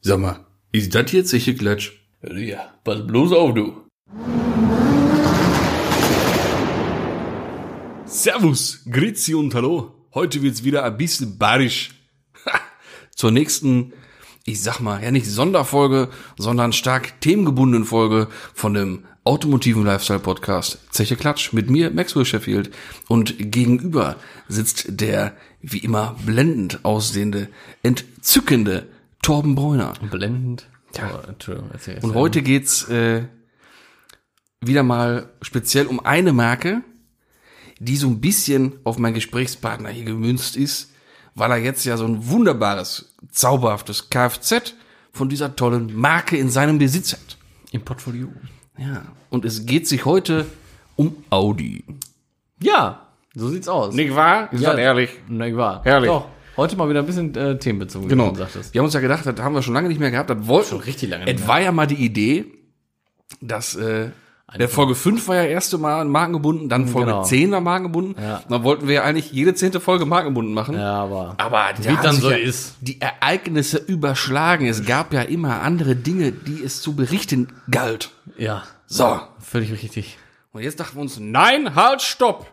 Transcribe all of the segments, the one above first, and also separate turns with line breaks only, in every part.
Sag mal, ist das jetzt sicher Klatsch?
Ja, pass bloß auf, du.
Servus, Grizi und Hallo. Heute wird's wieder ein bisschen barisch. Ha, Zur nächsten, ich sag mal, ja nicht Sonderfolge, sondern stark themengebundenen Folge von dem automotiven Lifestyle-Podcast Zeche Klatsch mit mir, Maxwell Sheffield. Und gegenüber sitzt der, wie immer, blendend aussehende, entzückende Torben Bräuner.
Blendend. Ja. Oh, Entschuldigung, erzähl
Und heute geht's äh, wieder mal speziell um eine Marke, die so ein bisschen auf meinen Gesprächspartner hier gemünzt ist, weil er jetzt ja so ein wunderbares, zauberhaftes Kfz von dieser tollen Marke in seinem Besitz hat.
Im Portfolio.
Ja. Und es geht sich heute um Audi.
Ja, so sieht's aus.
Nicht wahr? Ist
ja,
das ehrlich?
Na, ich war.
Ehrlich.
Doch, heute mal wieder ein bisschen äh, themenbezogen, wie
Genau.
du schon sagtest.
Wir haben uns ja gedacht, das haben wir schon lange nicht mehr gehabt. Das wollten
Schon richtig lange nicht
Es war ja mal die Idee, dass äh, der Folge 5 war ja erste Mal markengebunden, dann Folge
Genau.
10 war markengebunden.
Ja.
Und Dann wollten wir ja eigentlich jede zehnte Folge markengebunden machen.
Ja, aber.
Aber da
Wie
haben
dann
sich
so
ja
ist.
Die Ereignisse überschlagen. Es gab ja immer andere Dinge, die es zu berichten galt.
Ja,
So.
völlig richtig.
Und jetzt dachten wir uns, nein, halt, stopp.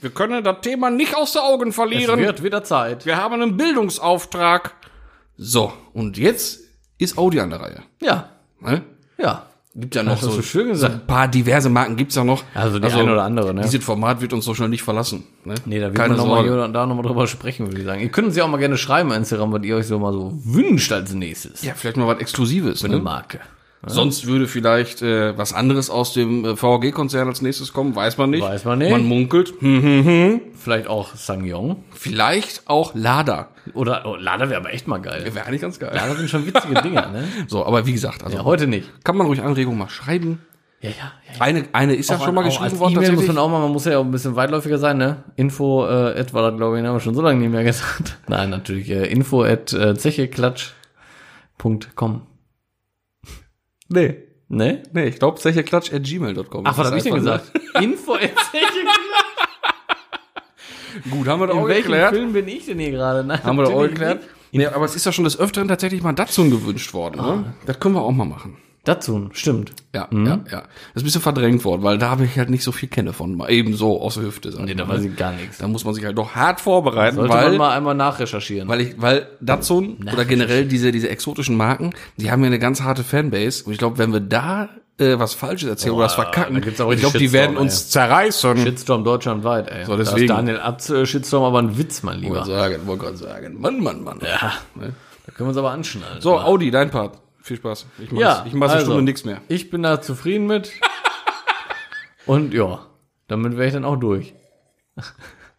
Wir können das Thema nicht außer Augen
Es
verlieren.
wird wieder Zeit.
Wir haben einen Bildungsauftrag. So. Und jetzt ist Audi an der Reihe.
Ja,
Ne?
ja.
Gibt ja noch
hast
so,
du schön gesagt.
so ein paar diverse Marken gibt's ja noch.
Also die eine oder andere, ne?
Dieses Format wird uns so schnell nicht verlassen. Ne?
Nee, da wird
Keine
man nochmal
Sorge.
hier und da nochmal drüber sprechen, würde ich sagen. Ihr könnt uns ja auch mal gerne schreiben bei Instagram, was ihr euch so mal so wünscht als nächstes.
Ja, vielleicht mal was Exklusives.
Eine
Ne?
Marke.
Sonst würde vielleicht äh, was anderes aus dem äh, VAG-Konzern als nächstes kommen, weiß man nicht.
Weiß man nicht.
Man munkelt. Hm.
Vielleicht auch Sangyong.
Vielleicht auch Lada.
Oder oh, Lada wäre aber echt mal geil.
Wäre eigentlich ganz geil.
Lada sind schon witzige Dinger, ne?
So, aber wie gesagt, also
Ja, heute nicht.
kann man ruhig Anregungen mal schreiben.
Ja, ja, ja. ja.
Eine, eine ist ja schon mal geschrieben worden.
E-Mail muss
tatsächlich.
man auch mal, man muss ja auch ein bisschen weitläufiger sein, ne? Info äh, at war das, glaube ich, haben wir schon so lange nicht mehr gesagt. Nein, natürlich. Äh, info at äh, zecheklatsch.com.
Nee.
Ne?
Nee, ich glaube, zecheklatsch at gmail.com.
Ach, was
Das ne?
habe
ist
ich denn
einfach-
gesagt? Info at zecheklatsch.
Gut, haben wir da
In
auch
welchem
geklärt.
Film bin ich denn hier gerade? Nein,
Haben wir da auch
natürlich
geklärt.
nicht.
Nee, aber es ist ja schon des Öfteren tatsächlich mal Datsun gewünscht worden.
Ah.
Ne? Das können wir auch mal machen.
Dazu, stimmt.
Ja, ja, ja. Das ist ein bisschen verdrängt worden, weil da habe ich halt nicht so viel kenne von. Mal Eben so aus der Hüfte. sagen wir
Da
mal.
weiß ich gar nichts.
Da muss man sich halt doch hart vorbereiten,
Sollte
weil,
man mal einmal nachrecherchieren.
weil ich, weil Datsun oder generell diese, diese exotischen Marken, die haben ja eine ganz harte Fanbase. Und ich glaube, wenn wir da äh, was Falsches erzählen oder was verkacken,
da gibt's auch
ich
richtig
glaube, die
Shitstorm,
werden uns zerreißen.
Shitstorm deutschlandweit, ey. So,
deswegen.
Da ist Daniel Abz äh, Shitstorm aber ein Witz, mein Lieber.
Wollte sagen, wollte gerade sagen. Mann, Mann, Mann.
Ja. Da können wir uns aber anschnallen.
So, Audi, dein Part. Viel Spaß. Ich mach's, ich mach's eine Stunde nichts mehr.
also, Ich bin da zufrieden mit. Und ja, damit wäre ich dann auch durch.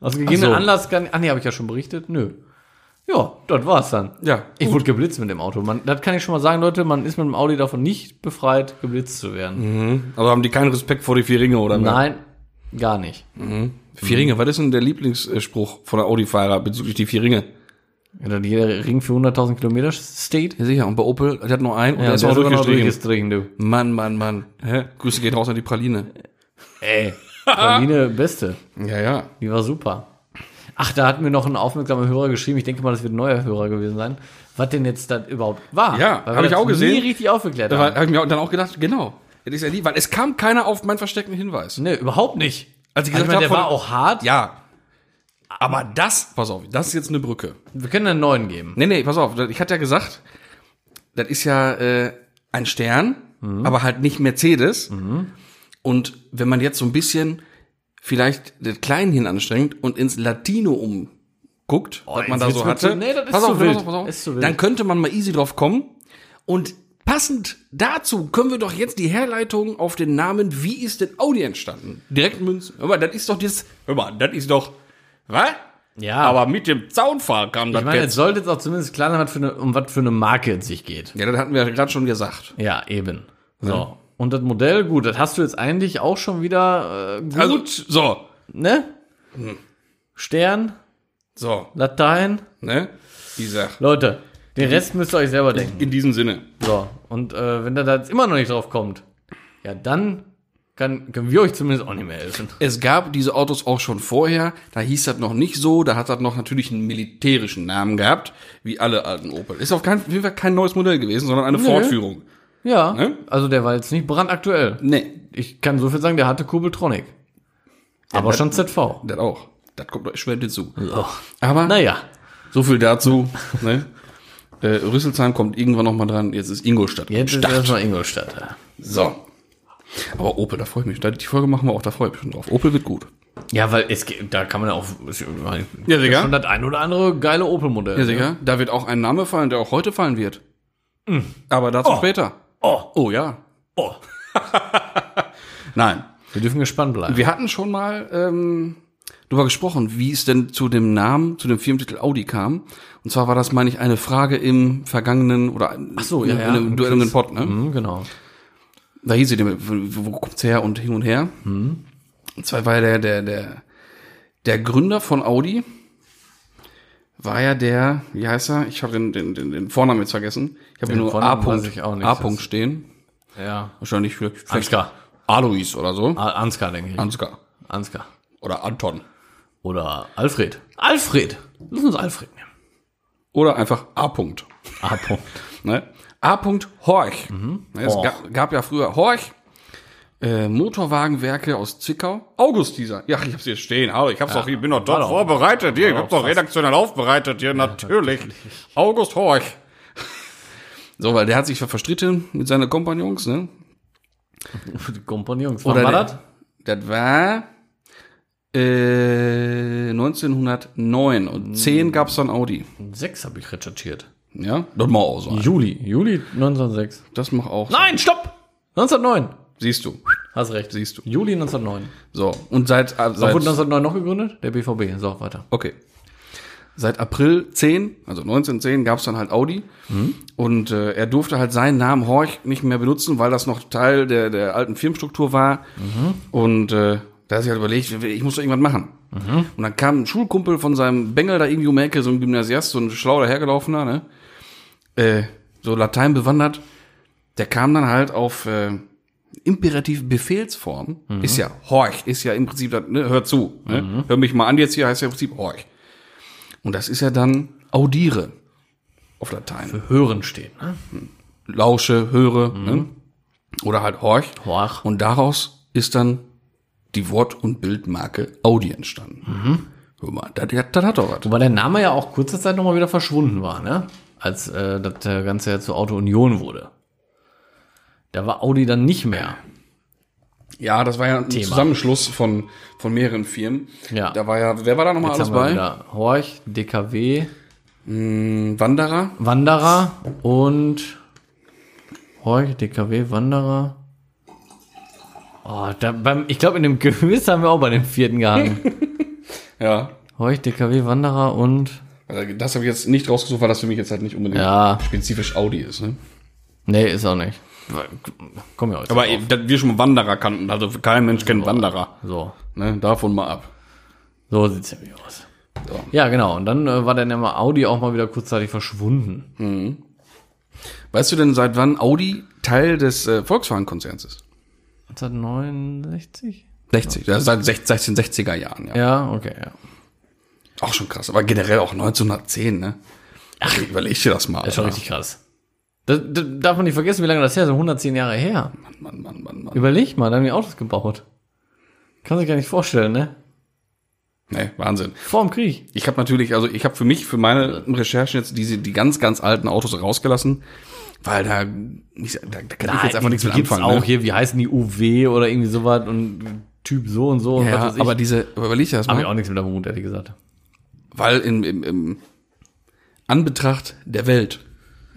Aus gegebenen
so.
Anlass kann. Ach nee, habe ich ja schon berichtet? Nö. Ja, das war's dann.
Ja,
Ich wurde geblitzt mit dem Auto. Man, das kann ich schon mal sagen, Leute. Man ist mit dem Audi davon nicht befreit, geblitzt zu werden.
Also haben die keinen Respekt vor die vier Ringe oder was?
Nein, gar nicht.
Vier Ringe, was ist denn der Lieblingsspruch von der Audi-Fahrer bezüglich die vier Ringe?
Wenn dann jeder Ring für 100.000 Kilometer steht,
Ja, sicher. Und bei Opel, der hat nur einen und der ist
der
auch
ist sogar noch
durchgestrichen.
durchgestrichen, du.
Mann, Mann, Mann. Hä? Grüße geht raus an die Praline.
Ey, Pauline, beste.
Ja, ja.
Die war super. Ach, da hat mir noch ein aufmerksamer Hörer geschrieben. Ich denke mal, das wird ein neuer Hörer gewesen sein. Was denn jetzt das überhaupt war?
Ja,
Weil wir
hab ich
das
auch gesehen.
nie richtig aufgeklärt
Da
haben.
habe ich mir dann auch gedacht, genau. Das ist ja nie, weil es kam keiner auf meinen versteckten Hinweis.
Ne, überhaupt nicht.
Als ich
Also
gesagt
meine,
habe,
der war
von-
auch hart.
Ja. Aber das, pass auf, das ist jetzt eine Brücke.
Wir können einen neuen geben.
Nee, nee, pass auf. Ich hatte ja gesagt, das ist ja äh, ein Stern,
Mhm.
aber halt nicht Mercedes. Und wenn man jetzt so ein bisschen vielleicht das Kleinchen anstrengt und ins Latino umguckt, was
jetzt
man da
wird's
so
mir
hatte,
zu- Oh, nee, das ist
pass
zu
auf,
wild.
pass auf, pass auf,
Ist zu wild.
dann könnte man mal easy drauf kommen. Und passend dazu können wir doch jetzt die Herleitung auf den Namen Wie ist denn Audi entstanden? Direkt Münzen. Hör mal, das ist doch das, hör mal, das ist doch, was?
Ja,
Aber mit dem Zaunfall kam das
Ah. ich meine,
jetzt.
jetzt sollte jetzt auch zumindest klar sein, was für eine, um was für eine Marke es sich geht.
Ja, das hatten wir ja gerade schon gesagt.
Ja, eben. So. Und das Modell, gut, das hast du jetzt eigentlich auch schon wieder äh, gut,
Also, Hm. so,
ne? Stern,
so,
Latein.
ne? Wie gesagt,
Leute, den Rest müsst ihr euch selber denken.
in diesem Sinne.
So, und äh, wenn er da jetzt immer noch nicht drauf kommt, ja, dann kann, können wir euch zumindest auch nicht mehr helfen.
Es gab diese Autos auch schon vorher, da hieß das noch nicht so, da hat das noch natürlich einen militärischen Namen gehabt, wie alle alten Opel. Ist auf keinen- auf jeden Fall kein neues Modell gewesen, sondern eine Fortführung.
Ja,
Ne?
also der war jetzt nicht brandaktuell.
Nee,
Ich kann so viel sagen, der hatte Kugeltronic. Aber schon ZV.
das auch. Das kommt doch schwer hinzu.
Oh.
Aber
Naja,
so viel dazu. ne? äh, Rüsselsheim kommt irgendwann noch mal dran, jetzt ist Ingolstadt.
jetzt ist
Start.
erstmal Ingolstadt. ja.
So. Aber Opel, da freue ich mich. Da- Die Folge machen wir auch, da freue ich mich schon drauf. Opel wird gut.
Ja, weil es geht, da kann man ja auch ich meine,
Ja, sicher.
schon das ein oder andere geile Opel-Modell.
Ja, sicher. Da wird auch ein Name fallen, der auch heute fallen wird. Aber dazu später.
Hm. Oh,
Oh ja.
oh.
Nein.
Wir dürfen gespannt bleiben.
Wir hatten schon mal ähm, darüber gesprochen, wie es denn zu dem Namen, zu dem Firmentitel Audi kam. Und zwar war das, meine ich, eine Frage im vergangenen oder Ach
so, ja,
in,
ja,
in einem
im
Duell um den Pott. Ne?
Mhm, genau.
Da hieß sie, dem, wo wo kommt's her und hin und her.
Hm.
Und zwar war ja der, der, der, der Gründer von Audi, war ja der, wie heißt er? Ich habe den, den, den, den Vornamen jetzt vergessen. Ich habe
Den
nur
Vornamen
A-Punkt
weiß ich auch nicht.
A-Punkt stehen.
Ja.
Wahrscheinlich für, vielleicht
Ansgar.
Alois oder so.
A- Ansgar, denke ich.
Ansgar.
Ansgar.
Oder Anton.
Oder Alfred. Alfred. Lass uns Alfred nehmen.
Oder einfach A-Punkt.
A-Punkt.
Ne? A. Horch. Ne, es
Horch.
gab, gab ja früher Horch. Äh, Motorwagenwerke aus Zwickau. August dieser. Ja, ich hab's hier stehen. Hallo, ich hab's doch, ich bin doch dort
doch.
vorbereitet. Hier, ich hab's doch redaktionell aufbereitet. Hier, natürlich. August Horch. So, weil der hat sich ver- verstritten mit seinen Kompagnons, ne?
Die Kompagnons.
Oder
war
der-
das?
Das war äh, 1909 und 10 gab's dann Audi.
Sechs habe ich recherchiert.
Ja, das mal auch sein.
Juli. Juli 1906.
Das mach auch.
Nein, stopp! 1909.
Siehst du,
Hast recht.
siehst du.
Juli 1909.
So, und seit, äh,
Wann wurde
seit
1909 noch gegründet? Der BVB. So, weiter.
Okay. Seit April 10, also 1910, gab es dann halt Audi. Und äh, er durfte halt seinen Namen Horch nicht mehr benutzen, weil das noch Teil der, der alten Firmenstruktur war. Und äh, da hat sich halt überlegt, ich muss doch irgendwas machen. Und dann kam ein Schulkumpel von seinem Bengel da irgendwie um die Ecke, so ein Gymnasiast, so ein schlau dahergelaufener, ne? äh, so Latein bewandert. Der kam dann halt auf äh, Imperativ Befehlsform. Ist ja horch, ist ja im Prinzip, das, ne, hör zu. Ne? Hör mich mal an, jetzt hier heißt ja im Prinzip horch. Und das ist ja dann audire auf Latein.
Hören stehen. Ne?
Lausche, höre ne? oder halt horch.
Horch.
Und daraus ist dann die Wort- und Bildmarke Audi entstanden.
Mhm.
Hör mal, das, das hat doch was.
Wobei der Name ja auch kurze Zeit nochmal wieder verschwunden war, ne? Als äh, das äh, Ganze ja zu Auto Union wurde. Da war Audi dann nicht mehr.
Ja, das war ja ein Zusammenschluss von, von mehreren Firmen.
Ja.
Da war ja, wer war da nochmal alles
Jetzt haben wir
bei?
wieder Horch, DKW,
Wanderer,
Wanderer und oh, Horch, DKW, Wanderer. Oh, da, beim, ich glaube, in dem Gewiss haben wir auch bei dem vierten gehangen.
ja.
Horch, DKW, Wanderer und.
Also das habe ich jetzt nicht rausgesucht, weil das für mich jetzt halt nicht unbedingt
Ja.
spezifisch Audi ist. Ne?
Nee, ist auch nicht. Komm ja jetzt.
Aber eben, dass wir schon Wanderer kannten, also kein Mensch kennt Wanderer.
so.
Ne? Davon mal ab.
So sieht's nämlich aus.
So.
Ja, genau. Und dann äh, war der Name Audi auch mal wieder kurzzeitig verschwunden.
Weißt du denn, seit wann Audi Teil des äh, Volkswagen-Konzerns ist?
1969?
60, ja, seit 1660er Jahren, ja.
Ja, okay, ja.
Auch schon krass, aber generell auch 1910, ne? Ach, überleg dir das mal.
Das ist schon richtig krass. Das, das darf man nicht vergessen, wie lange das her ist. 110 Jahre her.
Mann, Mann, Mann, Mann, Mann.
Überleg mal, da haben die Autos gebaut. Kann sich gar nicht vorstellen, ne?
Nee, Wahnsinn.
Vor dem Krieg.
Ich habe natürlich, also ich habe für mich, für meine Recherchen jetzt diese die ganz, ganz alten Autos rausgelassen, weil da, ich, da, da kann ich jetzt einfach nichts mit
gibt's
anfangen.
auch
ne?
hier, wie heißen die UW oder irgendwie sowas und Typ so und so und
Ja,
was weiß ich.
aber diese, aber überleg dir das
Hab ich
mal,
auch nichts mit am Hut, ehrlich gesagt.
weil im, im, im Anbetracht der Welt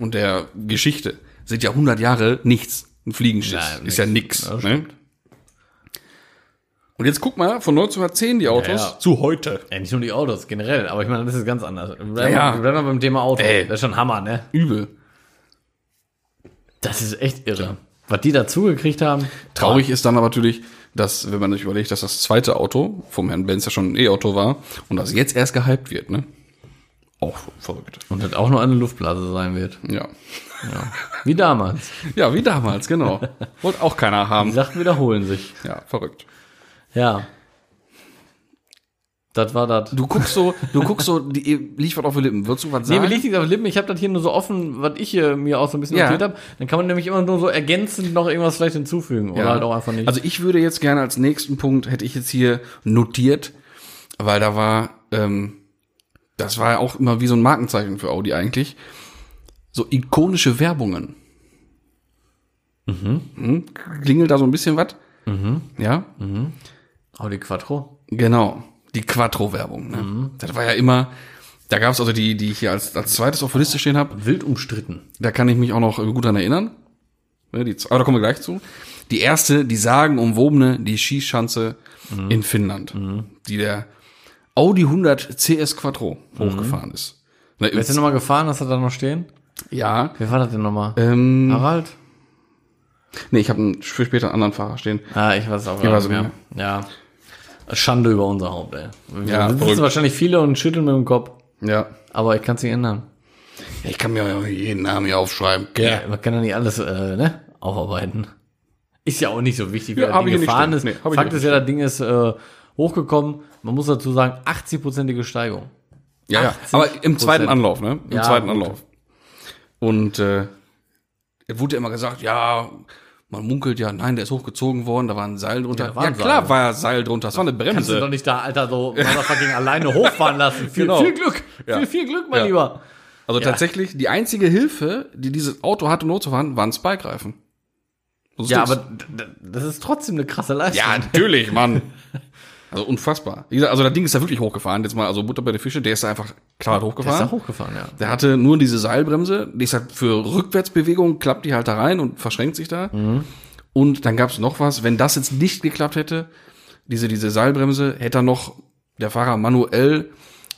und der Geschichte sind ja 100 Jahre nichts. Ein Fliegenschiss
Nein,
ist ja
nix.
nix.
Ja, das
ne? Und jetzt guck mal, von 1910 die Autos
Ja, ja.
zu heute.
Ja, nicht nur die Autos, generell. Aber ich meine, das ist ganz anders. Wir bleiben,
Ja.
wir bleiben mal beim Thema Auto.
Ey.
Das ist schon Hammer, ne?
Übel.
Das ist echt irre. Was die dazu gekriegt haben.
Traurig ist dann aber natürlich, dass, wenn man sich überlegt, dass das zweite Auto vom Herrn Benz ja schon ein E-Auto war und das jetzt erst gehypt wird, ne? Auch verrückt.
Und das auch nur eine Luftblase sein wird.
Ja.
Wie damals.
Ja, wie damals, genau. Wollte auch keiner
Die
haben.
Sachen wiederholen sich.
Ja, verrückt.
Ja. Das war das.
Du guckst so, du guckst so, die liefert auf die Lippen. Würdest du was
Nee,
sagen?
mir liegt nichts auf den Lippen. Ich habe das hier nur so offen, was ich hier mir auch so ein bisschen
Ja.
notiert habe. Dann kann man nämlich immer nur so ergänzend noch irgendwas vielleicht hinzufügen. Oder
Ja.
halt auch einfach nicht.
Also ich würde jetzt gerne als nächsten Punkt, hätte ich jetzt hier notiert, weil da war, ähm, das war ja auch immer wie so ein Markenzeichen für Audi eigentlich, so ikonische Werbungen. Mhm. Klingelt da so ein bisschen was?
Mhm.
Ja,
Audi Quattro.
genau. Die Quattro-Werbung. Ne?
Mhm.
Das war ja immer, da gab es also die, die ich hier als, als zweites auf der Liste stehen habe,
Wild umstritten.
da kann ich mich auch noch äh, gut dran erinnern. Ne, die, aber da kommen wir gleich zu. Die erste, die sagenumwobene, die Skischanze
Mhm.
in Finnland, die der Audi 100 CS Quattro hochgefahren ist. Ne,
Mhm. Wer ist denn nochmal gefahren? Hast du da noch stehen?
ja.
Wer war das denn nochmal?
Ähm,
Harald?
nee, ich habe für später einen anderen Fahrer stehen.
Ah, ich weiß auch
Ich
gar
weiß
nicht mehr. Ja. Schande über unser Haupt, ey. Wir
Ja,
sitzen
verrückt.
wahrscheinlich viele und schütteln mit dem Kopf.
Ja.
Aber ich kann es nicht ändern.
Ja, Ich kann mir ja jeden Namen hier aufschreiben. Ja.
Man kann ja nicht alles äh, ne, aufarbeiten. Ist ja auch nicht so wichtig, wie
Ja,
das
hab ich
Ding
hier nicht
gefahren ist.
stehen. Nee, hab ich
Fakt
hier
ist ja, das Ding ist äh, hochgekommen. Man muss dazu sagen, 80-prozentige Steigung.
Ja, ja.
80%.
Aber im zweiten Anlauf, ne? Im
Ja,
zweiten
gut.
Anlauf. Und äh, es wurde ja immer gesagt, ja, man munkelt ja, nein, der ist hochgezogen worden, da war ein Seil drunter.
Ja,
Ja,
war ein
klar
Seil.
war ja Seil drunter, das war eine
Kannst du
Bremse.
doch nicht da, Alter, so motherfucking alleine hochfahren lassen. Viel,
Genau.
viel Glück.
Ja.
Viel, viel Glück, mein
Ja.
Lieber.
Also tatsächlich, die einzige Hilfe, die dieses Auto hatte, um hochzufahren, waren Spike-Reifen. Sonst
Ja,
nix.
aber d- d- das ist trotzdem eine krasse Leistung.
Ja, natürlich, Mann. Also unfassbar. Wie gesagt, also das Ding ist da wirklich hochgefahren. Jetzt mal, also Butter bei der Fische, der ist da einfach klar
Der ist da
hochgefahren.
hochgefahren, ja.
Der hatte nur diese Seilbremse, die ist halt für Rückwärtsbewegungen, klappt die halt da rein und verschränkt sich da. Und dann gab's noch was, wenn das jetzt nicht geklappt hätte, diese, diese Seilbremse, hätte er noch der Fahrer manuell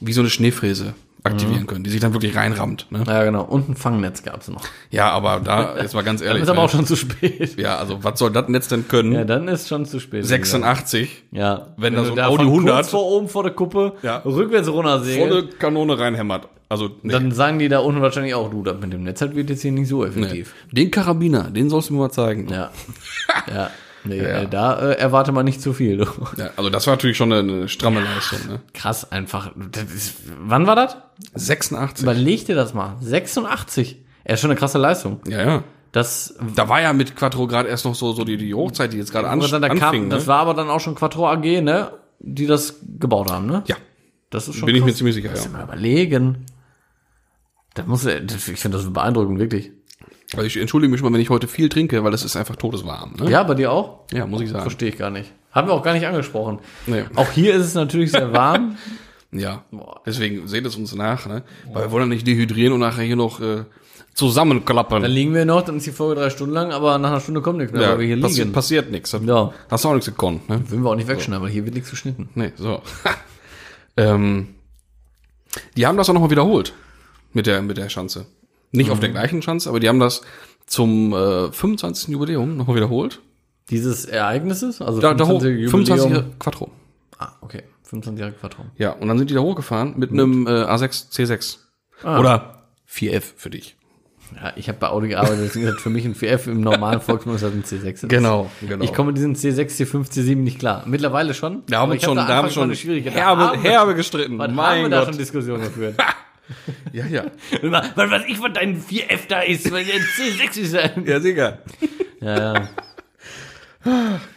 wie so eine Schneefräse
Mhm.
aktivieren können, die sich dann wirklich reinrammt. Ne?
Ja, genau. Und ein Fangnetz gab's noch.
Ja, aber da, jetzt mal ganz
Dann
ehrlich.
ist aber
ne?
auch schon zu spät.
ja, also was soll das Netz denn können?
Ja, dann ist schon zu spät.
86,
Ja.
Wenn da
du
so ein
davon
Audi 100
Kurz vor oben vor der Kuppe,
Ja.
rückwärts runter segelst,
volle Kanone reinhämmert. Also, nee.
dann sagen die da unten wahrscheinlich auch, du, das mit dem Netz halt wird jetzt hier nicht so effektiv.
den Karabiner, den sollst du mir mal zeigen.
Ja. ja. Nee, Äh, da äh, erwarte man nicht zu viel. Du.
Ja, also das war natürlich schon eine, eine stramme Leistung. Ne?
Krass, einfach. Das ist, wann war das?
86.
Überleg dir das mal. 86. Er ist schon eine krasse Leistung.
Ja, ja.
Das,
Da war ja mit Quattro gerade erst noch so, so die, die Hochzeit, die jetzt gerade an,
dann da
anfing.
kam,
ne?
das war aber dann auch schon Quattro AG, ne? Die das gebaut haben, ne?
ja,
Das ist schon
bin ich
krass.
mir ziemlich sicher.
Muss ich
Ja.
mal überlegen. Da muss er, das- ich finde das beeindruckend, wirklich.
Also ich entschuldige mich mal, wenn ich heute viel trinke, weil es ist einfach todeswarm. Ne?
Ja, bei dir auch?
ja, muss ich sagen.
Verstehe ich gar nicht. Haben wir auch gar nicht angesprochen.
Nee.
Auch hier ist es natürlich sehr warm.
Ja, deswegen seht es uns nach, ne? weil wir wollen ja nicht dehydrieren und nachher hier noch äh, zusammenklappern.
Dann liegen wir noch, dann ist die Folge drei Stunden lang, aber nach einer Stunde kommt nichts mehr, weil wir hier
passi-
liegen.
passiert nichts. Hat-
Ja.
Hast du auch nichts gekonnt. Ne?
Würden wir auch nicht wegschneiden, weil hier wird nichts geschnitten.
Nee, so. ähm, die haben das auch nochmal wiederholt mit der, mit der Schanze. Nicht
Mhm.
auf der gleichen Schanze, aber die haben das zum äh, 25. Jubiläum nochmal wiederholt.
Dieses Ereignisses, also
Da, da hoch,
25
25
Jubiläum.
Jahre Quattro.
Ah, okay. 25 Jahre Quattro.
Ja, und dann sind die da hochgefahren mit einem äh, A6, C6.
Ah.
Oder 4F für dich.
Ja, ich habe bei Audi gearbeitet, deswegen ist das für mich ein 4F im normalen Volksmund ist das ein C6.
Genau, genau.
Ich komme mit diesen C6, C5, C7 nicht klar. Mittlerweile schon.
Da haben
aber
wir
ich hab
schon, da haben wir
anfangs mal
schon
eine Schwierigkeit. Da
herbe,
haben wir-
herbe gestritten.
Was haben wir
mein
da schon
Gott.
Diskussionen geführt?
Ja, ja.
was weiß ich, was dein 4F da ist, weil der C6 ist ein.
Ja, sicher.
Ja, ja.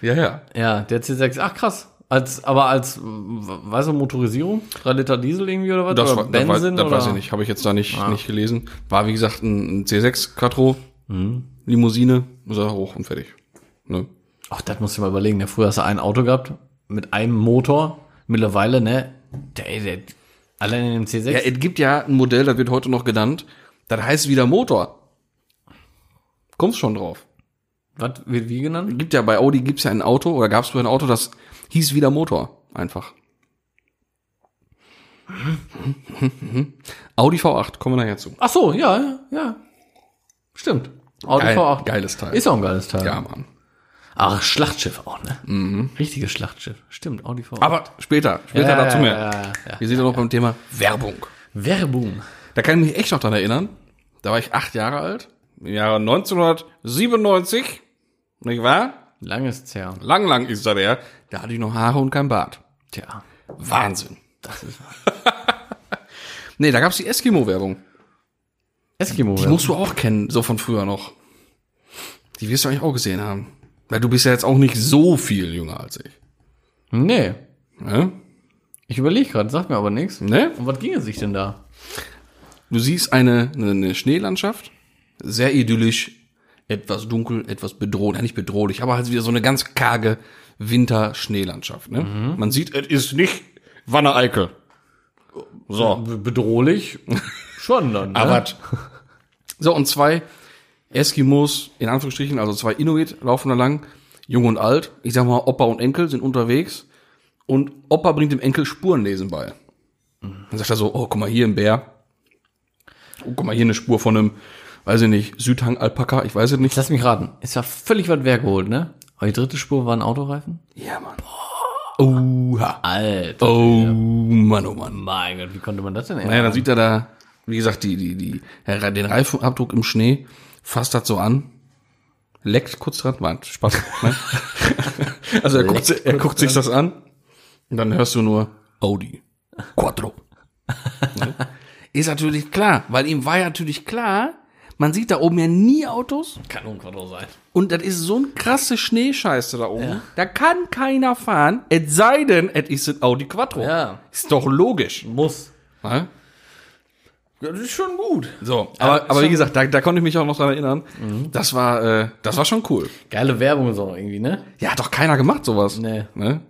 Ja, ja.
Ja, der C6, ach krass. Als, aber als, äh, weißt du, Motorisierung? 3 Liter Diesel irgendwie oder was?
Das,
oder
war, das, weiß, das
oder?
weiß ich nicht. Habe ich jetzt da nicht, nicht gelesen. War, wie gesagt, ein, ein C6 Quattro. Mhm. Limousine. Ist er hoch und fertig. Ne?
Ach, das musst du mal überlegen. Ja, früher hast du ein Auto gehabt mit einem Motor. Mittlerweile, ne? Der, der, allein in dem C6.
Ja, es gibt ja ein Modell, das wird heute noch genannt. Das heißt wieder Motor. Kommst schon drauf.
was wird wie genannt?
Gibt ja bei Audi gibt's ja ein Auto oder gab's früher ein Auto, das hieß wieder Motor. Einfach. Audi V8, kommen wir nachher zu.
Ach so, ja, ja, ja. Stimmt. Audi
Geil,
V8.
Geiles Teil.
Ist auch ein geiles Teil.
ja, Mhm. Mann.
Ach, Schlachtschiff auch, ne? Richtiges Schlachtschiff. Stimmt, Audi V8.
Aber später, später
ja,
dazu
ja,
mehr.
ja, ja, ja.
Wir sind ja noch beim Thema Werbung.
Werbung.
Da kann ich mich echt noch dran erinnern. Da war ich acht Jahre alt. Im Jahre 1997. Nicht wahr?
Langes Zerr.
Lang, lang ist das her. Da hatte ich noch Haare und kein Bart.
Tja.
Wahnsinn. Das ist Nee, da gab's die Eskimo-Werbung.
Eskimo.
Die musst du auch kennen, so von früher noch. Die wirst du eigentlich auch gesehen haben. Weil du bist ja jetzt auch nicht so viel jünger als ich.
Nee.
Ne?
Ich überlege gerade, sagt mir aber nichts. Um
Ne?
was ging es sich denn da?
Du siehst eine, eine, eine Schneelandschaft, sehr idyllisch, etwas dunkel, etwas bedrohlich, ja, nicht bedrohlich, aber halt wieder so eine ganz karge Winterschneelandschaft. Ne? Man sieht, es ist nicht Wanne Eickel. So,
Bedrohlich. Schon dann. Ne?
aber. Ah. So, und zwei Eskimos, in Anführungsstrichen, also zwei Inuit laufen da lang, jung und alt. Ich sag mal, Opa und Enkel sind unterwegs und Opa bringt dem Enkel Spurenlesen bei. Dann sagt er so, oh, guck mal, hier ein Bär. Oh, guck mal, hier eine Spur von einem, weiß ich nicht, Südhang-Alpaka, ich weiß es nicht.
Lass mich raten. Es war völlig weit weg geholt, ne? Aber die dritte Spur war ein Autoreifen?
Ja, Mann. Oha.
Alter.
Oh, Mann, oh, Mann.
Mein Gott, wie konnte man das denn ändern?
Naja, dann sieht er da, wie gesagt, die, die, die, den Reifenabdruck im Schnee, fasst das so an, leckt kurz dran, war Spaß. Ne? also er guckt, er guckt sich das an und dann hörst du nur Audi Quattro. Ne? Ist natürlich klar, weil ihm war ja natürlich klar, man sieht da oben ja nie Autos
Kann unquadro sein.
und das ist so ein krasse Schneescheiße da oben. Da kann keiner fahren, es sei denn, es ist ein Audi Quattro.
Ja.
Ist doch logisch.
Muss.
Ne?
Das ist schon gut.
So, äh, aber, aber wie gesagt, da, da konnte ich mich auch noch dran erinnern. Das war, äh, das war schon cool.
Geile Werbung so irgendwie, ne?
Ja, hat doch keiner gemacht, sowas.
Nee.
Ne?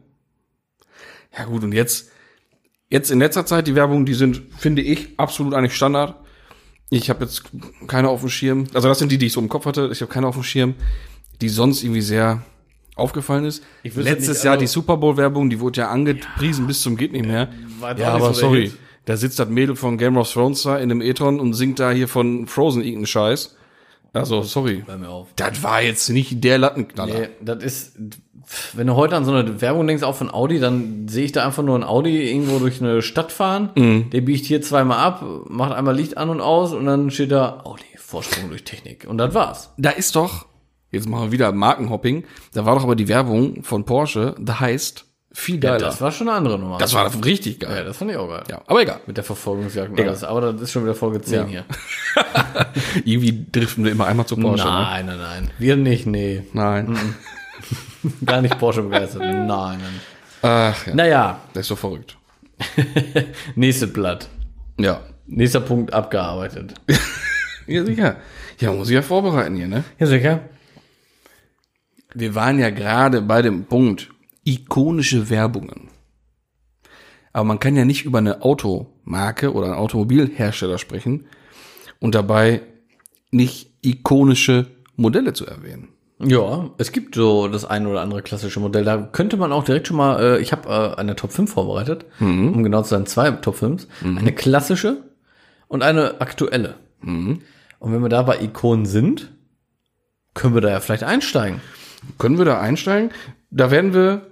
Ja, gut, und jetzt, jetzt in letzter Zeit, die Werbung, die sind, finde ich, absolut eigentlich Standard. Ich habe jetzt keine auf dem Schirm. Also, das sind die, die ich so im Kopf hatte. Ich habe keine auf dem Schirm, die sonst irgendwie sehr aufgefallen ist.
Ich wüsste
Letztes
nicht,
Jahr
also-
die Super Bowl-Werbung, die wurde ja angepriesen bis zum geht nicht mehr.
war jetzt
Ja,
auch nicht
aber
so der
sorry.
Hit.
Da sitzt das Mädel von Game of Thrones da in dem E-Tron und singt da hier von Frozen irgendeinen Scheiß. Also, sorry.
Hör mir auf.
Das war jetzt nicht der Lattenknaller.
Nee, das ist, wenn du heute an so eine Werbung denkst, auch von Audi, dann sehe ich da einfach nur einen Audi irgendwo durch eine Stadt fahren. Der biegt hier zweimal ab, macht einmal Licht an und aus und dann steht da Audi, Vorsprung durch Technik. Und das war's.
Da ist doch, jetzt machen wir wieder Markenhopping, da war doch aber die Werbung von Porsche, da heißt, viel geiler.
Das war schon eine andere Nummer.
das war richtig
ja,
geil.
das fand ich auch geil.
Ja, aber egal.
Mit der Verfolgungsjagd und alles. Aber das ist schon wieder Folge 10 hier.
Irgendwie driften wir immer einmal zu Porsche. Ne?
Nein, nein, nein. Wir nicht, nee. Mhm.
Nein.
Gar nicht Porsche begeistert. Nein, nein.
Ach, ja.
Naja,
Der ist so verrückt.
nächstes Blatt.
Ja.
Nächster Punkt abgearbeitet.
Ja, sicher. Ja, muss ich ja vorbereiten hier, ne?
Ja, sicher.
Wir waren ja gerade bei dem Punkt ikonische Werbungen. Aber man kann ja nicht über eine Automarke oder einen Automobilhersteller sprechen und dabei nicht ikonische Modelle zu erwähnen.
Ja, es gibt so das ein oder andere klassische Modell. Da könnte man auch direkt schon mal, äh, ich habe äh, eine Top 5 vorbereitet,
Mhm.
um genau zu sein, zwei Top 5s. Eine klassische und eine aktuelle.
Mhm.
Und wenn wir da bei Ikonen sind, können wir da ja vielleicht einsteigen.
Können wir da einsteigen? Da werden wir,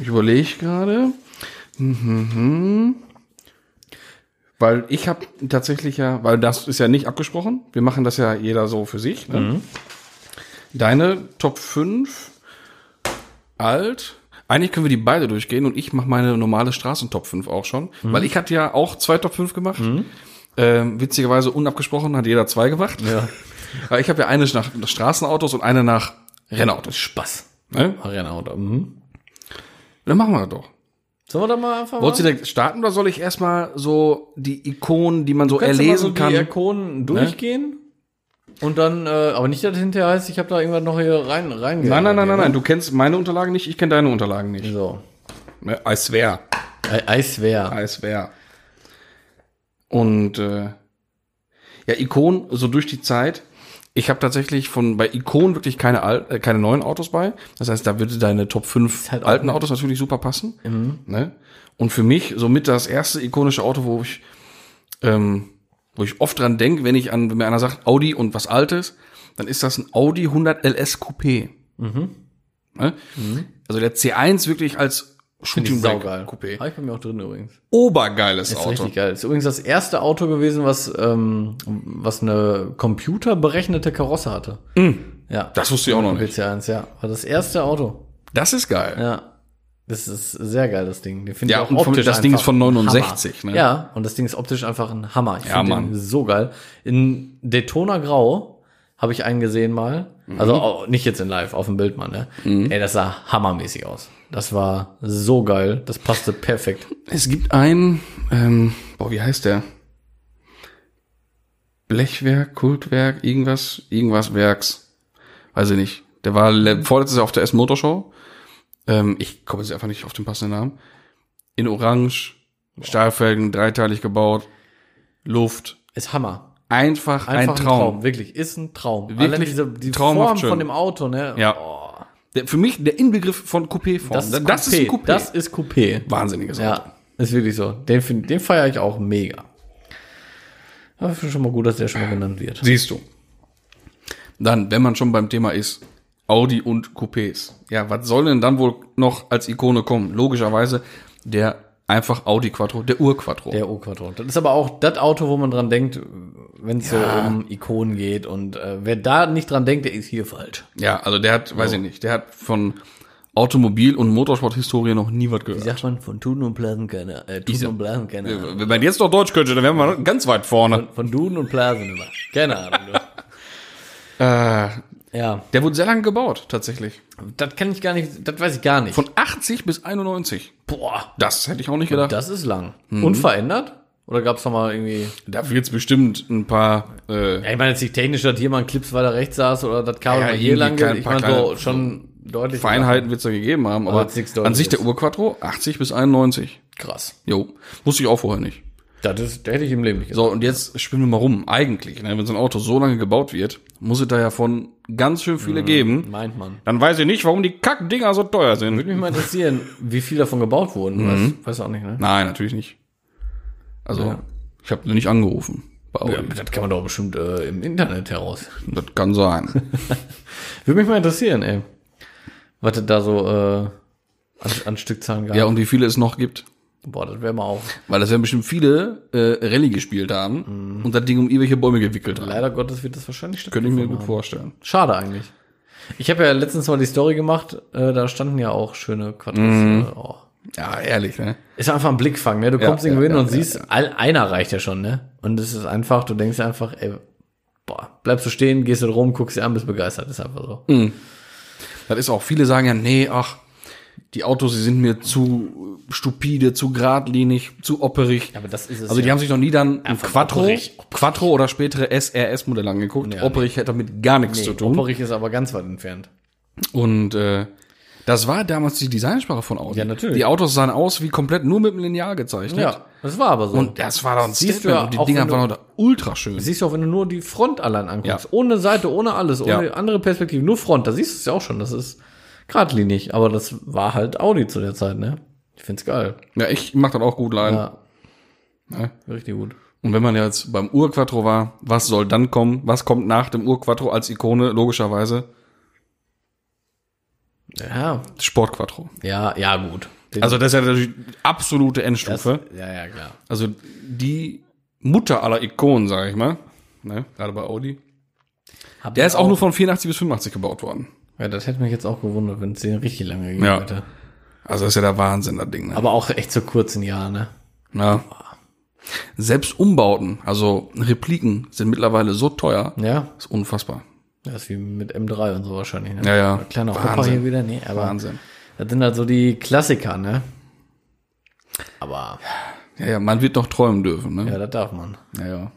ich überlege gerade, mhm. weil ich habe tatsächlich ja, weil das ist ja nicht abgesprochen, wir machen das ja jeder so für sich. Ne? Deine Top 5 alt. Eigentlich können wir die beide durchgehen und ich mache meine normale Straßentop 5 auch schon, weil ich hatte ja auch zwei Top 5 gemacht. Ähm, witzigerweise unabgesprochen hat jeder zwei gemacht.
Ja.
Weil ich habe ja eine nach Straßenautos und eine nach Rennautos.
Spaß.
Ne?
Rennauto. Mhm.
Dann machen wir das doch.
Sollen wir da mal einfach
Wolltest du direkt starten oder soll ich erstmal so die Ikonen, die man so
Kannst du mal
erlesen
so
kann? Ne?
die Ikonen durchgehen und dann, äh, aber nicht, dass hinterher heißt, ich habe da irgendwas noch hier rein, rein
nein, nein, nein, nein, nein. Du kennst meine Unterlagen nicht, ich kenne deine Unterlagen nicht.
So.
Ne? Als wär.
Ei- Eiswehr.
Als wär. Und äh, ja, Ikonen, so durch die Zeit. Ich habe tatsächlich von bei Ikonen wirklich keine, al- äh, keine neuen Autos bei. Das heißt, da würde deine Top 5
halt auch Mhm.
alten Autos natürlich super passen. Ne? Und für mich somit das erste ikonische Auto, wo ich, ähm, wo ich oft dran denke, wenn ich an, wenn mir einer sagt Audi und was Altes, dann ist das ein Audi
Mhm.
100 LS Coupé. Ne? Also der C1 wirklich als
Finde Mhm. ich
Shooting Break
saugeil.
Coupé.
Habe ich bei mir auch drin übrigens.
Obergeiles
Ist
Auto.
richtig geil. Ist übrigens das erste Auto gewesen, was, ähm, was eine computerberechnete Karosse hatte. Ja.
Mhm. Das wusste ich auch noch nicht.
WC1, ja. War das erste Auto.
Das ist geil.
Ja. Das ist sehr geil, das Ding. Den finde
Ja,
ich auch
und vom-
optisch
das Ding
einfach
ist von
ein
69,
Hammer.
ne?
Ja, und das Ding ist optisch einfach ein Hammer. Ich
Ja,
finde
Mann.
den so geil. In Daytona Grau habe ich einen gesehen mal.
Mhm.
Also auch nicht jetzt in live, auf dem Bild mal, ne? Ey, das sah hammermäßig aus. Das war so geil. Das passte perfekt.
Es gibt einen, ähm, boah, wie heißt der? Blechwerk, Kultwerk, irgendwas, irgendwas Werks. Weiß ich nicht. Der war le- vorletztes Jahr auf der Essen Motorshow. Ähm, ich komme jetzt einfach nicht auf den passenden Namen. In Orange, Stahlfelgen, dreiteilig gebaut, Luft.
Ist Hammer.
Einfach,
Einfach
ein Traum.
Wirklich, ist ein Traum.
Wirklich
Allein diese, die
traumhaft
Form
schön.
von dem Auto, ne?
Ja.
Oh,
Der, für mich der Inbegriff von Coupé-Form.
das, ist
das ist ein Coupé.
Das ist Coupé.
Wahnsinniges Auto.
Ja, ist wirklich so. Den, find- den feiere ich auch mega. Aber ich finde schon mal gut, dass der schon mal genannt wird.
Siehst du. Dann, wenn man schon beim Thema ist, Audi und Coupés. Ja, was soll denn dann wohl noch als Ikone kommen? Logischerweise der einfach Audi Quattro, der Ur-Quattro.
Der O-Quadron. Das ist aber auch das Auto, wo man dran denkt, wenn es so um Ikonen geht. Und äh, wer da nicht dran denkt, der ist hier falsch.
Ja, also der hat, weiß ich nicht, der hat von Automobil- und Motorsport-Historie noch nie was
Wie
gehört.
sagt man? Von Tun und Blasen keine. Äh, Tun und Blasen keine. Ahnung.
Wenn man jetzt noch Deutsch könnte, dann wären wir noch ganz weit vorne.
Von Duden und Blasen immer. Keine Ahnung.
Äh.
du. ja,
Der wurde sehr lange gebaut, tatsächlich.
das kann ich gar nicht, das weiß ich gar nicht.
Von 80 bis 91.
boah,
Das hätte ich auch nicht gedacht.
das ist lang. Unverändert? Oder gab es mal irgendwie
Da wird's bestimmt ein paar äh,
Ja, ich meine jetzt nicht technisch, dass hier mal ein Clips weiter rechts saß oder das Kabel
Ja,
mal hier
irgendwie
lang
kein-
geht. Ich
paar
meine so
kleine-
schon deutlich.
Feinheiten wird's da gegeben haben, aber
jetzt nichts
an sich der
Deutliches.
Urquattro 80 bis 91.
Krass.
Jo, wusste ich auch vorher nicht.
Das, ist, das hätte ich im Leben nicht gesagt.
So, und jetzt spinnen wir mal rum. Eigentlich, ne, wenn so ein Auto so lange gebaut wird, muss es da ja von ganz schön
Mhm.
viele geben.
Meint man.
Dann weiß ich nicht, warum die Kackdinger so teuer sind.
Würde mich mal interessieren, wie viel davon gebaut wurden. Weiß, weiß auch nicht, ne?
Nein, natürlich nicht. Also, ich habe nicht angerufen. Bei Audi.
Das kann man doch bestimmt äh, im Internet heraus.
Das kann sein.
Würde mich mal interessieren, ey. Was das da so äh, an, an Stückzahlen gab.
ja, und wie viele es noch gibt.
Boah, das wäre mal auch.
Weil das werden bestimmt viele äh, Rallye gespielt
Mhm.
haben und das Ding um irgendwelche Bäume gewickelt haben.
Leider Gottes wird das wahrscheinlich
Könnte ich mir
stattgefunden
gut vorstellen.
Schade eigentlich. Ich habe ja letztens mal die Story gemacht, äh, da standen ja auch schöne Quadros. Äh, oh.
Ja, ehrlich, ne?
Ist einfach ein Blickfang, ne? Du kommst
Mhm. ja,
irgendwo hin
ja,
und
ja,
siehst, all einer reicht ja schon, ne? Und es ist einfach, du denkst einfach, ey, boah, bleibst du stehen, gehst du rum, guckst dir an, bist begeistert, ist einfach
Mhm.
so.
Das ist auch, viele sagen ja, nee, ach, die Autos, die sind mir zu äh, stupide, zu geradlinig, zu opperig.
Aber das ist es.
also die haben sich noch nie dann ein
von
Quattro,
opperig.
Quattro oder spätere SRS-Modell angeguckt.
Ja,
opperig hätte damit gar nichts zu
zu
tun.
Opperich ist aber ganz weit entfernt.
Und äh, das war damals die Designsprache von Audi.
Ja, natürlich.
Die Autos sahen aus wie komplett nur mit dem Lineal gezeichnet.
Ja, das war aber so.
Und das war doch ein
Siehst du
Statement.
ja
Und die
auch,
Dinger
wenn du-
waren doch ultra schön.
siehst du auch, wenn du nur die Front allein anguckst. Ohne Seite, ohne alles, ohne
Ja.
andere Perspektive, nur Front, da siehst du es ja auch schon, das ist geradlinig. Aber das war halt Audi zu der Zeit, ne? Ich find's geil.
Ja, ich mach das auch gut leiden.
Ja. Richtig gut.
Und wenn man jetzt beim Urquattro war, was soll dann kommen? Was kommt nach dem Urquattro als Ikone, logischerweise?
Ja,
Sportquattro.
ja, ja, gut. Den-
Also das ist ja natürlich die absolute
das,
Endstufe.
ja, ja, klar.
also die Mutter aller Ikonen, sage ich mal. Ne? Gerade bei Audi.
Hab
Der
ich
ist auch nur von 84 bis 85 gebaut worden.
Ja, das hätte mich jetzt auch gewundert, wenn es den richtig lange gegeben
Ja.
hätte.
Also das ist ja der Wahnsinn, das Ding. Ne?
Aber auch echt zu kurz ein Jahr, ne?
ja. Selbst Umbauten, also Repliken, sind mittlerweile so teuer.
Ja.
Ist unfassbar.
Das ist wie mit M3 und so wahrscheinlich. Ne?
Ja, ja.
Kleiner Hopper
Wahnsinn.
hier wieder, nee, aber
Wahnsinn.
das sind halt so die Klassiker, ne? Aber
Ja, ja, man wird noch träumen dürfen. Ne?
ja, das darf man.
Ja, ja.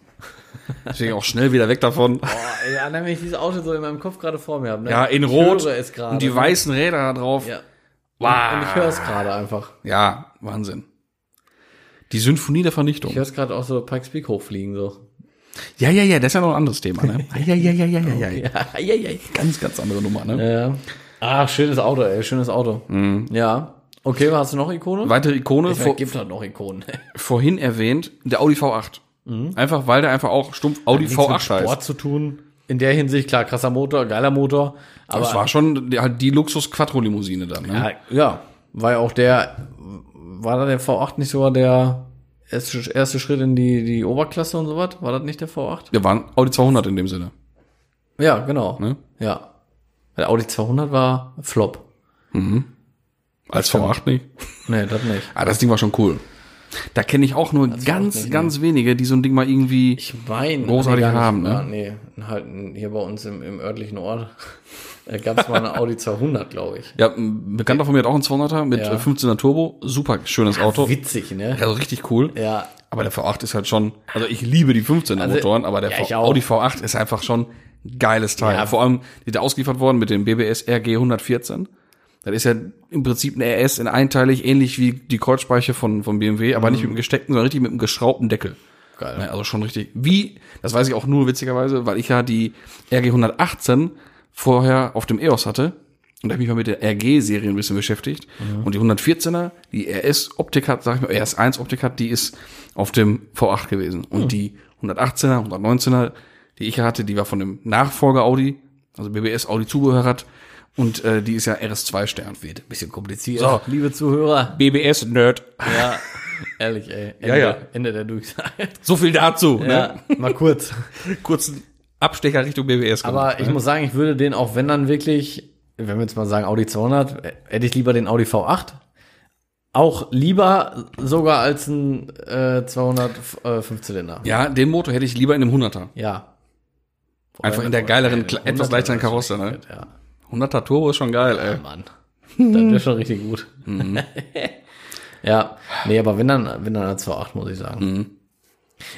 Deswegen auch schnell wieder weg davon.
Boah, ey, allein wenn ich dieses Auto so in meinem Kopf gerade vor mir habe, ne?
Ja, in
Ich
Rot.
höre es gerade.
und die weißen Räder da drauf.
Ja.
Wow.
Und ich höre es gerade einfach.
Ja, Wahnsinn. Die Symphonie der
Ich
Vernichtung.
höre es gerade auch so Pikes Peak hochfliegen, so.
Ja, ja, ja, das ist ja noch ein anderes Thema, ne? ja, ja, ja, ja, ja, ja.
ja, ja, ja.
Ganz, ganz andere Nummer, ne?
Ja. Ah, schönes Auto, ey, schönes Auto.
Mhm.
Ja. Okay, hast du noch Ikone?
Weitere Ikone, vor,
gibt halt noch Ikonen.
vorhin erwähnt, der Audi V8. Einfach, weil der einfach auch stumpf Audi
mit
V8 heißt.
Sport zu tun. In der Hinsicht, klar, krasser Motor, geiler Motor. Aber
Das war schon die, halt die Luxus-Quattro-Limousine dann, ne?
ja, ja, War ja auch der, war da der V8 nicht sogar der erste, erste Schritt in die, die Oberklasse und so was? War das nicht der V8?
Der war ein Audi 200 in dem Sinne.
Ja, genau.
Ne?
Ja. Der Audi 200 war Flop.
Als V8 nicht.
Nee, das nicht.
Ah, das Ding war schon cool. Da kenne ich auch nur ganz, ganz wenige, die so ein Ding mal irgendwie.
Ich meine,
Großartig haben, ne?
ne? Nee, halt hier bei uns im, im örtlichen Ort gab es mal eine Audi 200, glaube ich.
ja, ein Bekannter von mir hat auch einen 200er mit
Ja.
äh, 15er Turbo. Super schönes Auto.
Witzig, ne?
Also richtig cool.
Ja.
Aber der V8 ist halt schon, also ich liebe die 15er
Also,
Motoren, aber der
ja,
V-
ich auch.
Audi V8 ist einfach schon ein geiles Teil.
Ja.
Vor allem, die da ausgeliefert worden mit dem BBS RG 114. Das ist ja im Prinzip ein RS in einteilig, ähnlich wie die Kreuzspeiche von, von BMW,
Mhm.
aber nicht mit dem gesteckten, sondern richtig mit dem geschraubten Deckel.
Geil.
Ne, Also schon richtig. Wie, das weiß ich auch nur witzigerweise, weil ich ja die RG 118 vorher auf dem EOS hatte. Und da habe ich mich mal mit der RG-Serie ein bisschen beschäftigt. Und die 114er, die RS-Optik hat, sag ich mal, RS1-Optik hat, die ist auf dem V8 gewesen. Und die 118er, 119er, die ich hatte, die war von dem Nachfolger Audi, also BBS Audi Zubehör hat. Und äh, die ist ja RS2-Stern. Wird
Bisschen kompliziert.
So.
liebe Zuhörer.
BBS-Nerd.
Ja. Ehrlich, ey. Ende,
Ja, ja.
Ende der Durchsage.
So viel dazu. Ne?
Ja, mal kurz.
Kurzen Abstecher Richtung BBS.
Aber ich muss sagen, ich würde den auch, wenn dann wirklich, wenn wir jetzt mal sagen Audi 200, äh, hätte ich lieber den Audi V8. Auch lieber sogar als ein äh, 205 Zylinder.
Ja, den Motor hätte ich lieber in einem 100er.
Ja.
Einfach in der geileren, kle- etwas leichteren Karosse, ne? 100er Turbo ist schon geil, ey.
Mann. Das wäre schon richtig gut.
Mhm.
ja, nee, aber wenn dann, wenn dann eine 2.8, muss ich sagen.
Mhm.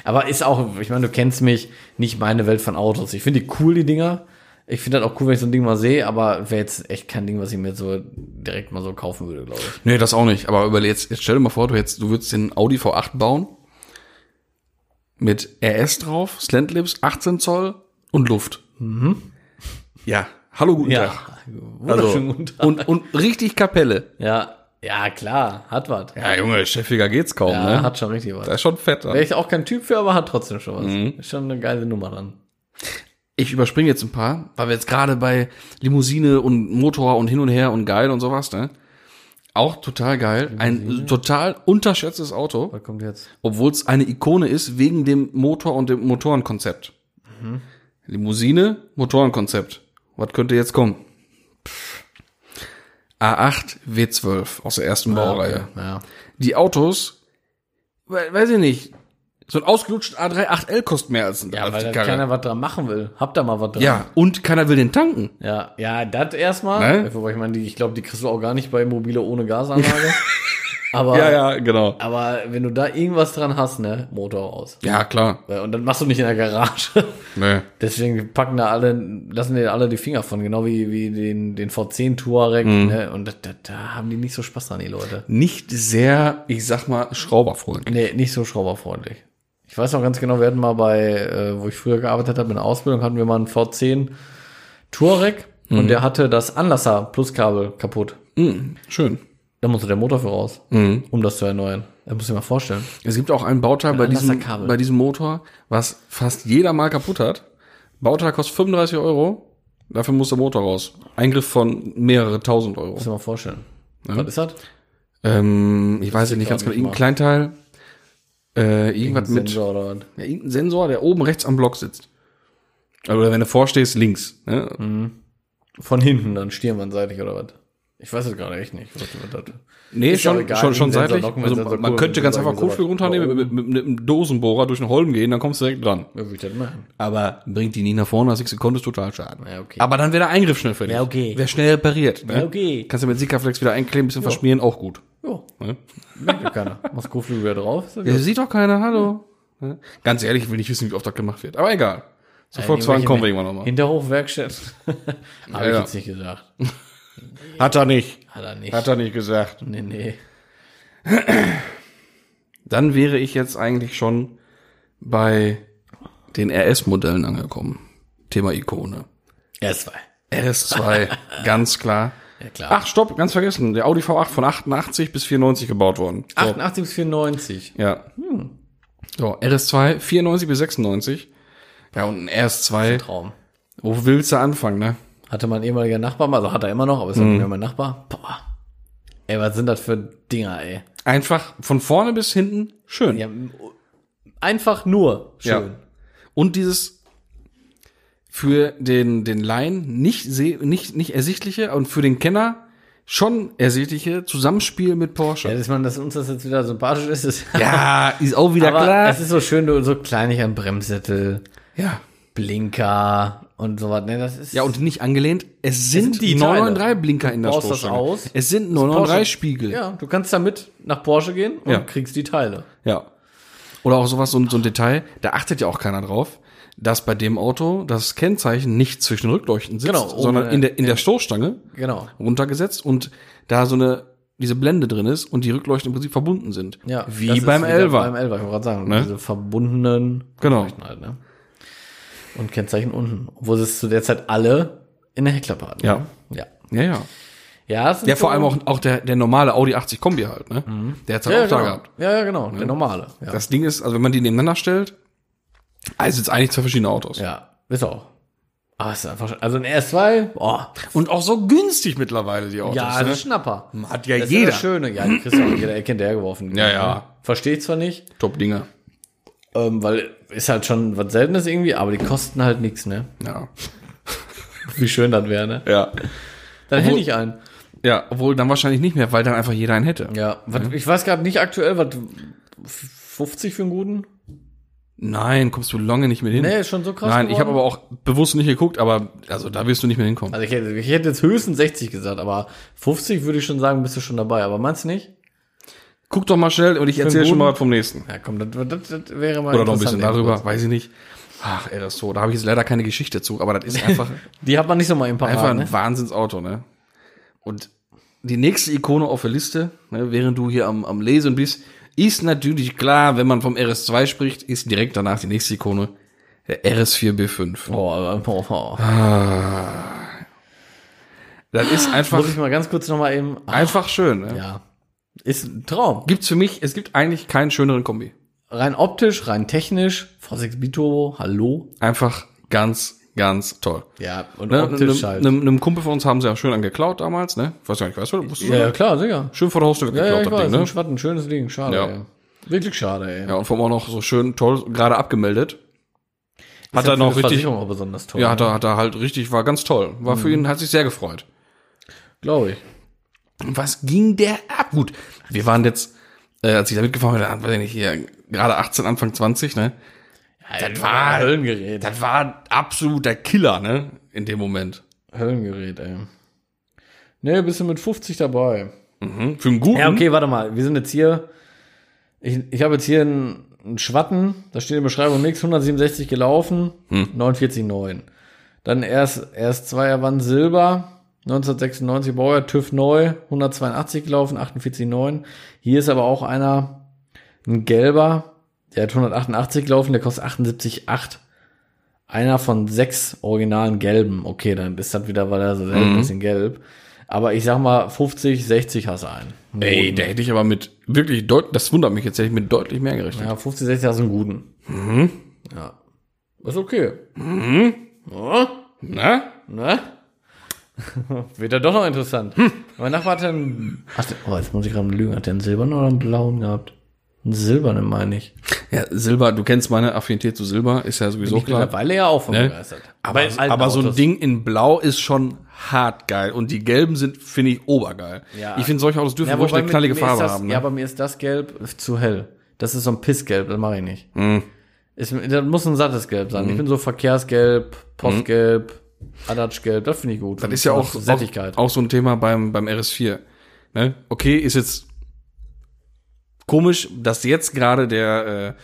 Aber ist auch, ich meine, du kennst mich, nicht meine Welt von Autos. Ich finde die cool, die Dinger. Ich finde das auch cool, wenn ich so ein Ding mal sehe, aber wäre jetzt echt kein Ding, was ich mir jetzt so direkt mal so kaufen würde, glaube ich.
Nee, das auch nicht. Aber überleg, jetzt, jetzt stell dir mal vor, du, hättest, du würdest den Audi V8 bauen. Mit RS drauf, Slantlips, 18 Zoll und Luft. Mhm. Ja. Hallo, guten Tag. Also,
wunderschön gut.
und, und richtig Kapelle.
Ja, ja, klar, hat was. Ja,
Ja, Junge, chefiger geht's kaum, ne?
hat schon richtig was.
das Mhm. ist schon fett.
Wäre
Dann.
ich auch kein Typ für, aber hat trotzdem schon was. Ist schon eine geile Nummer dann.
Ich überspringe jetzt ein paar, weil wir jetzt gerade bei Limousine und Motor und hin und her und geil und sowas, ne? Auch total geil. Ein total unterschätztes Auto.
Was kommt jetzt?
obwohl es eine Ikone ist wegen dem Motor und dem Motorenkonzept.
Mhm.
Limousine, Motorenkonzept. Was könnte jetzt kommen? Pff. A8, W12 aus der
Ah,
ersten Baureihe.
Ja.
Die Autos, we weiß ich nicht, so ein ausgelutschter A3 8L kostet mehr als ein
Ja,
als
weil
die
da
Karre.
keiner was dran machen will. Habt da mal was dran.
Ja, und keiner will den tanken.
Ja, ja das erstmal. Äh,
Ne?
Wobei ich meine, die, ich glaube, die kriegst du auch gar nicht bei Mobile ohne Gasanlage. aber,
ja, genau.
aber wenn du da irgendwas dran hast, ne, Motor aus.
Ja, klar.
Und dann machst du nicht in der Garage.
Nee.
Deswegen packen da alle, lassen dir alle die Finger von, genau wie, wie den, den V10 Touareg,
Mhm.
ne? Und da, da, da haben die nicht so Spaß dran, die Leute.
Nicht sehr, ich sag mal, schrauberfreundlich.
Nee, nicht so schrauberfreundlich. Ich weiß noch ganz genau, wir hatten mal bei, äh, wo ich früher gearbeitet habe, in der Ausbildung, hatten wir mal einen V10 Touareg
Mhm.
und der hatte das Anlasser Pluskabel kaputt.
Mm, schön.
Da musste der Motor für raus,
Mhm.
um das zu erneuern. Das muss ich mal vorstellen.
Es gibt auch einen Bauteil bei diesem,
Anlasserkabel.
bei diesem Motor, was fast jeder mal kaputt hat. Bauteil kostet 35 Euro, dafür muss der Motor raus. Eingriff von mehrere tausend Euro.
Muss ich mal vorstellen. Was ist das?
Ähm, ich weiß es nicht ganz
glaub
genau,
ich
irgendein Kleinteil, äh, irgendwas mit,
Sensor oder was?
ja, irgendein Sensor, der oben rechts am Block sitzt. Oder wenn du vorstehst, links. Ne?
Von hinten dann stirnwandseitig oder was? Ich weiß es gerade echt nicht. Was, was das-
Nee,
Ist ja
schon,
auch egal,
schon, schon
irgendein Sensor,
seitlich.
Locken-
Also,
Sensor,
man
Kurven-
könnte ganz
Sensor,
einfach Kotflügel
irgendwas.
runternehmen, mit, mit, mit einem Dosenbohrer durch den Holm gehen, dann kommst du direkt dran.
Ja, würde ich das machen?
Aber bringt die nie nach vorne, nach 6 Sekunden ist total schaden.
Ja, okay.
Aber dann wäre der Eingriff schnell fertig.
Ja, okay.
Wäre schnell repariert. Ne?
Ja, okay.
Kannst du mit Sikaflex wieder einkleben, ein bisschen verschmieren, auch gut.
Jo,
Ne?
merkt ja keiner. Machst Koflügel wieder drauf. ist ja
Ja,
gut.
sieht doch keiner, hallo. Ne? Ganz ehrlich, ich will nicht wissen, wie oft das gemacht wird. Aber egal. Zu Volkswagen
Irgendwelche
kommen wir irgendwann nochmal.
Hinterhofwerkstatt. Habe ich
ja.
jetzt nicht gesagt.
Hat er nicht.
Hat er nicht.
Hat er nicht gesagt.
Nee, nee.
Dann wäre ich jetzt eigentlich schon bei den RS-Modellen angekommen. Thema Ikone.
Er ist zwei.
RS2, ganz klar.
Ja, klar.
Ach, stopp, ganz vergessen. Der Audi V8 von 88 bis 94 gebaut worden. So.
88 bis 94.
Ja. So, RS2, 94 bis 96. Ja, und ein RS2,
Traum.
wo willst du anfangen, ne? Mhm.
Hatte mein ehemaliger Nachbar mal, also hat er immer noch, aber ist ja nicht mehr mein Nachbar. Boah. Ey, was sind das für Dinger, ey?
Einfach von vorne bis hinten schön.
Ja, einfach nur schön.
Ja. Und dieses für den, den Laien nicht, seh- nicht, nicht ersichtliche und für den Kenner schon ersichtliche Zusammenspiel mit
Ja,
Porsche.
dass man, dass uns das jetzt wieder sympathisch ist, ist
Ja, ist auch wieder
aber es ist so schön, du- so Kleinigkeiten, Bremssättel,
Ja.
Blinker und sowas. Ne, das ist
ja, und nicht angelehnt. Es sind,
sind
die
die
993
Teile.
Blinker in der
baust das
Stoßstange.
aus.
Es sind 993
Porsche.
Spiegel.
ja, du kannst damit nach Porsche gehen und
Ja.
kriegst die Teile.
Ja. Oder auch sowas, so, ein- so ein Detail, da achtet ja auch keiner drauf, dass bei dem Auto das Kennzeichen nicht zwischen Rückleuchten sitzt,
Genau, oben
sondern in der, in der
in-
Stoßstange
Genau.
runtergesetzt und da so eine, diese Blende drin ist und die Rückleuchten im Prinzip verbunden sind.
Ja, das
Wie
ist
beim
wieder Beim
Elver.
Elfer, ich wollte gerade sagen,
Ne?
diese verbundenen
Genau.
Leuchten halt, ne? Und Kennzeichen unten, obwohl sie es zu der Zeit alle in der Heckklappe hatten.
Ja.
ne? Ja.
Ja, ja.
Ja, es sind
Ja, vor
so-
allem auch, auch der, der normale Audi 80 Kombi halt, ne? Der hat's halt
ja,
auch
genau.
da gehabt.
Ja, ja, genau, der normale. Ja.
Das Ding ist, also wenn man die nebeneinander stellt, also jetzt eigentlich zwei verschiedene Autos.
ja, ist auch. Aber es ist einfach, schon- also ein RS2, oh,
Und auch so günstig mittlerweile die Autos.
Ja, das
ne?
ist Schnapper.
Hat ja
das
jeder.
Ist das Schöne. Ja, die kriegst du auch in jeder Ecke hinterhergeworfen.
Ja, ja.
Verstehe ich zwar nicht,
Top Dinger.
ähm, weil ist halt schon was Seltenes irgendwie, aber die kosten halt nichts, ne?
Ja.
Wie schön das wäre, ne?
Ja.
Dann hätte ich einen.
Ja, obwohl dann wahrscheinlich nicht mehr, weil dann einfach jeder einen hätte.
Ja, was, ich weiß gerade nicht aktuell, was 50 für einen guten?
Nein, kommst du lange nicht mehr hin.
Nee, ist schon so krass
Nein, ich
geworden.
habe aber auch bewusst nicht geguckt, aber also da wirst du nicht mehr hinkommen.
Also ich hätte, ich hätte jetzt höchstens 60 gesagt, aber 50 würde ich schon sagen, bist du schon dabei. Aber meinst du nicht?
Guck doch mal schnell und ich
einen
erzähle schon
guten?
mal was vom nächsten.
Ja, komm, das, das, das wäre mal
Oder noch ein bisschen
interessant,
darüber,
kurz.
weiß ich nicht. Ach, ey, das ist so. Da habe ich jetzt leider keine Geschichte zu, aber das ist einfach,
Die hat man nicht so mal im Parat,
einfach ein
ne?
Wahnsinnsauto, ne? Und die nächste Ikone auf der Liste, ne, während du hier am, am Lesen bist, ist natürlich klar, wenn man vom RS2 spricht, ist direkt danach die nächste Ikone der RS4B5.
Oh, aber, oh, oh.
Das ist einfach,
Muss ich mal ganz kurz nochmal eben. Ah,
einfach schön. Ne?
ja. Ist ein Traum.
gibt's für mich, es gibt eigentlich keinen schöneren Kombi.
rein optisch, rein technisch, V6 Biturbo, hallo.
Einfach ganz, ganz toll.
Ja, und
Ne,
optisch
einem,
halt.
einem, einem Kumpel von uns haben sie ja schön angeklaut damals, ne? Weiß gar nicht, weißt du, wusstest du?
ja, ja,
das?
klar, sicher.
Schön vor der Haustür
Ja, ja,
weggeklaut,
ich
das
weiß,
Ding,
ein
ne?
Schwatten, schönes Ding, schade,
Ja.
ey. Wirklich schade, ey.
Ja, und vor allem auch noch so schön toll, gerade abgemeldet. Hat er noch richtig,
Versicherung auch besonders toll.
ja, hat er, hat er halt richtig, war ganz toll. War
Mhm.
für ihn, hat sich sehr gefreut.
glaube ich.
Was ging der ab? Gut, wir waren jetzt, äh, als ich da mitgefahren bin, da weiß ich nicht, hier, gerade 18, Anfang 20, ne?
Das
war-
Höllengerät.
Das war absoluter Killer, ne? In dem Moment.
Höllengerät, ey. Nee, bist du mit 50 dabei.
Mhm. Für einen guten.
Ja, okay, warte mal. Wir sind jetzt hier. Ich, ich habe jetzt hier einen, einen Schwatten, da steht in der Beschreibung nichts, 167 gelaufen, 49,9. Dann erst, erst zweier Wann Silber, 1996 Bauer, TÜV neu, 182 gelaufen, 48,9. Hier ist aber auch einer, ein gelber, der hat 188 gelaufen, der kostet 78,8. Einer von sechs originalen gelben. Okay, dann ist das wieder, weil er so selten ist in gelb. Aber ich sag mal, 50, 60 hast du einen. Einen
Ey,
roten.
da hätte ich aber mit wirklich deutlich, das wundert mich jetzt, hätte ich mit deutlich mehr gerechnet.
Ja, 50, 60 hast du einen guten. Ja. Ist okay. Ja,
Na?
ne? Wird ja doch noch interessant. Mein Nachbar hat einen. Ach, Hm. oh, jetzt muss ich gerade lügen. Hat der einen silbernen oder einen blauen gehabt? Einen silbernen, meine ich.
Ja, Silber, du kennst meine Affinität zu Silber, ist ja sowieso
Ich bin
klar.
mittlerweile ja auch von
Ne?
begeistert.
Aber,
Bei alten
aber so ein
Autos.
Ding in Blau ist schon hart geil. Und die gelben sind, finde ich, obergeil.
Ja.
Ich finde, solche Autos dürfen
Ja,
ruhig
wobei
eine
mit-
knallige
mir
Farbe
ist das,
haben. Ne?
Ja, aber mir ist das Gelb zu hell. Das ist so ein Pissgelb, das mache ich nicht.
Mhm.
Ist, das muss ein sattes Gelb sein. Ich bin so Verkehrsgelb, Postgelb, Adatschgelb, das finde ich gut.
Mhm. das ist ja auch,
Sättigkeit.
auch, auch so ein Thema beim, beim RS4. Ne? Okay, ist jetzt komisch, dass jetzt gerade der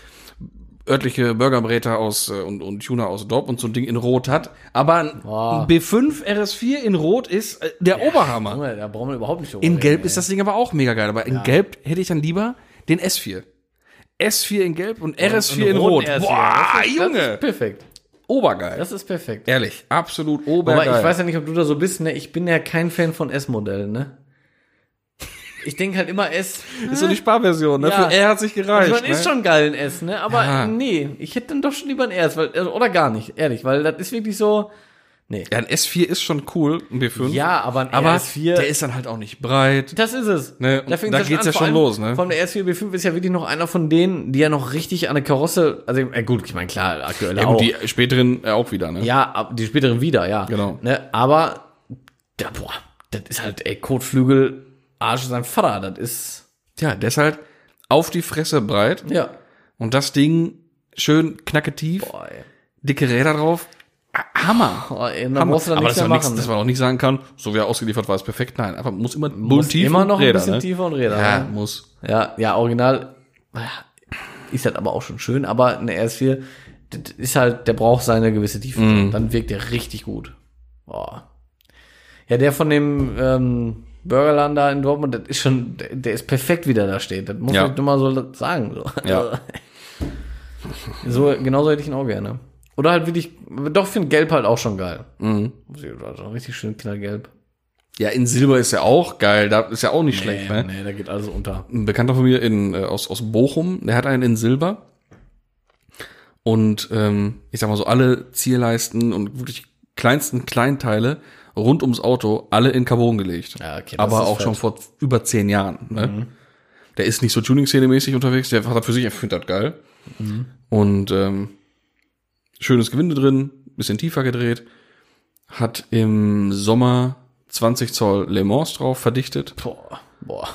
äh, örtliche Burgerbräter aus äh, und, und Tuner aus Dorp und so ein Ding in Rot hat. Aber ein,
Boah.
ein B5 RS4 in Rot ist äh, der Oberhammer.
Junge, da brauchen wir überhaupt nicht drüber
In
reden,
Gelb
ey.
ist das Ding aber auch mega geil, aber in Gelb hätte ich dann lieber den S4. S4 in Gelb und RS4 in Rot.
RS4.
Boah,
das ist, Das
Junge!
ist perfekt.
Obergeil.
Das ist perfekt.
Ehrlich, absolut
Aber
obergeil.
ich weiß ja nicht, ob du da so bist, ne? Ich bin ja kein Fan von S-Modellen, ne? Ich denke halt immer S.
das ist so die Sparversion, ne?
Ja.
Für R hat sich gereicht.
Man
ne?
ist schon geil in S, ne? Aber
Ja.
nee, ich hätte dann doch schon lieber ein RS, weil, also, oder gar nicht, ehrlich, weil das ist wirklich so, Nee.
Ja, ein S4 ist schon cool, ein B5.
Ja, aber ein
aber
RS4
der ist dann halt auch nicht breit.
Das ist es.
Ne, und
fängt's
da
ja
geht's ja
Vor
schon
allem-
los, ne?
Vor allem der S4 B5 ist ja wirklich noch einer von denen, die ja noch richtig an der Karosse, also äh, gut, ich meine klar, aktuell
Ja,
auch.
gut, die späteren äh, auch wieder, ne?
ja, ab- die späteren wieder, ja.
Genau.
Ne, aber da, boah, das ist halt ey, Kotflügel, Arsch sein Vater, das ist
ja, der ist halt auf die Fresse breit
ja.
und das Ding schön knacketief,
Boah, ey.
dicke Räder drauf. Ah, Hammer.
Boah, ey, und dann
Hammer.
brauchst du dann
Aber
nichts
das
mehr
war nichts,
machen. ne?
dass man auch nicht sagen kann, so wie er ausgeliefert war, ist perfekt. Nein, einfach muss immer
Muss
bulltief
immer
und
noch ein
Räder,
bisschen
ne?
tiefer und Räder.
Ja,
ne?
muss.
ja, ja, original naja, ist halt aber auch schon schön, aber eine RS4 das ist halt, der braucht seine gewisse Tiefe.
Mhm.
Dann wirkt der richtig gut. Boah. Ja, der von dem ähm, Burgerland da in Dortmund, das ist schon, der, der ist perfekt, wie der da steht. Das muss
Ja.
ich nur mal so sagen. So.
Ja.
so, genauso hätte ich ihn auch gerne. Oder halt wirklich, doch finde Gelb halt auch schon geil.
Mhm.
Muss ich- Also richtig schön knallgelb.
Ja, in Silber ist ja auch geil, da ist ja auch nicht schlecht, ne?
nee, da geht alles unter.
ein Bekannter von mir in, äh, aus, aus Bochum, der hat einen in Silber. Und ähm, ich sag mal so, alle Zierleisten und wirklich kleinsten Kleinteile rund ums Auto, alle in Carbon gelegt.
Ja, okay, das
Aber
ist
auch
fett. Mhm.
schon vor über zehn Jahren. Ne? Der ist nicht so Tuning-Szene-mäßig unterwegs, der hat für sich, er findet das geil.
Mhm.
Und ähm, schönes Gewinde drin, bisschen tiefer gedreht. Hat im Sommer 20 Zoll Le Mans drauf verdichtet
Boah, boah.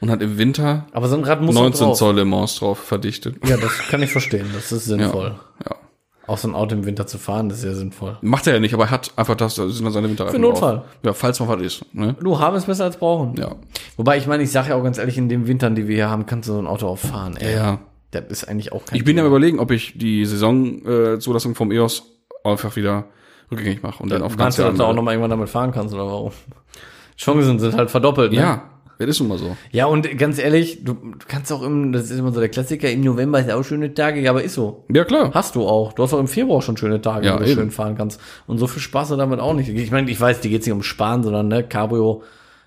und hat im Winter
Aber so ein Rad muss
19
auch drauf.
Zoll Le Mans drauf verdichtet.
Ja, das kann ich verstehen. Das ist sinnvoll.
Ja.
Auch so ein Auto im Winter zu fahren, das ist ja sinnvoll.
Macht er ja nicht, aber er hat einfach das, das sind dann seine Winterreifen.
Für Notfall.
Drauf. Ja, falls mal was ist. Ne?
Du, haben es besser als brauchen.
Ja.
Wobei, ich meine, ich sage ja auch ganz ehrlich, in den Wintern, die wir hier haben, kannst du so ein Auto auch fahren. Ey.
Ja.
Das ist eigentlich auch kein
Ich bin ja am überlegen, ob ich die Saisonzulassung äh, Zulassung vom EOS einfach wieder rückgängig mache und dann auf ganz
Meinst du,
Jahr
dass du auch
anmelde.
nochmal irgendwann damit fahren kannst oder warum? Chancen sind halt verdoppelt, ne?
Ja, das ist nun mal so.
Ja, und ganz ehrlich, du, du kannst auch im, das ist immer so der Klassiker, im November ist ja auch schöne Tage, ja, aber ist so.
Ja, klar.
Hast du auch. Du hast auch im Februar schon schöne Tage,
Ja,
wo du
eben.
schön fahren kannst. Und so viel Spaß hat damit auch nicht. Ich meine, ich weiß, die geht nicht um Sparen, sondern ne, Cabrio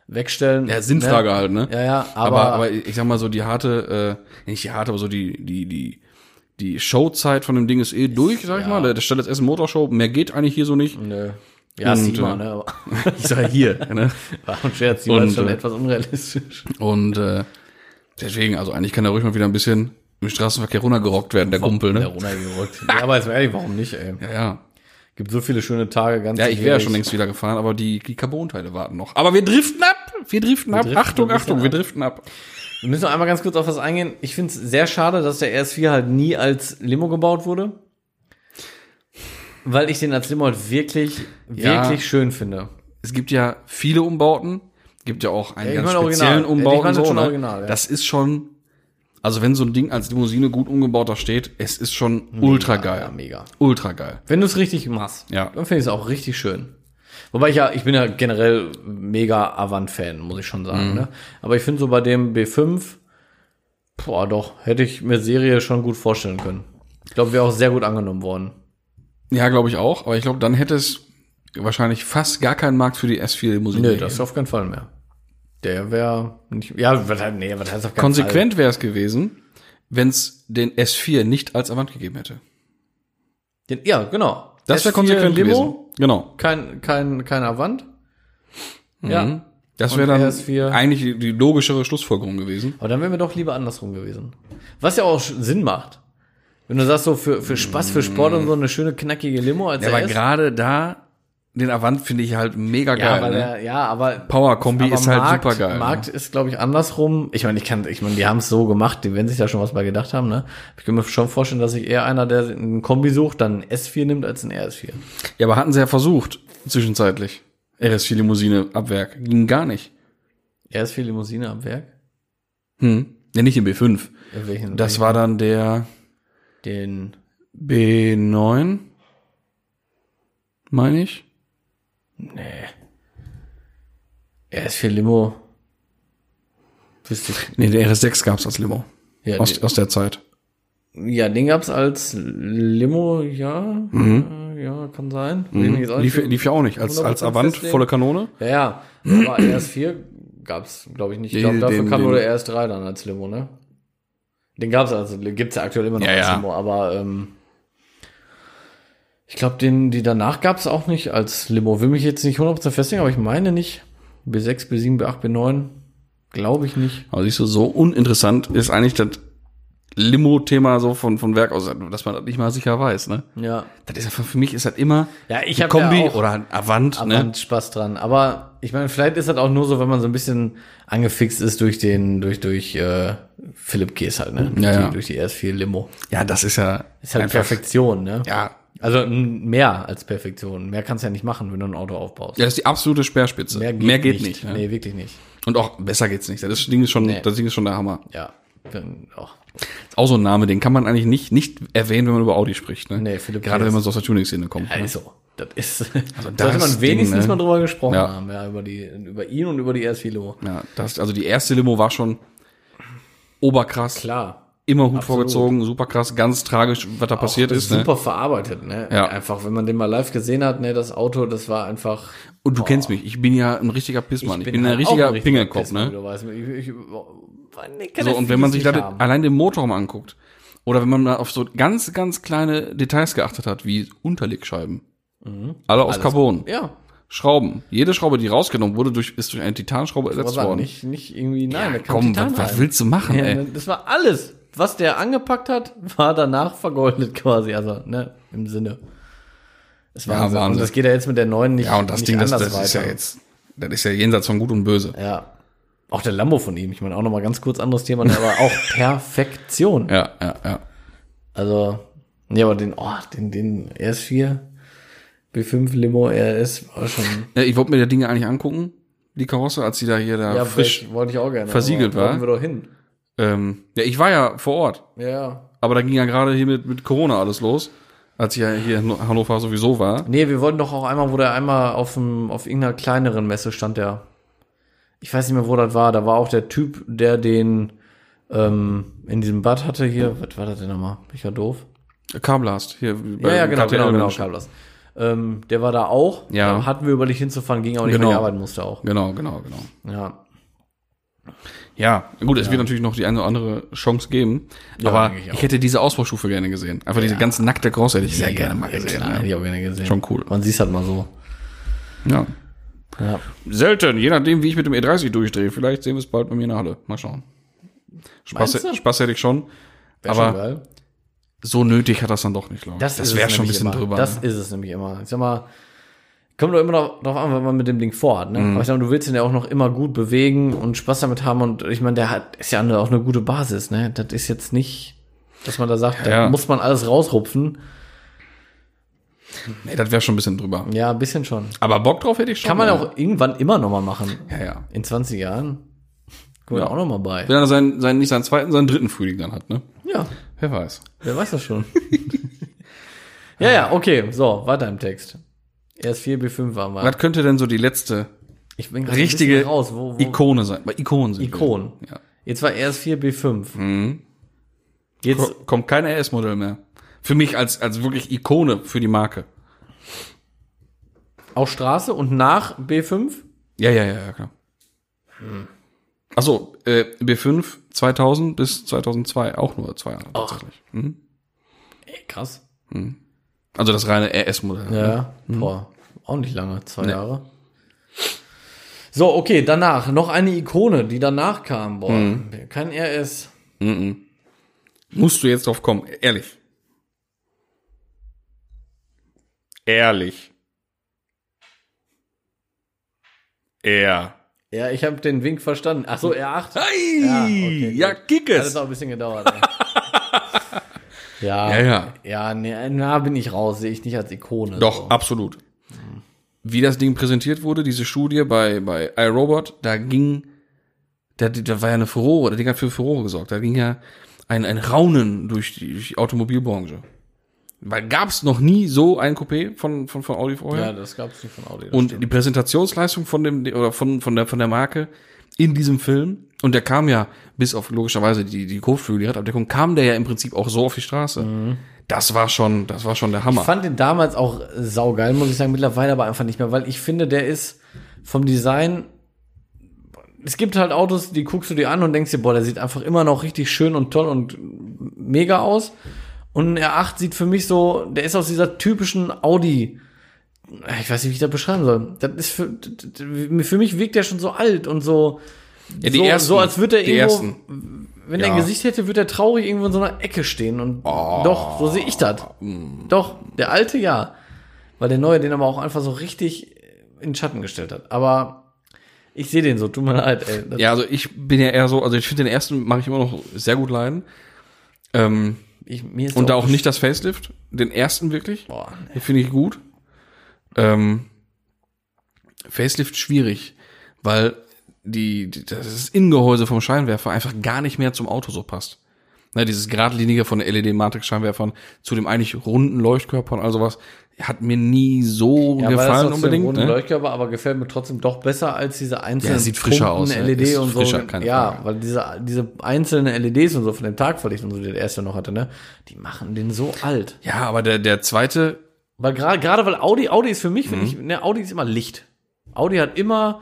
wegstellen.
Ja, Sinnfrage halt, ne?
Ne? Ja, ja, aber,
aber, aber ich sag mal so, die harte, äh, nicht die harte, aber so die, die, die, die Showzeit von dem Ding ist eh durch, sag ich mal. Da stand jetzt erst Motorshow, mehr geht eigentlich hier so nicht.
nö. Ja,
Und,
Sima,
äh,
ne? aber-
Ich sag hier, ne?
War ein Scherz, Sima ist
und,
schon
äh,
etwas unrealistisch.
Und äh, deswegen, also eigentlich kann er ruhig mal wieder ein bisschen im Straßenverkehr runtergerockt werden, der Kumpel,
Der
ne?
runtergerückt. ja, aber jetzt mal ehrlich, warum nicht, ey?
Ja, ja.
Gibt so viele schöne Tage, ganz
Ja, ich wäre ja schon
ehrlich.
längst wieder gefahren, aber die, die Carbon-Teile warten noch. Aber wir driften ab! Wir driften ab!
driften
Achtung,
ein bisschen
Achtung, wir
ab.
driften ab.
Wir müssen noch einmal ganz kurz auf was eingehen. Ich finde es sehr schade, dass der RS4 halt nie als Limo gebaut wurde. Weil ich den als Limo halt wirklich,
Ja.
wirklich schön finde.
Es gibt ja viele Umbauten, gibt ja auch einen
Ja, ich
ganz
meine
speziellen
original. Ja, die
Umbau.
waren
und so,
schon
ne?
original, ja.
Das ist schon, also wenn so ein Ding als Limousine gut umgebaut da steht, es ist schon ultra geil.
Ja, mega.
Ultra geil.
Wenn du es richtig machst,
Ja.
dann finde ich es auch richtig schön. Wobei ich ja, ich bin ja generell mega Avant-Fan, muss ich schon
Mhm.
sagen. Ne? Aber ich finde so bei dem B5, boah doch, hätte ich mir Serie schon gut vorstellen können. Ich glaube, wäre auch sehr gut angenommen worden.
Ja, glaube ich auch, aber ich glaube, dann hätte es wahrscheinlich fast gar keinen Markt für die S4-Limousine.
Nee, das auf keinen Fall mehr. Der wäre nicht, ja, was, heißt- nee, was heißt auf keinen Fall?
Konsequent wäre es gewesen, wenn es den S4 nicht als Avant gegeben hätte.
Den, ja, genau.
Das wäre
S4
konsequent
Limo,
gewesen. Genau.
Kein, kein, kein Avant. Ja.
Das
Und
wäre dann
RS4.
eigentlich die- die logischere Schlussfolgerung gewesen.
Aber dann wären wir doch lieber andersrum gewesen. Was ja auch sch- Sinn macht. Wenn du sagst, so für, für Spaß, für Sport und so eine schöne knackige Limo als
aber
RS.
gerade da, den Avant finde ich halt mega
ja,
geil.
weil
ne?
der, ja, aber
Power-Kombi
aber
ist halt
Markt,
super geil.
Markt ist, glaube ich, andersrum. Ich meine, ich kann, ich meine, die haben es so gemacht, die werden sich da schon was bei gedacht haben, ne? Ich kann mir schon vorstellen, dass sich eher einer, der einen Kombi sucht, dann ein S4 nimmt als ein RS4.
Ne? Ja, aber hatten sie ja versucht, zwischenzeitlich. RS4-Limousine ab Werk. Ging gar nicht.
RS4 Limousine am Werk?
Hm. Ja, nicht den B5.
Ja, welchen?
Das war dann der
den,
B9, meine ich.
nee. RS4 Limo. Wüsste ich.
Nee, der RS6 gab es als Limo.
Ja,
aus,
den-
aus der Zeit.
Ja, den gab's als Limo, ja. Äh, Ja, kann sein. Will ich mich jetzt auch
Hm? Lief,
nicht-
lief ja auch nicht. Als, als
100%
Avant,
festlegen.
volle Kanone.
Ja, ja. Aber RS4 gab's, glaube ich, nicht. Ich glaube,
Nee,
dafür
den-
kam
den-
nur der RS3 dann als Limo, ne? Den gab's also, gibt's ja aktuell immer noch
Ja,
als
ja.
Limo, aber ähm, Ich glaube, den, die danach gab es auch nicht als Limo. Will mich jetzt nicht 100% festlegen, aber ich meine nicht. B6, B7, B8, B9. Glaube ich nicht.
Aber siehst du, so uninteressant ist eigentlich das Limo-Thema so von, von Werk aus, dass man das nicht mal sicher weiß, ne?
Ja.
Das ist einfach, für mich ist das immer
Ja, ich
eine
hab ja
Kombi
auch-
oder ein Avant,
Aber
ne?
man hat Spaß dran. Aber ich meine, vielleicht ist das auch nur so, wenn man so ein bisschen angefixt ist durch den, durch, durch äh, Philipp Gies halt, ne? Durch
Ja,
die,
ja.
durch die RS4 Limo.
Ja, das ist ja,
Ist halt Perfektion, ne?
ja,
Also m, mehr als Perfektion. Mehr kannst du ja nicht machen, wenn du ein Auto aufbaust.
ja, das ist die absolute Speerspitze. Mehr geht, nicht. ne?
Nee, wirklich nicht.
Und auch besser geht's nicht. Das Ding ist schon,
Nee.
das Ding ist schon der Hammer.
Ja. Dann oh, auch.
Ist Auch so ein Name, den kann man eigentlich nicht, nicht erwähnen, wenn man über Audi spricht, ne?
Nee, Philipp
Gerade
Reis.
wenn man so aus der Tuning-Szene kommt. ne?
Also, das ist.
das
Also sollte man
Ding,
wenigstens
ne?
mal drüber gesprochen
Ja.
haben, ja, über die, über ihn und über die RS4 Limo.
Ja, das, also die erste Limo war schon oberkrass.
Klar.
Immer Hut vorgezogen, super krass, ganz tragisch, was da passiert ist. Ne?
Super verarbeitet, ne?
Ja.
Einfach, wenn man den mal live gesehen hat, ne, das Auto, das war einfach.
Und du kennst mich, ich bin ja ein richtiger Pissmann. Ich bin, ein
halt Oh. auch
richtiger
richtiger
Pingelkopf,
Pissmann, wie
ne?
Du weißt, ich, ich, ich, Mann, ich kann
So,
das
und wenn man sich
nicht
da den-
haben.
allein den Motorraum anguckt, oder wenn man mal auf so ganz, ganz kleine Details geachtet hat, wie Unterlegscheiben.
Mhm.
Alle aus Carbon.
Ja,
Schrauben. Jede Schraube, die rausgenommen wurde, durch, ist durch eine Titanschraube ersetzt
aber
worden.
nicht, nicht irgendwie, nein, da kam
Komm,
Titan
was, was
rein.
willst du machen,
Ja,
ey?
ne, Das war alles. Was der angepackt hat, war danach vergoldet quasi. Also, ne, im Sinne. Es war
Ja,
Wahnsinn.
Wahnsinn.
Und das geht ja jetzt mit der neuen nicht.
Ja, und das
nicht
Ding, das,
anders
das ist ja
weiter.
jetzt, das ist ja jenseits von Gut und Böse.
Ja. Auch der Lambo von ihm. Ich meine, auch nochmal ganz kurz anderes Thema, ne, aber auch Perfektion.
Ja, ja, ja.
Also, nee, aber den, oh, den, den RS4, B5 Limo RS war schon.
Ja, Ich wollte mir die Dinge eigentlich angucken, die Karosse, als die da hier da
Ja,
frisch.
vielleicht wollte ich auch gerne.
versiegelt
aber
war.
wollten wir doch hin.
Ähm, ja, ich war ja vor Ort,
Ja, ja.
aber da ging ja gerade hier mit, mit Corona alles los, als ich ja hier in Hannover sowieso war.
Nee, wir wollten doch auch einmal, wo der einmal auf, dem, auf irgendeiner kleineren Messe stand, der. Ich weiß nicht mehr, wo das war. Da war auch der Typ, der den ähm, in diesem Bad hatte hier. Was war das denn nochmal? Bin ich ja doof.
Carblast, hier bei
ja, ja, genau,
KTL
genau, genau,
Mensch.
Kablas. Ähm, der war da auch.
Ja.
Da hatten wir überlegt hinzufahren, ging aber nicht,
Genau.
weil ich arbeiten musste auch.
Genau, genau, genau.
Ja.
Ja, gut, es wird natürlich noch die eine oder andere Chance geben, aber
denke ich
ich,
auch.
hätte diese Ausbaustufe gerne gesehen. Einfach diese ganz nackte Cross hätte ich sehr gerne mal gesehen.
Klar, hätte
ja.
ich auch gerne gesehen. ne?
Schon cool.
Man sieht halt mal so.
Ja.
Ja.
Selten, je nachdem, wie ich mit dem E30 durchdrehe. Vielleicht sehen wir es bald bei mir in der Halle. Mal schauen.
Meinst
Spaß,
du?
Spaß hätte ich schon,
Wär schon
aber
geil.
so nötig hat das dann doch nicht, glaube ich.
Das, ist
wär
es nämlich immer. Das
ne?
ist es nämlich immer. Ich sag mal, kommt doch immer noch drauf an, was man mit dem Ding vorhat. Ne?
Mhm.
Aber ich sag mal, du willst ihn ja auch noch immer gut bewegen und Spaß damit haben. Und ich meine, der hat, ist ja eine- auch eine gute Basis. Ne? Das ist jetzt nicht, dass man da sagt,
Ja.
da muss man alles rausrupfen.
ne? nee, das wäre schon ein bisschen drüber.
Ja, ein bisschen schon.
Aber Bock drauf hätte ich schon.
Kann man
ja.
auch irgendwann immer noch mal machen.
Ja, ja.
In 20 Jahren. Guck mal
Ja.
auch noch mal bei.
Wenn er seinen, seinen, nicht seinen zweiten, seinen dritten Frühling dann hat, ne?
Ja,
Wer weiß.
wer weiß das schon. ja, ja, okay. So, weiter im Text. RS4, B5 waren wir.
Was könnte denn so die letzte
Ich bin grad ein
richtige
bisschen raus. Wo, wo,
Ikone sein? Bei Ikonen sind wir.
Ikon.
Ja.
Jetzt war RS4 B5.
Mhm.
Jetzt,
Ko- Kommt kein RS-Modell mehr. Für mich als, als wirklich Ikone für die Marke.
auf Straße und nach B5?
Ja, ja, ja, ja, klar. Achso, Hm. äh, B5 2000 bis 2002, auch nur zwei Jahre tatsächlich.
Ey, krass.
Also das reine RS-Modell.
Ja,
Mhm.
boah, auch nicht lange, zwei Jahre. So, okay, danach noch eine Ikone, die danach kam. Boah,
Mhm.
kein RS.
Musst du jetzt drauf kommen, ehrlich. Ehrlich. Er.
Ja, ich habe den Wink verstanden. Ach so, R8. Hat
Ei, ja,
Ja, okay, gut. Also es
Kickes.
auch ein bisschen gedauert. ey. ja,
Ja, ja.
Ja, nee, na, bin ich raus, sehe ich nicht als Ikone.
Doch, absolut.
Mhm.
Wie das Ding präsentiert wurde, diese Studie bei, bei iRobot, da ging, da, da war ja eine Furore, das Ding hat für Furore gesorgt. Da ging ja ein, ein Raunen durch die, durch die Automobilbranche. Weil gab's noch nie so ein Coupé von, von, von Audi vorher.
Ja, das gab's nicht von Audi. das
und die Präsentationsleistung von dem oder von von der von der Marke in diesem Film und der kam ja bis auf logischerweise die die Kotflügelabdeckung kam der ja im Prinzip auch so auf die Straße. Das war schon das war schon der Hammer.
Mhm. Ich fand den damals auch saugeil, muss ich sagen, mittlerweile aber einfach nicht mehr, weil ich finde, der ist vom Design. Es gibt halt Autos, die guckst du dir an und denkst dir, boah, der sieht einfach immer noch richtig schön und toll und mega aus. Und ein R8 sieht für mich so, der ist aus dieser typischen Audi. Ich weiß nicht, wie ich das beschreiben soll. Das ist für, für mich wirkt der schon so alt und so.
Ja, die
so,
ersten,
so als würde er
die
irgendwo, wenn
Ja.
er
Oh.
ein Gesicht hätte, würde er traurig irgendwo in so einer Ecke stehen. Und doch, so sehe ich das.
Mm.
Doch, der alte ja. Weil der neue den aber auch einfach so richtig in den Schatten gestellt hat. Aber ich sehe den so, tut mir leid, ey. Das-
Ja, also ich bin ja eher so, also ich finde den ersten mache ich immer noch sehr gut leiden. Ähm,
Ich, mir ist
und da
auch-
auch nicht das Facelift, den ersten wirklich.
Boah,
Den finde ich gut. Ähm, Facelift schwierig, weil die, die, das Innengehäuse vom Scheinwerfer einfach gar nicht mehr zum Auto so passt. Ne, dieses geradlinige von LED-Matrix-Scheinwerfern zu dem eigentlich runden Leuchtkörper und all sowas hat mir nie so
Ja, weil
gefallen
das trotzdem
unbedingt. Ne?
ein Leuchtkörper, aber gefällt mir trotzdem doch besser als diese einzelnen
Ja, sieht frischer
Pumpen,
aus, ne?
LED
Ist
und
frischer,
so.
keine
ja,
Frage.
weil diese, diese einzelnen LEDs und so von dem Tagverlicht und so, die der erste noch hatte, ne? Die machen den so alt.
Ja, aber der, der zweite,
Weil gerade, gerade weil Audi, Audi ist für mich,
Mhm.
finde ich, ne, Audi ist immer Licht. Audi hat immer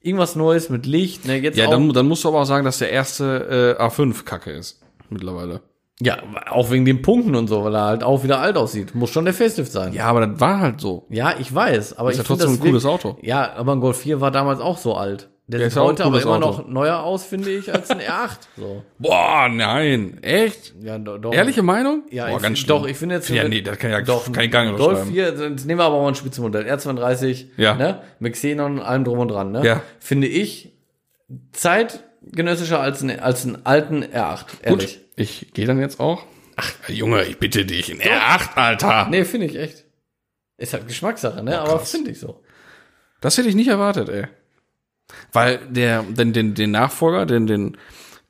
irgendwas Neues mit Licht, ne, jetzt
ja,
auch,
dann, dann musst du aber auch sagen, dass der erste äh, A5 kacke ist mittlerweile.
ja, auch wegen den Punkten und so, weil er halt auch wieder alt aussieht. Muss schon der Facelift sein.
Ja, aber das war halt so.
Ja, ich weiß, aber
Ist
ich
ja
finde
trotzdem
das
ein cooles
wirklich-
Auto.
Ja, aber ein Golf 4 war damals auch so alt. Der,
ist
sieht
ja auch ein
heute aber
cooles
immer
Auto.
noch neuer aus, finde ich, als ein R8. So.
Boah, nein, echt?
Ja, do, doch.
Ehrliche Meinung?
Ja,
Boah,
ich,
ganz
ganz
schlimm.
doch, ich finde jetzt.
Ja, nee, das kann ja
doch,
kein Gang
Golf
überschreiben.
4, jetzt nehmen wir aber mal ein Spitzenmodell. R32,
Ja.
ne? Mit Xenon, allem drum und dran, ne?
Ja.
Finde ich zeitgenössischer als, ein, als einen alten R8, ehrlich.
Gut, ich gehe dann jetzt auch. Ach, Junge, ich bitte dich. In R8, Alter.
Nee, finde ich echt. Ist halt Geschmackssache, ne? aber finde ich so.
Das hätte ich nicht erwartet, ey. Weil der, den, den, den Nachfolger, den, den,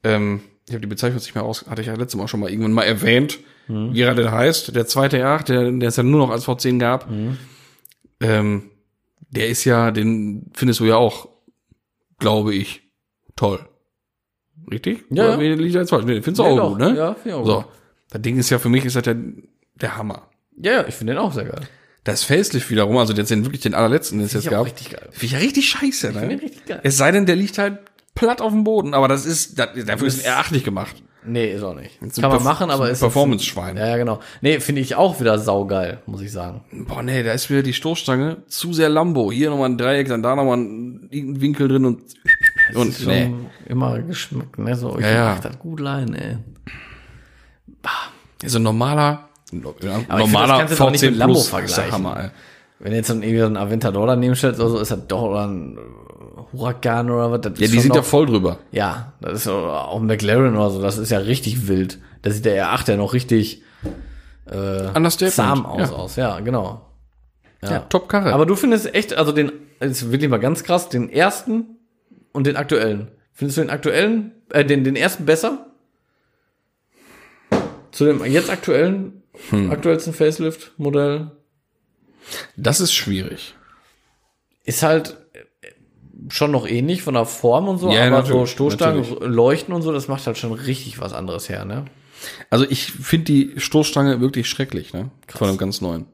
ähm, ich habe die Bezeichnung jetzt nicht mehr raus, hatte ich ja letztes Mal auch schon mal irgendwann mal erwähnt,
Mhm.
wie er denn heißt, der zweite R8, der, der es ja nur noch als V10 gab,
Mhm.
ähm, der ist ja, den findest du ja auch, glaube ich, toll. Richtig?
Ja,
Oder
ja.
wie liegt da jetzt falsch? Nee, den findest du
Nee,
auch
doch.
gut, ne?
Ja, finde ich auch
So.
gut.
Das Ding ist ja, für mich ist das der, der Hammer.
Ja, ja, ich finde den auch sehr geil.
Das Facelift wiederum, also jetzt den wirklich den allerletzten, den es jetzt
ich auch
gab.
richtig geil.
Finde ich ja richtig scheiße, ne?
den richtig geil.
Es sei denn, der liegt halt platt auf dem Boden, aber das ist, das, dafür ist er R8 nicht gemacht.
Nee, ist auch nicht.
ein
Kann man
Perf-
machen, aber
ein
ist.
Performance-Schwein.
Ja, ja, genau. Nee, finde ich auch wieder saugeil, muss ich sagen.
Boah, nee, da ist wieder die Stoßstange zu sehr Lambo. Hier nochmal ein Dreieck, dann da nochmal ein irgendein Winkel drin und, und
Schon
nee.
Immer Geschmack, ne? So, ich
Ja, ja.
mach das gut leiden, ey.
So ein Also normaler, no- ja,
das
normaler
kannst du doch nicht mit
V10
Lambo
Plus ist der
vergleichen.
Hammer, ey.
Wenn jetzt so ein, irgendwie so ein Aventador daneben stellt oder so, ist das doch oder ein äh, Huracan oder was. Das
Ja,
ist
die
schon
sind ja
noch,
voll drüber.
ja, das ist so, auch ein McLaren oder so, das ist ja richtig wild. Da sieht der R8 ja noch richtig
Understatement.
zahm aus,
Ja.
aus. Ja, genau.
Ja, top Karre.
Aber du findest echt, also den, jetzt will ich mal ganz krass, den ersten und den aktuellen. Findest du den aktuellen, äh, den, den ersten besser? Zu dem jetzt aktuellen,
Hm.
aktuellsten Facelift-Modell?
das ist schwierig.
Ist halt äh, schon noch ähnlich von der Form und so,
Ja,
aber so
natürlich,
Stoßstangen, Leuchten und so, das macht halt schon richtig was anderes her, ne?
Also ich finde die Stoßstange wirklich schrecklich, ne? Von einem ganz neuen.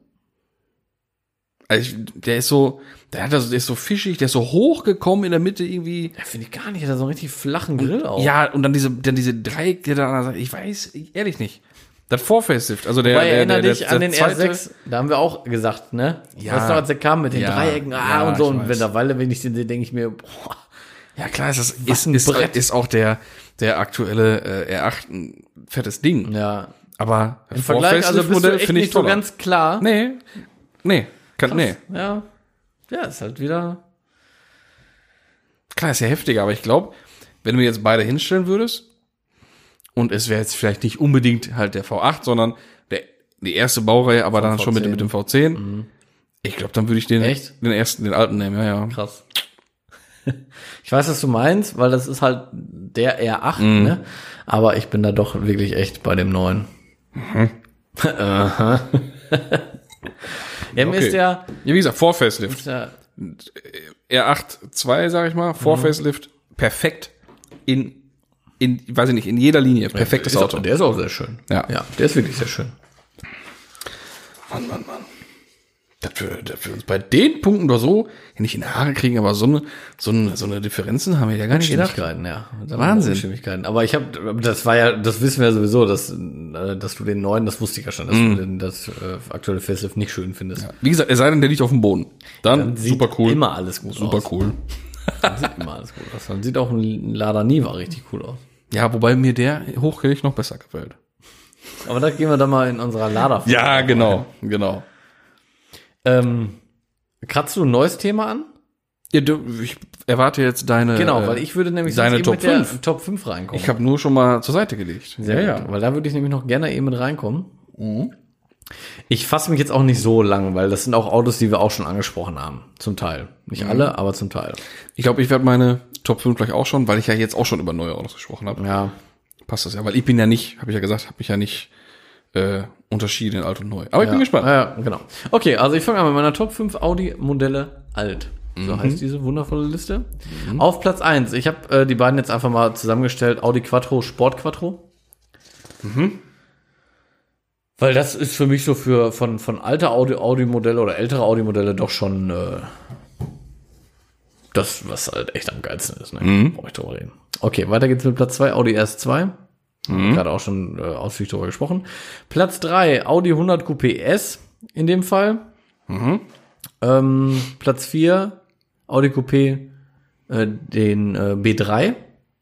Also ich, der ist so, der hat also, der ist so fischig, der ist so hochgekommen in der Mitte irgendwie.
Ja, finde ich gar nicht, hat er so einen richtig flachen Grill auch.
Ja, und dann diese, dann diese Dreieck, der da an der Seite, ich weiß, ich, ehrlich nicht. Das Vorfacelift, also der,
Wobei,
der,
erinnere
der, der,
dich an
der
den
zweite-
R6, da haben wir auch gesagt, ne?
Ja.
Weißt du, noch, als der kam mit den
Ja,
Dreiecken, ah,
ja,
und so,
ich
und
weiß.
wenn da Weile, wenn ich den sehe, denke ich mir, boah,
Ja klar, ist das ist,
Was ein
ist, halt,
Brett.
ist auch der, der aktuelle äh, R8 ein fettes Ding.
ja.
Aber
Im Vergleich, also bist du echt nicht so
toller.
ganz klar.
Nee, nee, kann, nee.
Ja. Ja, ist halt wieder,
Klar, ist ja heftiger, aber ich glaube, wenn du mir jetzt beide hinstellen würdest, und es wäre jetzt vielleicht nicht unbedingt halt der V8, sondern der, die erste Baureihe, aber dann schon mit, dem- mit dem V10. Ich glaube, dann würde ich den,
Echt?
den ersten, den alten nehmen, ja, ja.
Krass. Ich weiß, was du meinst, weil das ist halt der R8,
Mhm.
ne? Aber ich bin da doch wirklich echt bei dem neuen.
Mhm.
Aha. ja, mir
Okay.
ist der,
Ja, wie gesagt, vor Facelift.
ist der
R8 II, sag ich mal,
Mhm.
vor Facelift, perfekt in, in, weiß ich nicht, in jeder Linie, perfektes
ist
Auto.
Auch, der ist auch sehr schön.
Ja.
ja, der ist wirklich sehr schön.
Mann, Mann, Mann. dass wir, dass wir uns bei den Punkten oder so nicht in die Haare kriegen, aber so eine, so eine, so eine Differenzen haben wir ja gar nicht gedacht.
Stimmigkeiten, ja.
Wahnsinn.
Stimmigkeiten. Aber ich habe, das war ja, das wissen wir ja sowieso, dass, äh, dass du den neuen, das wusste ich ja schon,
Mhm.
dass du den, das äh, aktuelle Facelift nicht schön findest.
Wie gesagt, es sei denn, der liegt auf dem Boden. Dann,
Dann sieht
super cool.
immer alles gut
super
aus.
cool.
Dann sieht immer alles gut aus. Dann sieht auch ein Lada Niva richtig cool aus.
Ja, wobei mir der hochkirch noch besser gefällt.
Aber da gehen wir dann mal in unserer Lada.
Ja, genau, genau.
Ähm, kratzt du ein neues Thema an?
Ja, du, ich erwarte jetzt deine.
Genau,
äh,
weil ich würde nämlich
seine
sonst eben
Top
mit der
fünf.
Top 5 reinkommen.
Ich habe nur schon mal zur Seite gelegt. Mhm.
Sehr ja, gut, weil da würde ich nämlich noch gerne eben mit reinkommen. Ich fasse mich jetzt auch nicht so lang, weil das sind auch Autos, die wir auch schon angesprochen haben. Zum Teil. Nicht alle, aber zum Teil.
Ich glaube, ich werde meine Top 5 gleich auch schon, weil ich ja jetzt auch schon über neue Autos gesprochen habe.
Ja.
Passt das ja, weil ich bin ja nicht, habe ich ja gesagt, habe ich ja nicht äh, unterschieden in alt und neu. Aber ich
ja.
bin gespannt.
Ja, genau. Okay, also ich fange an mit meiner Top 5 Audi-Modelle alt. So heißt diese wundervolle Liste. Auf Platz 1. Ich habe äh, die beiden jetzt einfach mal zusammengestellt. Audi Quattro, Sport Quattro. Mhm. Weil das ist für mich so für von, von alter Audi- Audi-Modelle oder ältere Audi-Modelle doch schon äh, das, was halt echt am geilsten ist. Ne? Brauch ich drüber reden. Okay, weiter geht's mit Platz 2, Audi RS2.
Mhm.
Gerade auch schon äh, ausführlich drüber gesprochen. Platz 3, Audi 100 Coupé S in dem Fall.
Mhm.
Ähm, Platz 4, Audi Coupé äh, den äh, B3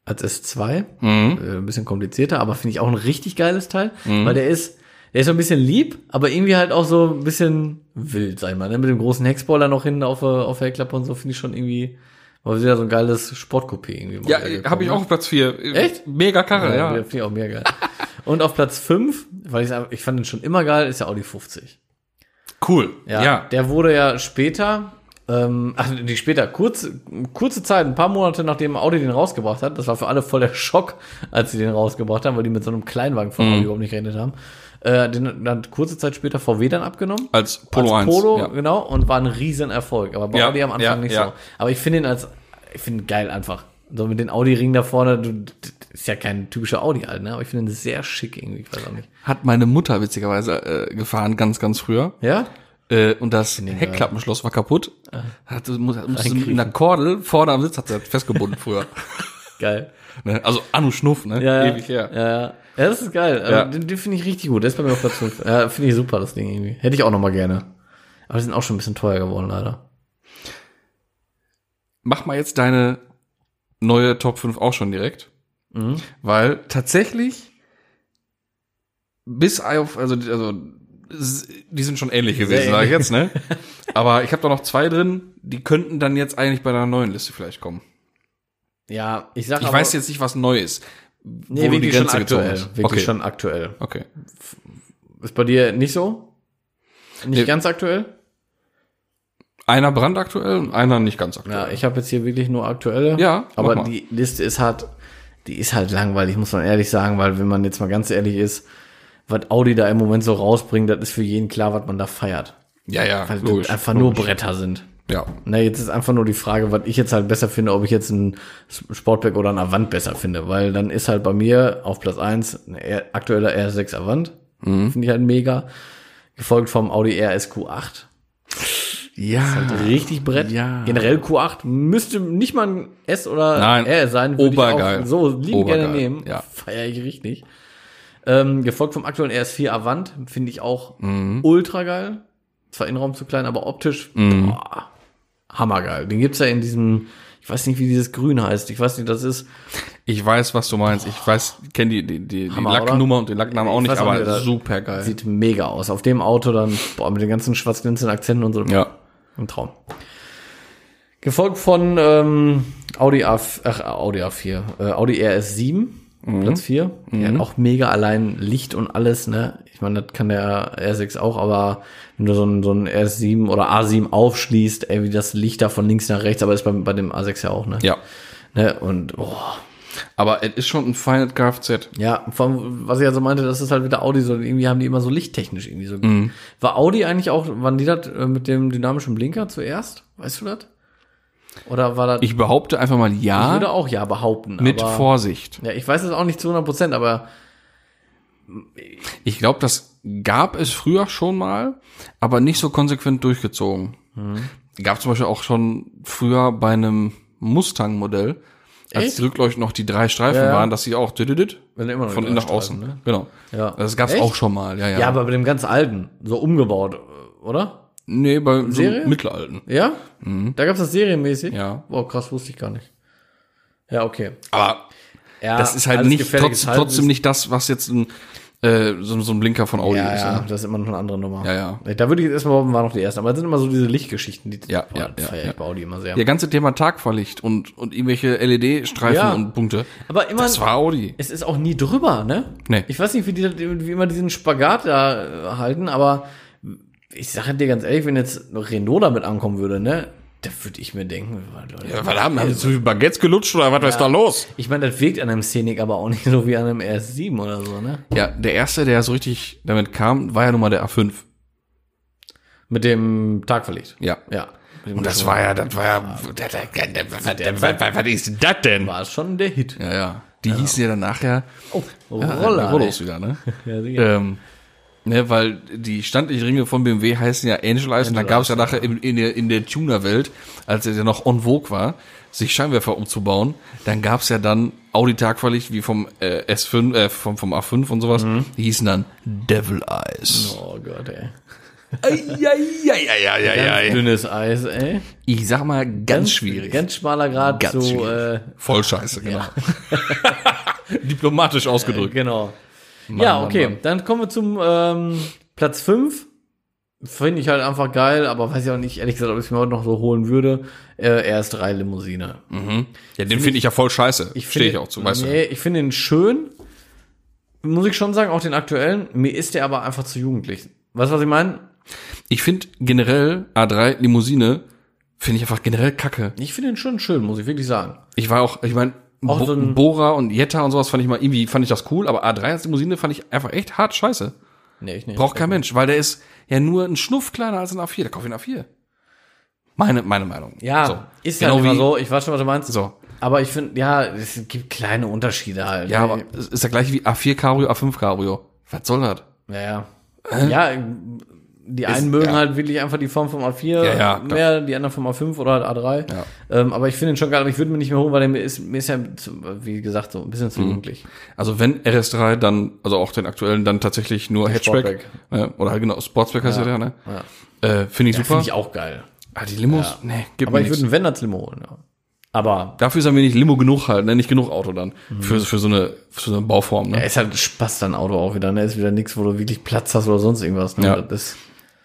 als S2. Äh, ein bisschen komplizierter, aber finde ich auch ein richtig geiles Teil,
Mhm.
weil der ist, der ist so ein bisschen lieb, aber irgendwie halt auch so ein bisschen wild, sag ich mal. Ne? Mit dem großen Heckspoiler noch hinten auf, äh, auf der Klappe und so finde ich schon irgendwie, war wieder so ein geiles Sportcoupé irgendwie. mal
Ja,
wiedergekommen,
habe ich
ne?
auch auf Platz 4.
Echt?
Mega Karre, ja.
Finde ich auch mega geil. und auf Platz 5, weil ich's einfach- ich fand den schon immer geil, ist der Audi 50.
Cool.
Ja, Der wurde ja später, ähm, ach, nicht später, kurz, kurze Zeit, ein paar Monate nachdem Audi den rausgebracht hat, das war für alle voll der Schock, als sie den rausgebracht haben, weil die mit so einem Kleinwagen
Mhm.
von Audi überhaupt nicht geredet haben. Äh, den hat kurze Zeit später VW dann abgenommen.
Als Polo 1.
Polo,
ja.
genau, und war ein Riesenerfolg. Aber bei
Ja,
Audi am Anfang
ja,
nicht
ja.
so. Aber ich finde ihn als, ich finde ihn geil einfach. So mit den Audi-Ringen da vorne, du, das ist ja kein typischer Audi halt, ne? Aber ich finde ihn sehr schick irgendwie, ich weiß auch nicht.
Hat meine Mutter witzigerweise äh, gefahren, ganz, ganz früher.
Ja?
Äh, und das Heckklappenschloss war kaputt.
Ah.
Hat, muss, musste mit einer Kordel vorne am Sitz hat sie das festgebunden früher.
Geil.
ne? Also Anu Schnuff, ne?
Ja, ja.
Ewig her.
Ja, ja. ja das ist geil. Also,
Ja.
Den, den finde ich richtig gut. Der ist bei mir auf Platz 5. Ja, finde ich super, das Ding irgendwie. Hätte ich auch noch mal gerne. Aber die sind auch schon ein bisschen teuer geworden, leider.
mach mal jetzt deine neue Top 5 auch schon direkt.
Mhm.
Weil tatsächlich bis auf, also, also s- die sind schon ähnlich gewesen, sage ich jetzt, ne? Aber ich habe da noch zwei drin, die könnten dann jetzt eigentlich bei einer neuen Liste vielleicht kommen.
Ja, ich sag
Ich
aber,
weiß jetzt nicht, was neu ist.
nee,
wo du
wirklich
die Grenze
schon aktuell.
gezogen hast.
Wirklich
Okay.
schon aktuell.
Okay.
Ist bei dir nicht so? Nicht
Nee.
ganz aktuell?
Einer brandaktuell und einer nicht ganz
Ja,
aktuell.
ich habe jetzt hier wirklich nur aktuelle.
Ja, mach
aber
mal.
die Liste ist halt, die ist halt langweilig, muss man ehrlich sagen, weil wenn man jetzt mal ganz ehrlich ist, was Audi da im Moment so rausbringt, das ist für jeden klar, was man da feiert.
Ja, ja,
Weil
logisch,
das einfach
logisch.
nur Bretter sind.
Ja.
Na, jetzt ist einfach nur die Frage, was ich jetzt halt besser finde, ob ich jetzt ein Sportback oder ein Avant besser finde, weil dann ist halt bei mir auf Platz 1 ein R aktueller R6 Avant.
Mhm.
Finde ich halt mega. Gefolgt vom Audi RS Q8.
Ja.
halt Richtig Brett.
Ah, Ja.
Generell Q8 müsste nicht mal ein S oder
Nein.
R sein. würde ich
Obergeil.
auch So lieben gerne
Obergeil.
nehmen.
Ja.
Feier ich richtig. Ähm, gefolgt vom aktuellen RS4 Avant. Finde ich auch
Mhm.
ultra geil. Zwar Innenraum zu klein, aber optisch
Mhm.
boah, hammergeil. Den gibt's ja in diesem, ich weiß nicht, wie dieses Grün heißt. Ich weiß nicht, das ist.
Ich weiß, was du meinst. Ich weiß, kenne die, die, die, die
Hammer, oder?
Lacknummer und den Lacknamen auch
Ich
nicht,
weiß auch
aber
nicht, das-
super geil.
Sieht mega aus. Auf dem Auto dann, boah, mit den ganzen schwarz glänzenden Akzenten und so.
Ja.
Ein Traum. Gefolgt von ähm, Audi, A, ach, Audi A4, äh, Audi RS7, Platz 4. Der hat auch mega allein Licht und alles, ne? Ich meine, das kann der R6 auch, aber wenn du so einen, so einen RS7 oder A7 aufschließt, ey, wie das Licht da von links nach rechts, aber ist bei, bei dem A6 ja auch, ne?
Ja.
Ne? Und, oh,
Aber es ist schon ein Final Kfz.
ja, vor allem, was ich also meinte, das ist halt wieder Audi so, irgendwie haben die immer so lichttechnisch irgendwie so.
Mhm.
War Audi eigentlich auch, waren die das äh, mit dem dynamischen Blinker zuerst? Weißt du das? Oder war das,
Ich behaupte einfach mal
ich würde
ja
auch ja behaupten.
mit
aber,
Vorsicht.
Ja, ich weiß es auch nicht zu 100 Prozent, aber
Ich glaube, das gab es früher schon mal, aber nicht so konsequent durchgezogen.
Hm.
Gab zum Beispiel auch schon früher bei einem Mustang-Modell, als
Echt?
die Rückleuchten noch die drei Streifen
Ja, ja.
waren, dass sie auch düdüdüt,
Wenn immer noch
von
die
innen
drei
nach außen.
Streifen, ne?
Genau.
Ja.
Das gab's
Echt?
auch schon mal, ja, ja.
Ja, aber bei dem ganz alten, so umgebaut, äh, oder?
nee, bei so
Serie?
Mittelalten.
Ja? Da gab's das serienmäßig?
Mhm. Ja.
Boah, krass, wusste ich gar nicht. Ja, okay.
Aber
Ja,
das ist halt
Ah, alles
nicht,
gefährliches
trotz,
Halbwissen.
trotzdem nicht das, was jetzt ein, äh, so, so ein Blinker von Audi
Ja,
ist.
ja,
ne?
das ist immer noch eine andere Nummer. Äh,
Ja,
Da würde ich jetzt erstmal behaupten, waren noch die ersten. Aber das sind immer so diese Lichtgeschichten, die
Ja,
boah,
ja,
das
ja,
feier
ja.
ich bei Audi immer sehr.
Ihr ganze Thema Tagfahrlicht und, und irgendwelche LED-Streifen
Ja.
und Punkte.
Aber immer,
Das war Audi.
es ist auch nie drüber, ne?
Nee.
Ich weiß nicht, wie die das- wie immer diesen Spagat da äh, halten, aber ich sage dir ganz ehrlich, wenn jetzt Renault damit ankommen würde, ne? Da würde ich mir denken, Leute,
Ja, was haben, haben sie zu viel Baguettes gelutscht oder was ist da los?
Ich meine, das wirkt an einem Scenic aber auch nicht so wie an einem RS7 oder so, ne?
Ja, der erste, der so richtig damit kam, war ja nun mal der A5.
Mit dem Tagverlicht.
Ja.
Ja.
Und das war ja, das war ja, der- der- der- der- der- der- was was ist das denn?
war schon der Hit.
Ja, ja. Die hießen ja dann nachher
Oh,
ja,
Roller.
Rollos wieder, ne? ähm, ne, weil die standliche von BMW heißen ja Angel Eyes und dann gab es ja nachher in, in der, in der Tuner-Welt, als er ja noch on vogue war, sich Scheinwerfer umzubauen, dann gab es ja dann Audi-Tagfahrlicht wie vom äh, S5, äh, vom, vom A5 und sowas, die hießen dann Devil Eyes.
oh Gott, ey. Ganz
Eieieiei.
dünnes Eis, ey.
Ich sag mal, ganz schwierig.
Ganz schmaler Grad
Ganz
zu,
schwierig.
äh,
Voll scheiße, genau. Diplomatisch ausgedrückt.
genau. ja,
Mann,
okay.
Mann.
Dann kommen wir zum ähm, Platz 5. Finde ich halt einfach geil, aber weiß ich auch nicht, ehrlich gesagt, ob ich es mir heute noch so holen würde. Äh, RS3 Limousine.
Ja, den finde ich ja voll scheiße.
Ich
Stehe Hm, ich
finde-
auch zu, weißt
nee, ich finde ihn schön. Muss ich schon sagen, auch den aktuellen. Mir ist der aber einfach zu jugendlich. Weißt du, was ich meine?
du. Ich finde generell A3 Limousine finde ich einfach generell kacke.
Ich finde ihn schon schön, muss ich wirklich sagen.
Ich war auch, ich meine,
Auch
Bo
so ein-
Bora und Jetta und sowas fand ich mal irgendwie, fand ich das cool, aber A3 als Limousine fand ich einfach echt hart scheiße.
Nee, ich nicht.
Braucht kein Mensch, weil der ist ja nur ein Schnuff kleiner als ein A4. Der kauft ihn A4. Meine, meine Meinung.
ja,
So.
ist
Genau
ja immer
wie-
so. Ich weiß schon, was du meinst.
So.
Aber ich finde, ja, es gibt kleine Unterschiede halt.
Ja, aber es ist ja gleich wie A4 Cabrio, A5 Cabrio. Was soll das?
Ja, ja. ja die einen mögen
ja.
halt wirklich einfach die Form vom A4
Ja, ja,
mehr, die anderen vom A5 oder halt A3.
Ja.
Ähm, aber ich finde ihn schon geil, aber ich würde mir nicht mehr holen, weil der mir ist, mir ist ja, zu, wie gesagt, so ein bisschen zu jugendlich.
Also wenn RS3 dann, also auch den aktuellen, dann tatsächlich nur Hatchback.
Sportback.
Ne? Oder halt genau, Sportsback heißt ja. der, ne? Äh, Finde ich super.
Finde ich auch geil.
ah, die Limos, nee, gibt
Aber
mir
ich würde
nichts.
einen Wenderts-Limo holen, ja. Aber
Dafür ist er mir nicht Limo genug halt, ne? nicht genug Auto dann. Für, für, so eine, für so eine Bauform. Ne?
er ist halt Spaß dein Auto auch wieder, ne? Ist wieder nichts, wo du wirklich Platz hast oder sonst irgendwas. Ne?
Ja.
Das ist,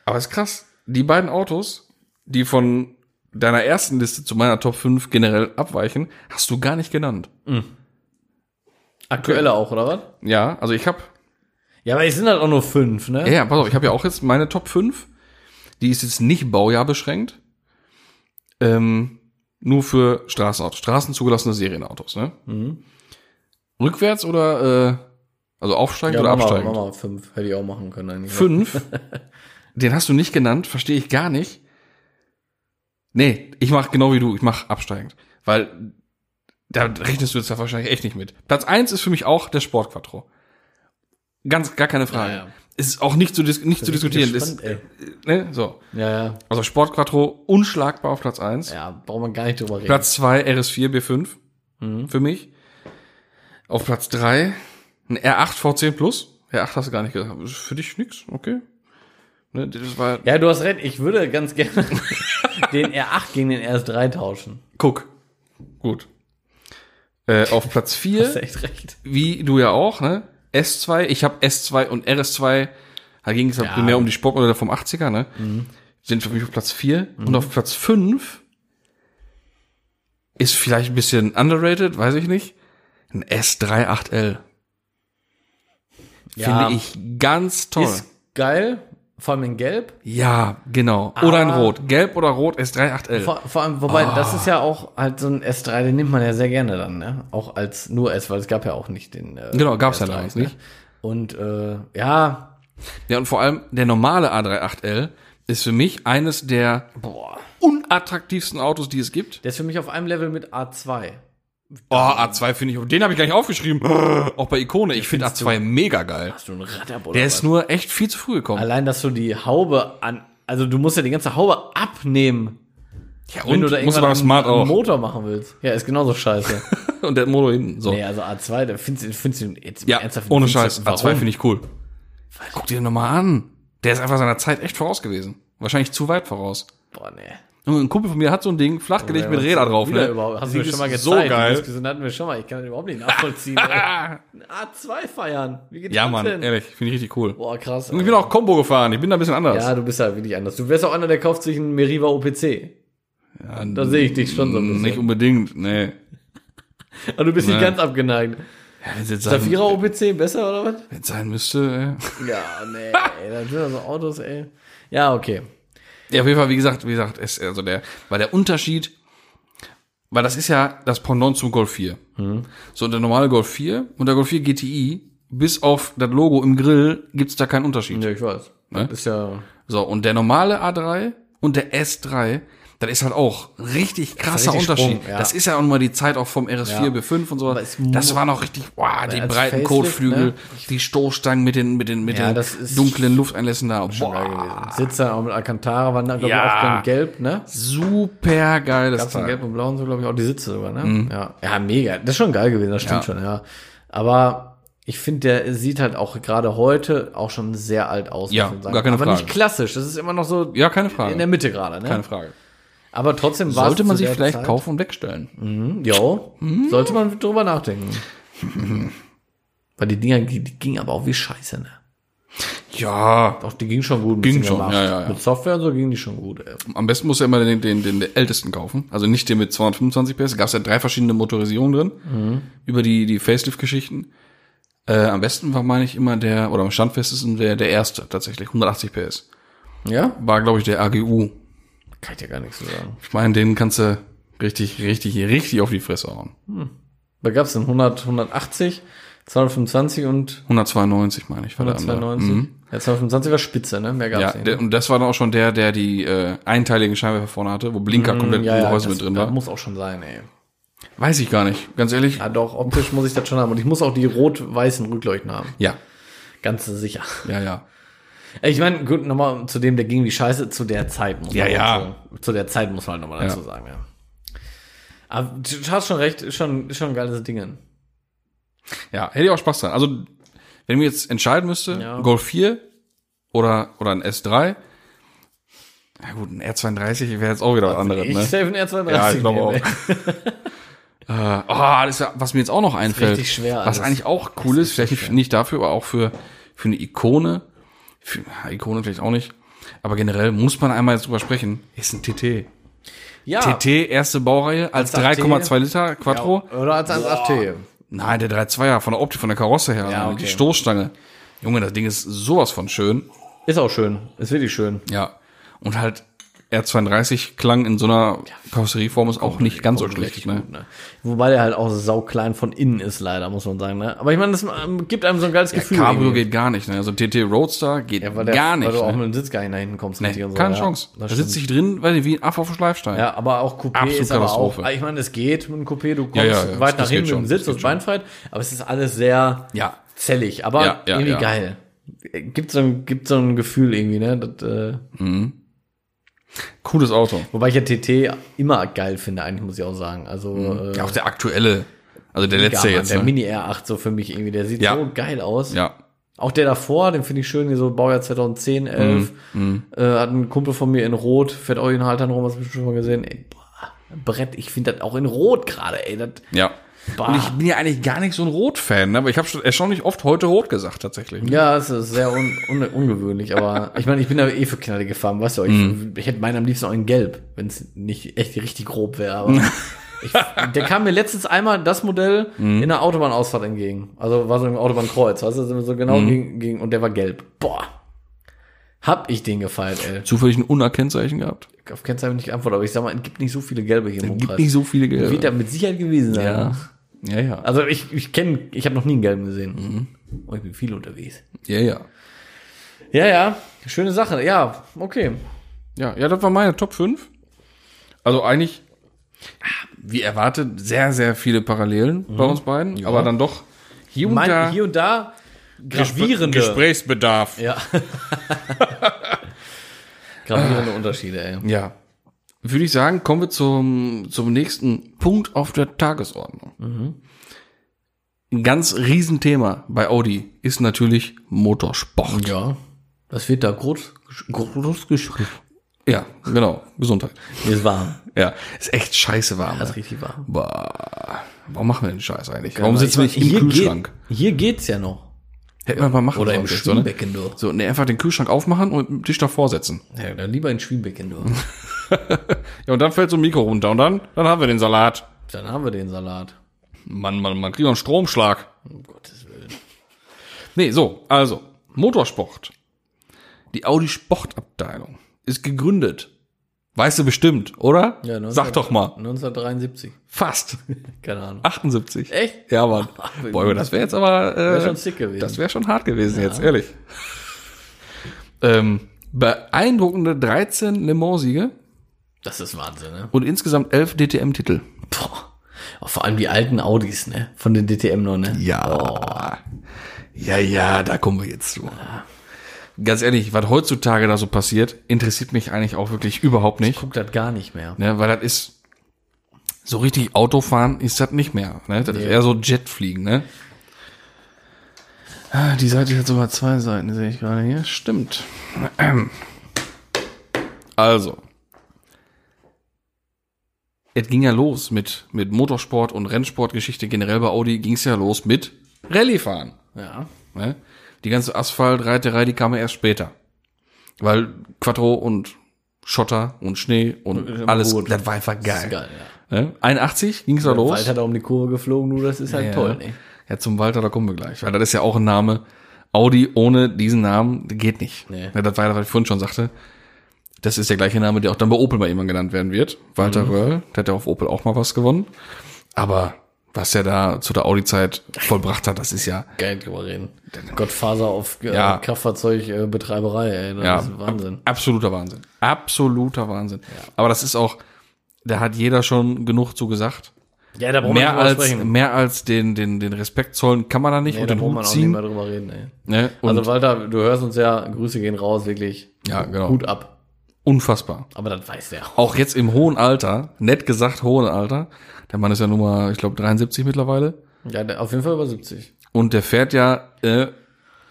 Aber ist krass. Die beiden Autos, die von deiner ersten Liste zu meiner Top 5 generell abweichen, hast du gar nicht genannt.
aktuelle auch, oder was?
Ja, also ich habe
Ja, aber es sind halt auch nur fünf, ne?
Ja, ja, pass auf, ich habe ja auch jetzt meine Top 5. Die ist jetzt nicht Baujahr beschränkt. Ähm, nur für Straßenautos, straßenzugelassene Serienautos, ne? Rückwärts oder äh, also aufsteigend oder
mach mal-
absteigend?
mach mal fünf. Hätte ich auch machen können eigentlich.
Fünf. den hast du nicht genannt, verstehe ich gar nicht. Nee, ich mache genau wie du, ich mache absteigend. Weil da rechnest du jetzt ja wahrscheinlich echt nicht mit. Platz eins ist für mich auch der Sportquattro. Ganz, gar keine Frage.
Ja, ja.
Es ist auch nicht zu, dis nicht zu
bin ich
diskutieren.
gespannt,
ist, äh, ne? so.
Ja, ja.
Also Sportquattro unschlagbar auf Platz eins.
Ja, braucht man gar nicht drüber reden.
Platz zwei RS4 B5 für mich. Auf Platz drei ein R8 V10 Plus. R8 hast du gar nicht gesagt. Ist Für dich nix, okay. Ne, das war,
Ja, du hast recht. Ich würde ganz gerne den R8 gegen den RS3 tauschen.
Guck. Gut. Äh, auf Platz
Hast
4,
echt recht.
wie du ja auch, ne? S2, ich habe S2 und RS2, da ging es ja primär um die Sportmodelle vom 80er, ne?
Mhm.
Sind für mich auf Platz 4. Und auf Platz 5 ist vielleicht ein bisschen underrated, weiß ich nicht. Ein S38L.
Ja.
Finde ich ganz toll.
Ist geil. Vor allem in Gelb.
ja, genau. Oder ein Rot. Gelb oder Rot, S38L.
Ah. Vor, vor allem, wobei,
Ah.
das ist ja auch halt so ein S3, den nimmt man ja sehr gerne dann, ne? Auch als nur S, weil es gab ja auch nicht den. Äh,
Genau, gab's ja
S3,
damals
ne?
nicht.
Und äh, ja,
Ja, und vor allem der normale A38L ist für mich eines der
boah.
unattraktivsten Autos, die es gibt.
Der ist für mich auf einem Level mit A2.
Oh, A2 finde ich, den habe ich gar nicht aufgeschrieben. Auch bei Ikone, ich finde A2 mega geil. Also
Hast du einen Radab oder
Der
was?
ist nur echt viel zu früh gekommen.
Allein, dass du die Haube an, also du musst ja die ganze Haube abnehmen,
Ja,
wenn du
muss
da irgendwann
aber
einen,
smart
einen
auch.
Motor machen willst. Ja, ist genauso scheiße.
Und der Motor hinten, so.
nee, also A2, da findest du, findest du jetzt
Ja,
ernsthaft,
ohne
findest du-
Scheiß. A2
warum?
finde ich cool. Guck dir den nochmal an. Der ist einfach seiner Zeit echt voraus gewesen. Wahrscheinlich zu weit voraus.
Boah, nee.
Und ein Kumpel von mir hat so ein Ding flachgelegt mit Räder drauf.
Wieder
Ne?
überhaupt, hast
Die
du mir schon mal
ist
gezeigt.
So geil. Ah!
Das hatten wir schon mal. Ich kann das überhaupt nicht nachvollziehen. ey. Ein A2 feiern. Wie geht's
Ja,
das
Mann,
denn?
ehrlich, finde ich richtig cool.
Boah, krass.
Und ich
ey.
bin auch Combo gefahren, ich bin da ein bisschen anders.
Ja, du bist halt wirklich anders. Du wärst auch einer, der kauft sich einen Meriva OPC. da sehe ich dich schon so ein bisschen.
Nicht unbedingt, nee.
Aber du bist nicht
Nein.
ganz abgeneigt.
Wenn es jetzt
Der
sein,
Vierer OPC besser oder was?
wenn's sein müsste, ey.
Ja, nee, ey, dann sind das so Autos, ey. Ja, okay.
Ja, auf jeden Fall, wie gesagt, wie gesagt, ist also der, weil der Unterschied, weil das ist ja das Pendant zum Golf 4.
Mhm.
So, und der normale Golf 4 und der Golf 4 GTI, bis auf das Logo im Grill, gibt's da keinen Unterschied.
Ja, ich weiß.
Ne?
Ist ja
So, und der normale A3 und der S3, das ist halt auch ein richtig krasser
richtig
Unterschied.
Sprung, ja.
Das ist ja auch mal die Zeit auch vom RS4
Ja.
B5 und
Aber
sowas.
es
Das
mu-
war noch richtig, boah, die
als
breiten
Facelift,
Kotflügel,
ne?
die Stoßstangen mit den, mit den, mit
Ja,
den
das ist
dunklen Lufteinlässen da.
schon geil
Boah,
gewesen. Sitzer auch mit Alcantara waren da, glaube
Ja.
ich, auch ganz gelb, ne?
super geiles
Gab's in
Teil.
gelb und blau und so, glaube ich, auch die Sitze sogar, ne? Ja. ja, mega. Das ist schon geil gewesen, das stimmt
Mhm. Ja.
schon, ja. Aber ich finde, der sieht halt auch gerade heute auch schon sehr alt aus.
Ja,
muss man sagen.
gar keine
Aber
Frage.
nicht klassisch. Das ist immer noch so
Ja, keine Frage.
in der Mitte gerade, ne?
keine Frage.
Aber trotzdem war
Sollte man sich vielleicht kaufen Hm. und wegstellen.
Hm, Jo, sollte man drüber nachdenken. Weil die Dinger, die, die gingen aber auch wie Scheiße, ne?
Ja,
Auch die gingen schon gut. mit
Ging
dem
schon,
gemacht.
ja, ja, ja.
Mit Software und so gingen die schon gut, ey.
am besten muss ja immer den, den, den, ältesten kaufen. Also nicht den mit 225 PS. Da gab es ja drei verschiedene Motorisierungen drin. Über die, die Facelift-Geschichten. Äh, am besten war, meine ich, immer der, oder am standfestesten der, der erste tatsächlich. 180 PS.
Ja?
War, glaube ich, der AGU.
Kann ich dir gar nichts zu sagen.
Ich meine, den kannst du richtig, richtig, richtig auf die Fresse hauen.
Da gab's denn 100, 180, 225 und
ne. 192, meine ich, war der andere.
192. Ja, 225 war spitze, ne? Mehr gab's
Mhm. Ja,
nicht.
der, und das war dann auch schon der, der die äh, einteiligen Scheinwerfer vorne hatte, wo Blinker komplett Mhm, ja, ja,
ne? das-
mit drin war.
muss auch schon sein, ey.
Weiß ich gar nicht, ganz ehrlich.
Ja, doch, optisch muss ich das schon haben. Und ich muss auch die rot-weißen Rückleuchten haben.
Ja,
Ganz sicher.
ja, ja.
Ey, Ich meine, gut, nochmal zu dem, der ging wie scheiße, zu der Zeit muss
Ja,
man
ja.
dazu- Zu der Zeit muss man halt nochmal dazu sagen, ja. Aber du hast schon recht, ist schon, ist schon ein geiles Ding.
Ja, hätte ich auch Spaß dran. Also, wenn ich mir jetzt entscheiden müsste,
Ja.
Golf 4 oder, oder ein S3, ja gut, ein R32 wäre jetzt auch wieder was anderes,
Also Ich
ne?
safe ein R32.
Ja, ich glaube auch.
nehmen, ey.
Äh, Ah, das ist ja, was mir jetzt auch noch einfällt.
richtig schwer
Was
alles.
eigentlich auch cool ist, vielleicht nicht, nicht dafür, aber auch für, für eine Ikone. Für, ja, Ikone vielleicht auch nicht. Aber generell muss man einmal jetzt drüber sprechen. Ist ein TT.
Ja.
TT, erste Baureihe, als
Als
3,2 Liter Quattro.
Oder als 1,8T.
Nein, der 3,2er, von der Optik, von der Karosse her.
Ja,
ne? Die
okay.
Stoßstange. Junge, das Ding ist sowas von schön.
Ist auch schön. Ist wirklich schön.
Ja. Und halt R32 klang in so einer Karosserieform ist auch nicht ganz so schlecht. Ne?
Ne? Wobei der halt auch sauklein von innen ist, leider, muss man sagen. Ne? Aber ich meine, das ähm, gibt einem so ein geiles Gefühl.
Cabrio
irgendwie.
geht gar nicht. Ne? Also TT Roadster geht
ja, weil der,
gar
Weil
nicht.
du auch
Ne?
mit dem Sitz gar nicht nach hinten kommst.
Nee,
richtig und so,
keine
ja.
Chance. Da
Das
sitzt ich drin, weiß nicht, wie ein Affe auf dem Schleifstein.
Ja, aber auch Coupé
Absolut
ist aber auch. Ah,
Katastrophe.
Ich meine, es geht mit einem Coupé, du kommst
Ja, ja, ja, das-
weit nach
das
hinten
geht
mit dem
schon,
Sitz und beinfrei, aber es ist alles sehr
Ja.
zellig, aber
Ja, ja,
irgendwie
ja.
geil. Gibt so, ein, gibt so ein Gefühl irgendwie, ne? Das, äh,
Cooles Auto.
wobei ich ja TT immer geil finde, eigentlich muss ich auch sagen. Also äh,
Mhm. Ja, auch der aktuelle. Also der
ja,
letzte
Mann,
jetzt.
der
Ne?
Mini R8 so für mich irgendwie, der sieht
Ja.
so geil aus.
Ja.
Auch der davor, den finde ich schön, hier so Baujahr 2010, 11. Äh, hat ein Kumpel von mir in Rot, fährt auch in Haltern rum, hast du bestimmt schon mal gesehen. Ey, boah, Brett, ich finde das auch in Rot gerade, ey. Das,
Ja.
Bah.
Und ich bin ja eigentlich gar nicht so ein Rot-Fan, ne? aber ich habe schon erstaunlich oft heute Rot gesagt tatsächlich.
Ja, es ist sehr un un ungewöhnlich, aber ich meine, ich bin da eh für knallige Farben, weißt du, ich, ich hätte meinen am liebsten auch in Gelb, wenn es nicht echt richtig grob wäre, aber ich, der kam mir letztens einmal das Modell in einer Autobahnausfahrt entgegen, also war so ein Autobahnkreuz, weißt du, sind wir so genau gegen, gegen, und der war gelb. Boah, hab ich den gefeiert, ey.
Zufällig ein Unerkennzeichen gehabt.
Auf Kennzeichen nicht geantwortet, aber ich sag mal, es gibt nicht so viele gelbe hier im
Gibt nicht so viele Gelbe.
Wird da mit Sicherheit gewesen sein.
Ja. Ja, ja.
Also ich, ich kenne, ich habe noch nie einen gelben gesehen.
Mhm.
Und ich bin viel unterwegs.
Ja, ja.
Ja, ja, schöne Sache. Ja, okay.
Ja, ja, das war meine Top 5. Also eigentlich wie erwartet, sehr, sehr viele Parallelen bei uns beiden, aber dann doch hier und da
Mhm. Mein, hier und da
Gespr-
gravierende,
Gesprächsbedarf.
ja.
Ah.
gravierende Unterschiede, ey.
Ja. Würde ich sagen, kommen wir zum, zum nächsten Punkt auf der Tagesordnung.
Mhm.
Ein ganz Riesenthema bei Audi ist natürlich Motorsport.
Ja, das wird da groß, groß geschrieben.
Ja, genau. Gesundheit.
Mir ist warm.
Ja, ist echt scheiße warm.
Das ist
ne?
richtig warm.
Boah, warum machen wir den Scheiß eigentlich? Warum sitzen wir
Ich
nicht
mein,
im
hier
Kühlschrank?
Geht, hier geht's ja noch.
Hätten wir mal machen
Oder im
sollen, so, ne?
Schwimmbecken, du.
So, ne, einfach den Kühlschrank aufmachen und den Tisch davor setzen.
Ja, dann lieber in Schwimmbecken, du.
Ja, und dann fällt so ein Mikro runter und dann, dann haben wir den Salat.
Dann haben wir den Salat.
Mann, Mann, Mann, kriegen wir einen Stromschlag.
Um Gottes Willen.
Nee, so, also, Motorsport. Die Audi Sportabteilung ist gegründet. Weißt du bestimmt, oder?
Ja,
Sag
19-
doch mal.
1973.
Fast.
Keine Ahnung.
78.
Echt?
Ja, Mann. Boah, das wäre jetzt aber. Äh,
Wäre schon sick gewesen.
Das wäre schon hart gewesen jetzt, ehrlich. ähm, beeindruckende 13 Le Mans-Siege
Das ist Wahnsinn, ne?
und insgesamt 11 DTM-Titel.
Boah. Auch vor allem die alten Audis, ne? Von den DTM noch, ne?
Ja. Ja, ja, da kommen wir jetzt zu. Ganz ehrlich, was heutzutage da so passiert, interessiert mich eigentlich auch wirklich überhaupt nicht.
Guckt das gar nicht mehr.
Ne, weil das ist so richtig Autofahren ist das nicht mehr. Ne? Das ist eher so Jetfliegen, ne? Ah, Die Seite hat sogar zwei Seiten, sehe ich gerade hier. Stimmt. Also. Es ging ja los mit, mit Motorsport und Rennsportgeschichte generell bei Audi ging es ja los mit Rallyefahren.
Ja.
Ne? Die ganze Asphaltreiterei, die kam ja erst später. Weil Quattro und Schotter und Schnee und alles,
gut.
das war einfach
Das
geil.
ist geil, ja.
Ne? 81 ging's da los.
Wald hat er um die Kurve geflogen, du, das ist halt
ja.
toll, ne?
ja, zum Walter, da kommen wir gleich. Weil das ist ja auch ein Name. Audi ohne diesen Namen geht nicht.
Nee.
Ja, das war ja, was ich vorhin schon sagte. Das ist der gleiche Name, der auch dann bei Opel mal jemand genannt werden wird. Walter
Mhm.
Röhrl, der hat ja auf Opel auch mal was gewonnen. Aber was er da zu der Audi-Zeit vollbracht hat, das ist ja,
Geil drüber reden. Gottfaser auf äh,
Ja.
Kraftfahrzeugbetreiberei, äh, Betreiberei, ey. Das
Ja,
ist Wahnsinn.
ab- Absoluter Wahnsinn. Absoluter Wahnsinn. Aber das ist auch, da hat jeder schon genug zu gesagt.
Ja, da brauchen
Mehr
wir nicht drüber
als,
sprechen.
mehr als den, den, den Respekt zollen kann man da nicht
Nee,
und
da
den
braucht
Hut
man auch nicht
ziehen.
mehr drüber reden, ey.
Ne? Und
Also Walter, du hörst uns ja, Grüße gehen raus, wirklich.
Ja, genau.
Hut ab.
unfassbar.
Aber das weiß der auch.
Auch jetzt im hohen Alter, nett gesagt hohen Alter, der Mann ist ja nun mal, ich glaube, 73 mittlerweile.
Ja, der- auf jeden Fall über 70.
Und der fährt ja, äh,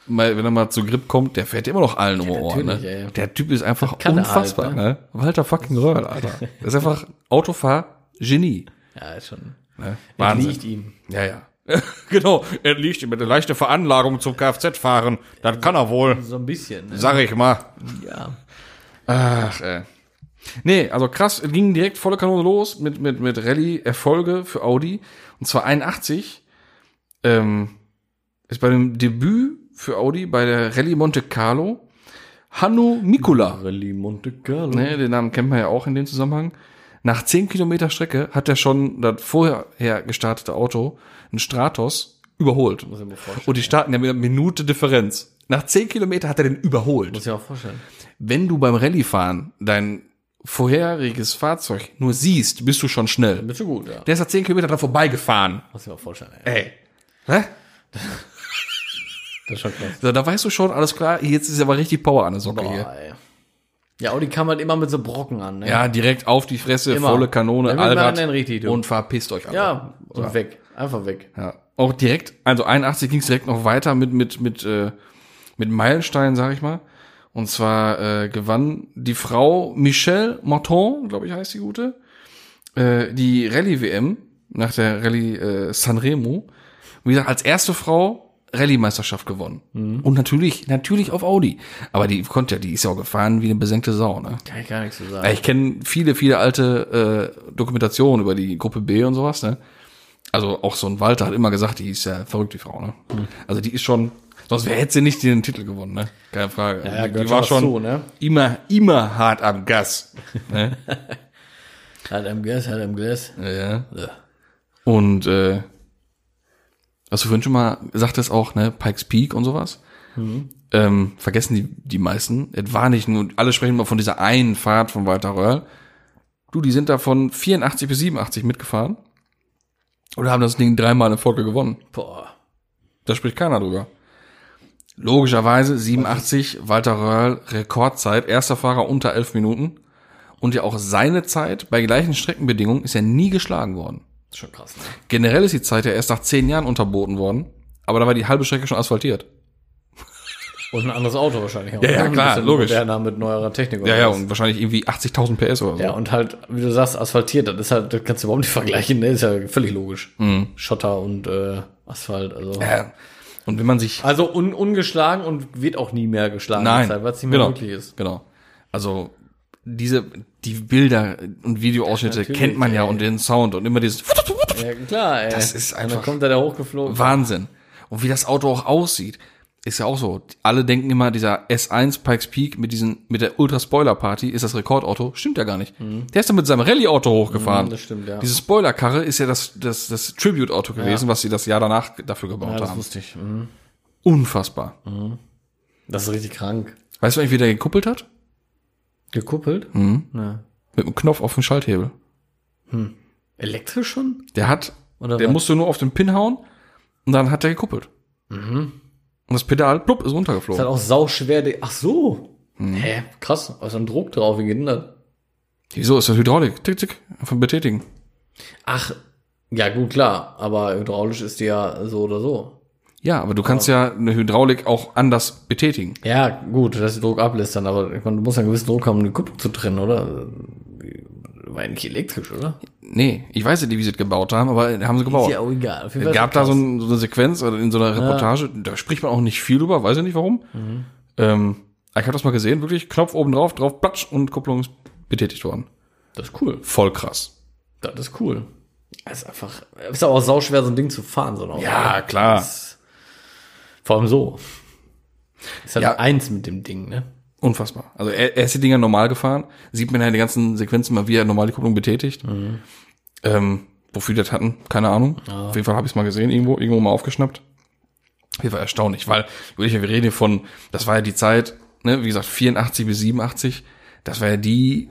mal, wenn er mal zu Grip kommt, der fährt immer noch allen um die Ohren. Ne?
natürlich, ey.
Der Typ ist einfach
kann er
unfassbar.
halt,
ne? Walter fucking Röhrl, Alter. Das ist einfach Autofahr-Genie.
Ja, ist schon.
Ne?
Das
Wahnsinn.
liegt ihm.
Ja, ja. genau, er liegt mit einer leichten Veranlagung zum Kfz-Fahren. Das kann er wohl,
So ein bisschen. Ne?
sag ich mal. Äh.
Ja.
Ach, ey. Nee, also krass, es ging direkt volle Kanone los mit, mit, mit Rallye-Erfolge für Audi. Und zwar 81 ähm, ist bei dem Debüt für Audi bei der Rallye Monte Carlo Hanno Mikula.
Rallye Monte Carlo.
Ne, den Namen kennt man ja auch in dem Zusammenhang. Nach 10 Kilometer Strecke hat er schon das vorher gestartete Auto, ein Stratos, überholt.
Muss ich mir vorstellen.
Und die starten ja mit einer Minute Differenz. Nach 10 Kilometer hat er den überholt.
Muss ich mir auch vorstellen.
Wenn du beim Rallye-Fahren dein vorheriges Fahrzeug nur siehst, bist du schon schnell.
Bist du gut, ja.
Der ist nach 10 Kilometer dran vorbeigefahren.
Muss ich mir auch vorstellen, ey.
Ey. Hä?
Das ist schon krass.
So, da weißt du schon, alles klar, jetzt ist aber richtig Power an der Socke hier.
Boah, ey. Ja, Audi kam halt immer mit so Brocken an, ne?
Ja, direkt auf die Fresse,
Immer.
volle Kanone,
Dann will man
Allrad
den richtig, du.
und verpisst euch alle.
Ja, und weg. Einfach weg.
Ja. Auch direkt, also 81 ging es direkt noch weiter mit mit mit äh, mit Meilenstein, sag ich mal. Und zwar äh, gewann die Frau Michelle Martin, glaube ich, heißt die gute, äh, die Rallye WM nach der Rallye äh, Sanremo. Wie gesagt, als erste Frau Rallye-Meisterschaft gewonnen. Und natürlich, natürlich auf Audi. Aber die konnte ja, die ist ja auch gefahren wie eine besenkte Sau, ne?
Kann ich gar nichts zu
Ja,
sagen.
ich kenne viele, viele alte äh, Dokumentationen über die Gruppe B und sowas, ne? Also auch so ein Walter hat immer gesagt, die ist ja verrückt, die Frau, ne?
Hm.
Also die ist schon, sonst wär, hätte sie nicht den Titel gewonnen, ne? Keine Frage.
ja,
die,
gehört
die war
schon
schon
dazu, ne?
immer, immer hart am Gas. ne?
Hat Halt im Glas, hat im Glas.
ja.
Ja.
Und äh, was du vorhin schon mal sagtest auch, ne, Pikes Peak und sowas. Ähm, vergessen die, die meisten. Es war nicht nur, alle sprechen immer von dieser einen Fahrt von Walter Röhrl. Du, die sind da von 84 bis 87 mitgefahren. Oder haben das Ding dreimal in Folge gewonnen.
Boah.
Da spricht keiner drüber. Logischerweise 87 Walter Röhrl Rekordzeit, erster Fahrer unter 11 Minuten. Und ja auch seine Zeit bei gleichen Streckenbedingungen ist ja nie geschlagen worden.
Ist schon krass. Ne?
Generell ist die Zeit ja erst nach 10 Jahren unterboten worden. Aber da war die halbe Strecke schon asphaltiert.
Und ein anderes Auto wahrscheinlich. auch,
Ja, ja,
ne? Ein
klar,
bisschen
logisch.
Moderner mit neuerer Technik.
Ja,
oder
ja,
was.
und wahrscheinlich irgendwie 80.000 PS oder so.
ja, und halt, wie du sagst, asphaltiert, das ist halt, das kannst du überhaupt nicht vergleichen, ne? Ist ja völlig logisch. Schotter und äh, Asphalt, also.
Mhm. Ja. Und wenn man sich
Also un ungeschlagen und wird auch nie mehr geschlagen,
Nein,
weil es nicht mehr
genau,
möglich ist.
Genau. Also diese die Bilder und Videoausschnitte
Natürlich,
kennt man ja
ey.
und den Sound und immer dieses
Ja, klar, ey.
Das ist
Und
einfach-
dann kommt er da hochgeflogen.
Wahnsinn. Und wie das Auto auch aussieht, ist ja auch so. Alle denken immer, dieser S1 Pikes Peak mit diesen mit der Ultra Spoiler Party ist das Rekordauto, stimmt ja gar nicht. Der ist dann mit seinem Rallye Auto hochgefahren.
Mhm, das stimmt, ja.
Diese Spoiler Karre ist ja das das das Tribute Auto gewesen, was sie das Jahr danach dafür gebaut haben.
wusste ich. Mhm.
Unfassbar.
Das ist richtig krank.
Weißt du eigentlich, wie der gekuppelt hat?
Gekuppelt?
Hm.
Ja.
Mit einem Knopf auf den Schalthebel.
Elektrisch schon?
Der hat,
Oder
der
was?
musste nur auf den Pin hauen und dann hat er gekuppelt. Und das Pedal, plupp, ist
Mhm. Ist halt
runtergeflogen.
auch sauschwer. die- Ach so.
Hm.
Hä? Krass. Was ist ein Druck drauf? Wie geht denn das?
Wieso ist das Hydraulik? Tick, tick, von betätigen.
Ach, ja gut, klar. Aber hydraulisch ist die ja so oder so.
Ja, aber du kannst ja eine Hydraulik auch anders betätigen.
Ja, gut, dass der Druck ablässt dann. Aber ich meine, du musst ja einen gewissen Druck haben, um die Kupplung zu trennen, oder? War eigentlich elektrisch, oder?
Nee, ich weiß nicht, wie sie das gebaut haben, aber haben sie gebaut.
auch egal. Auf jeden
Oh. Es
Fall
gab
ist das
da so, ein, so eine Sequenz oder in so einer Reportage, da spricht man auch nicht viel über, weiß ich nicht warum. Ähm, ich habe das mal gesehen, wirklich, Knopf oben drauf, drauf, platsch und Kupplung ist betätigt worden.
krass. Das ist cool.
Voll krass.
Das ist cool. Das ist einfach, ist aber auch sauschwer, so ein Ding zu fahren, so ein Auto. ne?
Ja, klar.
Das- Vor allem so. Ist halt
Ja.
eins mit dem Ding, ne?
Unfassbar. Also er, er ist die Dinger normal gefahren, sieht man ja in den ganzen Sequenzen mal, wie er normal die Kupplung betätigt.
Mhm.
Ähm, wofür die das hatten, keine Ahnung. Auf jeden Fall habe ich es mal gesehen, irgendwo, irgendwo mal aufgeschnappt. Auf jeden Fall erstaunlich, weil überleg mal, wir reden hier von, das war ja die Zeit, ne, wie gesagt, 84 bis 87, das war ja die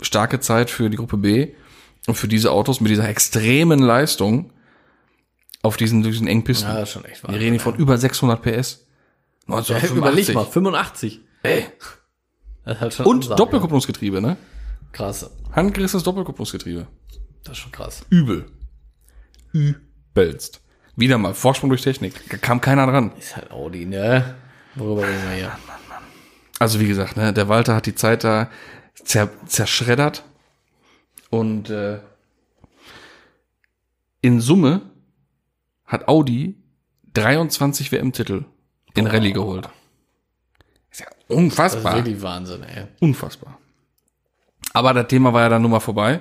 starke Zeit für die Gruppe B und für diese Autos mit dieser extremen Leistung auf diesen, diesen Engpisten.
Ja, das ist schon echt wahr.
wir reden hier von über 600 PS.
Ja,
1985.
überleg mal, 85.
Ey.
Das ist halt schon
Und
Ansage.
Doppelkupplungsgetriebe, ne?
Krass.
Handgerissenes Doppelkupplungsgetriebe.
Das ist schon krass.
Übel. Übelst. Wieder mal Vorsprung durch Technik. Da kam keiner dran.
Ist halt Audi, ne? Worüber reden wir hier?
Also wie gesagt, ne, der Walter hat die Zeit da zer zerschreddert. Und äh, in Summe hat Audi 23 WM-Titel in Rallye geholt. Ist ja
Das
unfassbar.
ist Also wirklich Wahnsinn, ey.
Unfassbar. Aber das Thema war ja dann nun mal vorbei,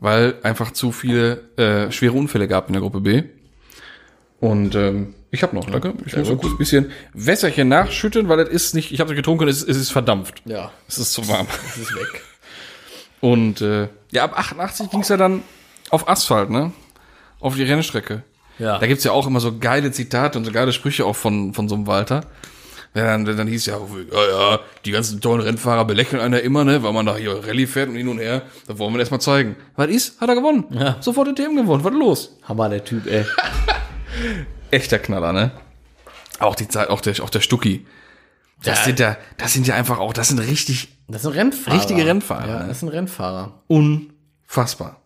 weil einfach zu viele äh, schwere Unfälle gab in der Gruppe B. Und ähm, ich habe noch, danke. Ich muss so kurz ein bisschen Wässerchen nachschütten, weil es ist nicht, ich habe es getrunken, es, es ist verdampft.
Ja,
Es ist zu warm.
das ist weg.
Und äh, ja, ab 88 ging's ja dann auf Asphalt, ne? Auf die Rennstrecke.
Ja.
Da gibt's ja auch immer so geile Zitate und so geile Sprüche auch von, von so einem Walter. Ja, dann, dann hieß ja, ja, ja, die ganzen tollen Rennfahrer belächeln einer immer, ne, weil man da hier Rallye fährt und hin und her. Da wollen wir das mal zeigen. Was ist? Hat er gewonnen.
Ja.
Sofort den Themen gewonnen. Was los?
Hammer, der Typ, ey.
Echter Knaller, ne? Auch die Zeit, auch der, auch der Stucki. Das
Ja.
sind ja, das sind ja einfach auch, das sind richtig
Das ist ein Rennfahrer.
Richtige Rennfahrer,
Ja,
ne?
das ist ein Rennfahrer.
Unfassbar.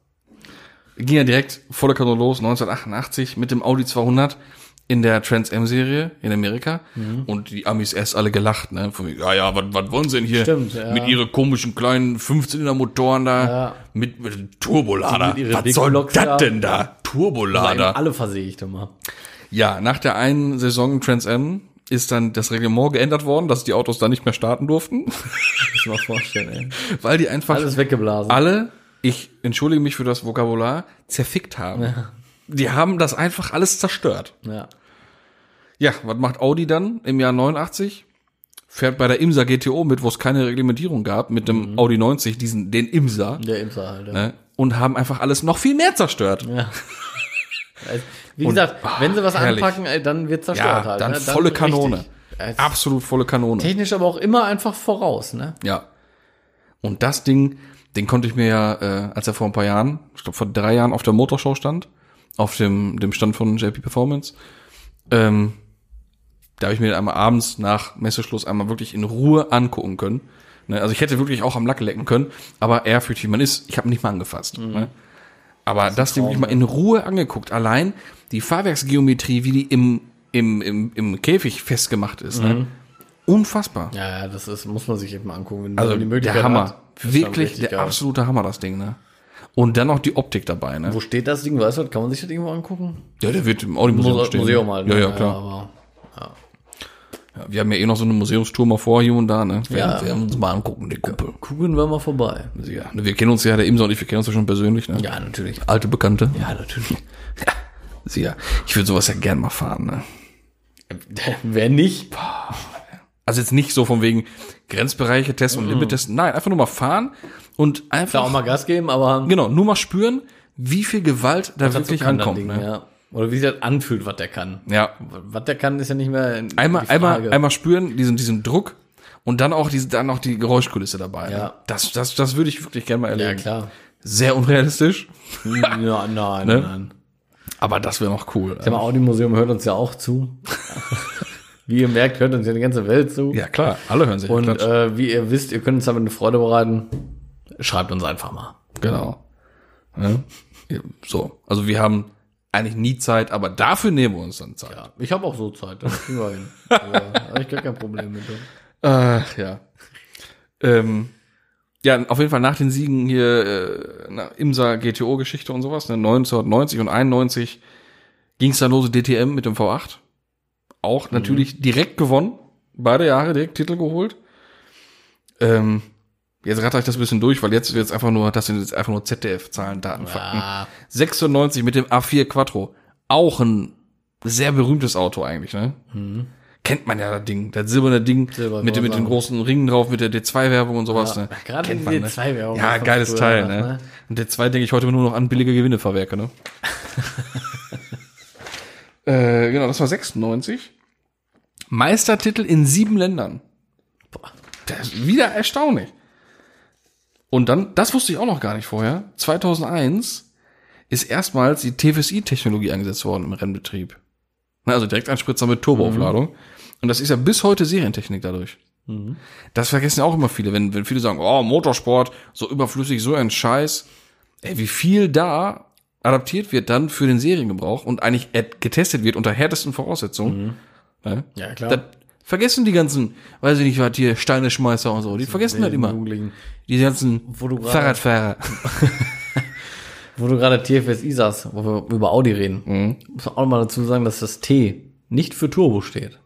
Ging ja direkt voller Kanone los, 1988 mit dem Audi 200 in der Trans M Serie in Amerika
Mhm.
und die Amis erst alle gelacht, ne? Von, ja, ja, was, was wollen sie denn hier
Stimmt, ja.
mit ihre komischen kleinen 15er Motoren da
Ja.
mit, mit Turbolader.
Mit ihren
was
dicken
soll
Loks
das
da.
denn da? Turbolader.
Alle versägt immer.
Ja, nach der einen Saison Trans Am ist dann das Reglement geändert worden, dass die Autos da nicht mehr starten durften,
Muss ich mal vorstellen, ey.
weil die einfach
Alles weggeblasen.
alle, ich entschuldige mich für das Vokabular, zerfickt haben. Die haben das einfach alles zerstört.
Ja.
Ja, was macht Audi dann im Jahr 89? Fährt bei der Imsa GTO mit, wo es keine Reglementierung gab, mit dem Audi 90, diesen, den Imsa,
Der Imsa halt. Ja.
ne? und haben einfach alles noch viel mehr zerstört.
Ja. Also, Wie gesagt, wenn sie was
ah, herrlich.
anpacken, ey, dann wird zerstört
Ja,
halt.
dann
ne?
volle Kanone.
richtig. Also,
Absolut volle Kanone.
Technisch aber auch immer einfach voraus, ne?
Ja. Und das Ding Den konnte ich mir ja, äh, als er vor ein paar Jahren, ich glaube vor drei Jahren auf der Motorshow stand, auf dem, dem Stand von JP Performance, ähm, da habe ich mir den einmal abends nach Messeschluss einmal wirklich in Ruhe angucken können. Ne? Also ich hätte wirklich auch am Lack lecken können, aber ehrfürchtig, man ist, ich habe ihn nicht mal angefasst. Ne? Aber das, Ding wirklich mal in Ruhe angeguckt, allein die Fahrwerksgeometrie, wie die im, im, im, im Käfig festgemacht ist, ne? unfassbar.
Ja, ja, das ist, muss man sich eben angucken. Wenn
also
man
der Hammer.
hat. Das war
wirklich
richtig
der
geil.
absolute Hammer, das Ding. Ne? Und dann noch die Optik dabei. Ne?
Wo steht das Ding? Weißt du, das? kann man sich das irgendwo angucken?
Ja, der wird im Audi-Museum
Muse-
stehen.
Museum halt.
Ja,
ne?
ja, klar.
aber
Ja, wir haben ja eh noch so eine Museumstour mal vor hier und da, ne? Wir
Ja.
werden uns mal angucken, den Kumpel.
gucken wir mal vorbei.
Ja. Wir kennen uns ja, der Imsa und ich, wir kennen uns ja schon persönlich, ne?
Ja, natürlich.
Alte Bekannte.
Ja, natürlich.
Sie ja. Ich würde sowas ja gern mal fahren, ne?
Wer nicht?
Also jetzt nicht so von wegen Grenzbereiche testen
Mhm.
und Limit testen. Nein, einfach nur mal fahren und
Klar,
einfach,
auch mal Gas geben, aber
genau, nur mal spüren, wie viel Gewalt da wirklich
kann das
ankommt,
Ding,
ne?
ja. Oder wie sich das anfühlt, was der kann.
Ja.
Was der kann, ist ja nicht mehr in-
Einmal,
die Frage.
einmal, einmal spüren, diesen, diesen Druck und dann auch diese, dann auch die Geräuschkulisse dabei. ne?
Ja.
Das, das, das würde ich wirklich gerne mal
Ja,
erleben.
klar.
Sehr unrealistisch.
ja, nein,
Ne?
nein.
Aber das wäre noch cool.
Im Audi-Museum hört uns ja auch zu. wie ihr merkt, hört uns ja die ganze Welt zu.
Ja, klar. Alle hören sich
Und
Klatsch.
äh, wie ihr wisst, ihr könnt uns damit eine Freude bereiten. Schreibt uns einfach mal.
Genau. Ne? Ja. So. Also wir haben eigentlich nie Zeit, aber dafür nehmen wir uns dann Zeit.
Ja, ich habe auch so Zeit. Das kriegen wir hin. Ja, hab ich gar kein Problem mit.
Ach ja. Ähm, ja, auf jeden Fall nach den Siegen hier äh, na, Imsa GTO-Geschichte und sowas, ne, 1990 und 91 ging es dann los DTM mit dem V8. Auch natürlich direkt gewonnen. Beide Jahre direkt Titel geholt. Ähm, jetzt ratter ich das ein bisschen durch, weil jetzt wird's einfach nur, das sind jetzt einfach nur ZDF-Zahlen, Daten, Fakten.
Ah,
96 mit dem A4 Quattro. Auch ein sehr berühmtes Auto eigentlich, ne? Kennt man ja das Ding, das silberne Ding
Silber,
mit,
kann
dem- mit
man
den
sagen.
großen Ringen drauf, mit der D2-Werbung und sowas.
Ja,
ne?
gerade
Kennt
die
man,
D2-Werbung
Ne? Ja,
von
geiles
früher,
Teil.
ne?
Ne? Und D2 denke ich heute immer nur noch an billige Gewinne verwerke. Ne? äh, genau, das war 96. Meistertitel in sieben Ländern.
boah.
Das ist wieder erstaunlich. Und dann, das wusste ich auch noch gar nicht vorher, 2001 ist erstmals die TFSI-Technologie eingesetzt worden im Rennbetrieb. Na, Also Direkteinspritzer mit Turboaufladung. Und das ist ja bis heute Serientechnik dadurch. Das vergessen ja auch immer viele, wenn, wenn viele sagen, oh, Motorsport, so überflüssig, so ein Scheiß. Ey, wie viel da adaptiert wird dann für den Seriengebrauch und eigentlich et- getestet wird unter härtesten Voraussetzungen. Ne?
Ja, klar.
Das vergessen die ganzen, weiß ich nicht, was hier Steineschmeißer und so, die vergessen das immer.
Jugendlichen.
Die ganzen
Fotografen.
Fahrradfahrer.
Wo du gerade TFSI sagst, wo wir über Audi reden, muss man auch mal dazu sagen, dass das T nicht für Turbo steht.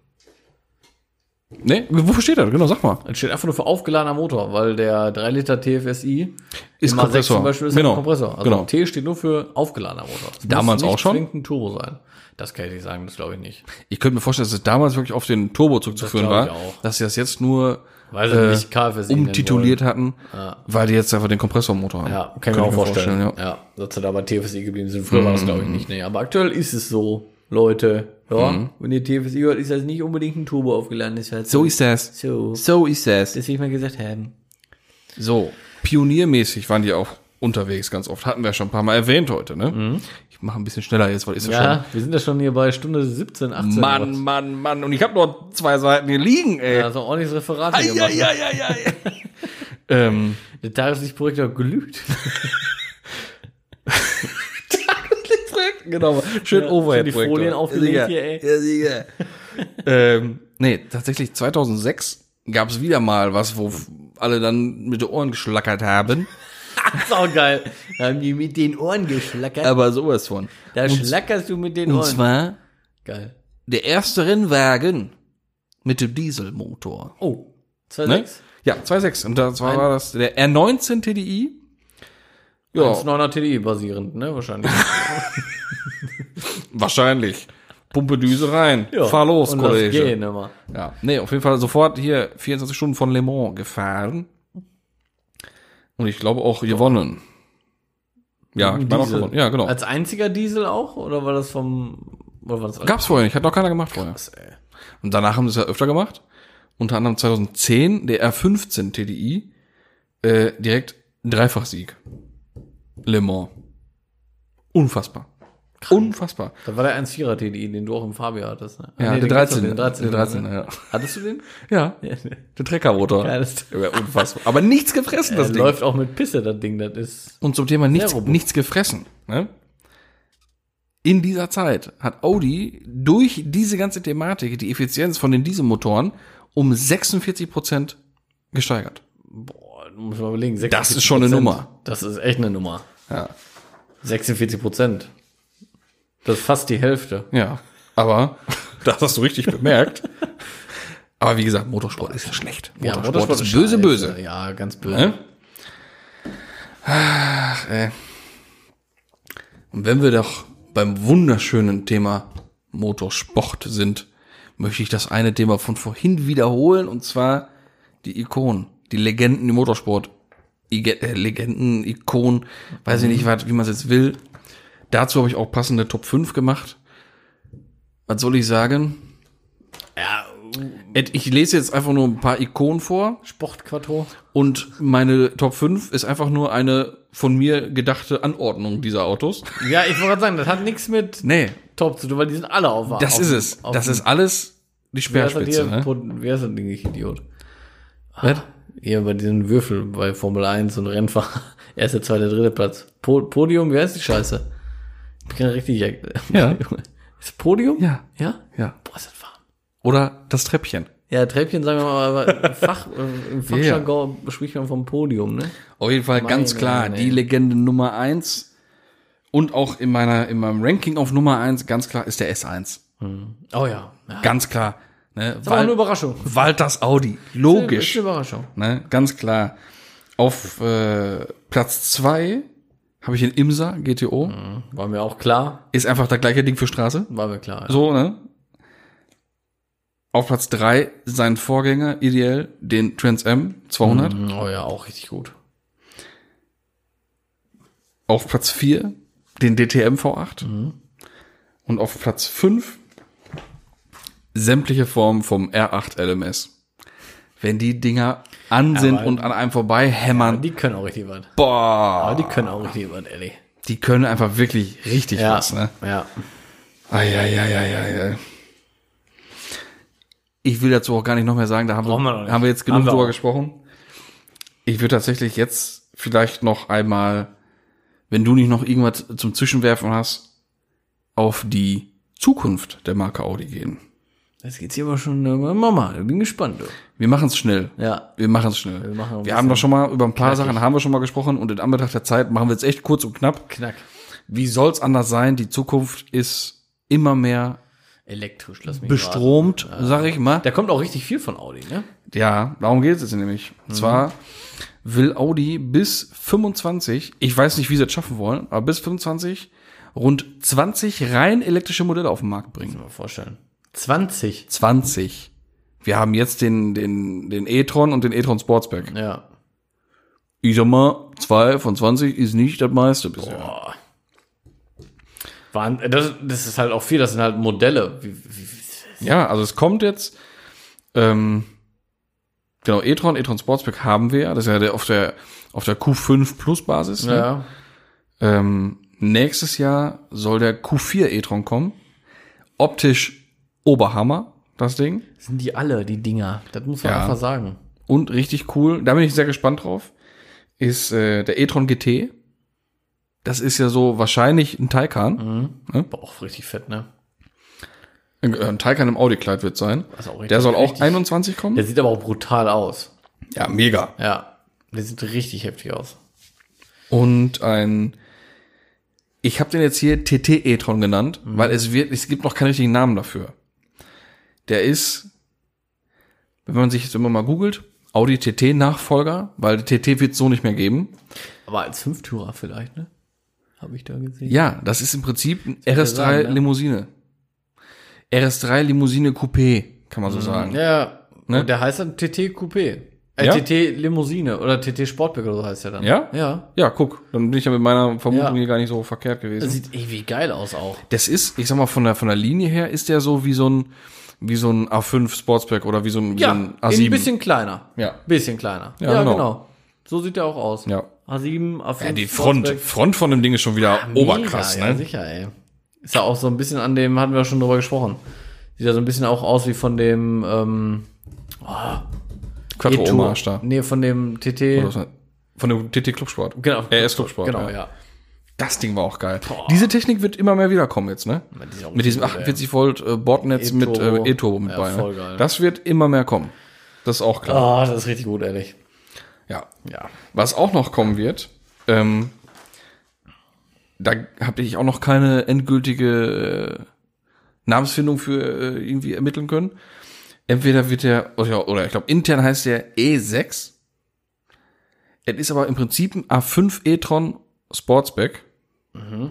Ne, wofür steht das? Genau, sag mal.
Es steht einfach nur für aufgeladener Motor, weil der 3 Liter TFSI
Ist
im A6
Kompressor.
zum Beispiel ist
Genau.
ein Kompressor. Also
Genau.
T steht nur für aufgeladener Motor. Es
Damals
muss nicht
auch schon?
zwingend ein Turbo sein. Das kann ich nicht sagen, das glaube ich nicht.
Ich könnte mir vorstellen, dass es damals wirklich auf den Turbo zurückzuführen
glaub
war,
ich auch.
dass sie das jetzt nur
Weil sie nicht KFSI nennen
Äh, umtituliert hatten, weil die jetzt einfach den Kompressormotor haben.
Ja, kann ich
Könnte
mir auch vorstellen.
ja. Mhm.
ja. dass sie da bei TFSI geblieben sind. Früher war das glaube ich nicht. Nee, aber aktuell ist es so, Leute. Ja, wenn ihr TFSI hört, ist das nicht unbedingt ein Turbo aufgeladen. Ist halt
So ist das.
so.
So ist das.
Das will ich mal gesagt haben.
So, pioniermäßig waren die auch unterwegs ganz oft. Hatten wir schon ein paar Mal erwähnt heute, ne? Ich mache ein bisschen schneller jetzt, weil ist ja, schon.
Mhm. Ja, wir sind ja schon hier bei Stunde 17, 18.
Mann, Mann, Mann. Und ich habe noch zwei Seiten hier liegen, ey.
Also ordentliches Referat hier
ja,
gemacht. ne?
ja, ja, ja, ja. ähm,
Der Tageslichtprojekt hat gelügt.
genau. Schön
Ja,
Overhead.
schön die Folien aufgelegt hier, ey.
Ja, sicher. ähm, nee, tatsächlich 2006 gab es wieder mal was, wo f- alle dann mit den Ohren geschlackert haben.
Das ist auch geil. Da haben die mit den Ohren geschlackert.
Aber sowas von.
da schlackerst du mit den
Ähm, Und
Ohren.
zwar
Geil.
der erste Rennwagen mit dem Dieselmotor.
Oh. 2,6?
Ne? Ja, 2,6. Und das war, war das der R19 TDI. Ja,
1,9er TDI basierend, ne? Wahrscheinlich.
wahrscheinlich. Pumpe Düse rein.
Ja.
Fahr los,
Und
Kollege.
Lass gehen immer.
Ja, nee, auf jeden Fall sofort hier 24 Stunden von Le Mans gefahren. Und ich glaube auch gewonnen. Ja, ich meine auch
Diesel.
gewonnen. Ja, genau.
Als einziger Diesel auch? Oder war das vom. Oder war das alles?
Gab's vorher nicht, hat noch keiner gemacht vorher.
ey.
Und danach haben sie es ja öfter gemacht. Unter anderem 2010 der R15 TDI äh, direkt Dreifachsieg. Le Mans. Unfassbar. Unfassbar.
Da war der 1-4er, den, den du auch im Fabio hattest. Ne?
Ja,
Nee,
der
den gibt's doch,
13.
Den 13.
Der 13,
ne?
ja.
Hattest du den?
Ja. Der Treckerrotor.
Ja, das-
Ja, unfassbar. Aber nichts gefressen, das
Das
Ding.
läuft auch mit Pisse, das Ding. Das ist
Und zum Thema nichts,
Sehr robust.
nichts gefressen. Ne? In dieser Zeit hat Audi durch diese ganze Thematik die Effizienz von den Dieselmotoren um 46 Prozent gesteigert.
boah, muss man überlegen.
Das ist schon eine
46%.
Nummer.
Das ist echt eine Nummer.
Ja.
46 Prozent. Das ist fast die Hälfte.
Ja. Aber das hast du richtig bemerkt. Aber wie gesagt, Motorsport ist schlecht. böse,
scheiße.
böse.
Ja, ganz böse.
Ne? Ach, ey. Und wenn wir doch beim wunderschönen Thema Motorsport sind, möchte ich das eine Thema von vorhin wiederholen, und zwar die Ikonen, die Legenden im Motorsport. Ige äh, Legenden, Ikonen, weiß ich nicht, wat- wie man es jetzt will. Dazu habe ich auch passende Top 5 gemacht. Was soll ich sagen?
Ja,
Et- Ich lese jetzt einfach nur ein paar Ikonen vor.
Sportquattro.
Und meine Top 5 ist einfach nur eine von mir gedachte Anordnung dieser Autos.
Ja, ich wollte gerade sagen, das hat nichts mit
Nee,
Top zu tun, weil die sind alle auf
das
auf-
ist es.
auf-
Das ist alles die
wer ist das
Speerspitze.
hier?
Ne?
Pod- Wer ist das Ding, ich Idiot? Was? Ja, bei diesen Würfel bei Formel 1 und Rennfahrer. Erster, zweiter, dritter Platz. Po Podium, wer ist die Scheiße? Ich bin gerade richtig. äh,
Ja.
Ist Podium?
Ja.
Ja?
Ja.
Boah, ist das warm.
Oder das Treppchen.
Ja, Treppchen sagen wir mal, aber im Fach, äh, im Fachjargon spricht man vom Podium, ne?
Auf jeden Fall ganz
Meine
klar
Güte,
die
ey.
Legende Nummer 1 und auch in meiner in meinem Ranking auf Nummer 1 ganz klar ist der S1.
Oh ja. ja.
Ganz klar, ne?
War auch eine
Wal
Überraschung.
Walters Audi,
Ist
logisch,
eine Überraschung.
ne? Ganz klar. Auf äh, Platz 2 habe ich den Imsa GTO,
War mir auch klar.
ist einfach das gleiche Ding für Straße.
War mir klar.
So, ne? Auf Platz 3 sein Vorgänger, ideell, den Trans M 200.
Oh ja, auch richtig gut.
Auf Platz 4 den DTM V8.
Mhm.
Und auf Platz 5 sämtliche Formen vom R8 LMS. Wenn die Dinger an sind
Aber-
und an einem vorbei hämmern,
Die können auch richtig was.
boah,
Aber Ah, die können auch richtig was, ehrlich.
die können einfach wirklich richtig
Ja.
was, ne?
Ja.
Eieieiei. Ich will dazu auch gar nicht noch mehr sagen, da haben, wir,
Brauchen wir noch nicht.
haben wir jetzt
Haben
genug
wir
drüber
auch.
gesprochen. Ich würde tatsächlich jetzt vielleicht noch einmal, wenn du nicht noch irgendwas zum Zwischenwerfen hast, auf die Zukunft der Marke Audi gehen.
Das geht's hier aber schon äh, Mama. Ich bin gespannt. Du.
Wir machen es schnell.
Ja.
Wir machen es schnell. Wir,
machen ein
haben
bisschen
doch schon mal über ein paar Sachen haben wir schon mal gesprochen und in Anbetracht der Zeit machen wir jetzt echt kurz und knapp.
Knack.
Wie soll's anders sein? Die Zukunft ist immer mehr
Elektrisch, lass mich raten.
bestromt,
also,
sag ich mal.
Da kommt auch richtig viel von Audi, ne?
Ja, darum geht es jetzt nämlich.
Mhm.
Und zwar will Audi bis 25, ich weiß nicht, wie sie das schaffen wollen, aber bis 25 rund 20 rein elektrische Modelle auf den Markt bringen.
Mal vorstellen. 20.
20. Wir haben jetzt den den den e-tron und den e-tron Sportsback.
Ja.
Ich sag mal, 2 von 20 ist nicht das meiste bisher.
Boah. Wahn- Das, das ist halt auch viel. Das sind halt Modelle. Wie, wie, wie-
Ja, also es kommt jetzt ähm, genau e-tron, e-tron Sportsback haben wir, ja. das ist ja der, auf der auf der Q5 Plus Basis. ne?
ja.
Ähm, nächstes Jahr soll der Q4 e-tron kommen. Optisch Oberhammer, das Ding.
Sind die alle, die Dinger? Das muss man
Ja.
einfach sagen.
Und richtig cool, da bin ich sehr gespannt drauf, ist äh, der e-tron GT. Das ist ja so wahrscheinlich ein Taycan.
Aber auch richtig fett, ne?
Ein, äh, ein Taycan im Audi-Kleid wird sein.
Also auch richtig-
Der soll auch
richtig-
21
Der
kommen.
sieht aber auch brutal aus.
Ja, mega.
Ja. Der sieht richtig heftig aus.
Und ein, ich habe den jetzt hier TT e-tron genannt,
Mhm.
weil es wird, es gibt noch keinen richtigen Namen dafür. Der ist, wenn man sich jetzt immer mal googelt, Audi TT Nachfolger, weil die TT wird so nicht mehr geben.
Aber als Fünftürer vielleicht, ne? Habe ich da gesehen.
Ja, das ist im Prinzip ein
ja
RS3
sagen, ne?
Limousine. RS3 Limousine Coupé, kann
Mhm.
man so sagen.
Ja,
Ne?
und der heißt dann TT Coupé. Äh,
Ja.
TT Limousine oder TT Sportback oder so heißt der dann.
Ja?
Ja.
Ja, guck, dann bin ich ja mit meiner Vermutung
Ja.
hier gar nicht so verkehrt
Das
gewesen.
sieht irgendwie geil aus auch.
Das ist, ich sag mal, von der, von der Linie her ist der so wie so ein, wie so ein A5 Sportsback oder wie so ein, wie so ein
ein
A7.
bisschen kleiner.
Ja.
Bisschen kleiner.
Ja, genau.
So sieht der auch aus.
Ja.
A7, A5.
Ja, die Front, Front von dem Ding ist schon wieder oberkrass,
Ah, Mega, Ja,
ne?
sicher, ey. Ist ja auch so ein bisschen an dem, hatten wir schon drüber gesprochen. Sieht ja so ein bisschen auch aus wie von dem, ähm,
Quattro
E2.
Hommage da.
Nee, von dem TT.
Von dem TT Clubsport.
Genau.
RS Clubsport.
Genau,
ja.
ja.
Das Ding war auch geil. Diese Technik wird immer mehr wiederkommen jetzt, ne?
die ist auch
Mit diesem
gut, ey.
48 Volt äh, Bordnetz mit
E-Turbo.
äh, E-Turbo mit
Ja,
bei.
voll
Ne?
geil.
Das wird immer mehr kommen. Das ist auch klar.
Ah, das ist richtig gut, ehrlich. Ah.
Ja.
Ja.
Was auch noch kommen wird, ähm, da habe ich auch noch keine endgültige äh, Namensfindung für äh, irgendwie ermitteln können. Entweder wird der, oder, oder ich glaube, intern heißt der E6. Es ist aber im Prinzip ein A5 e-tron Sportsback.
Mhm.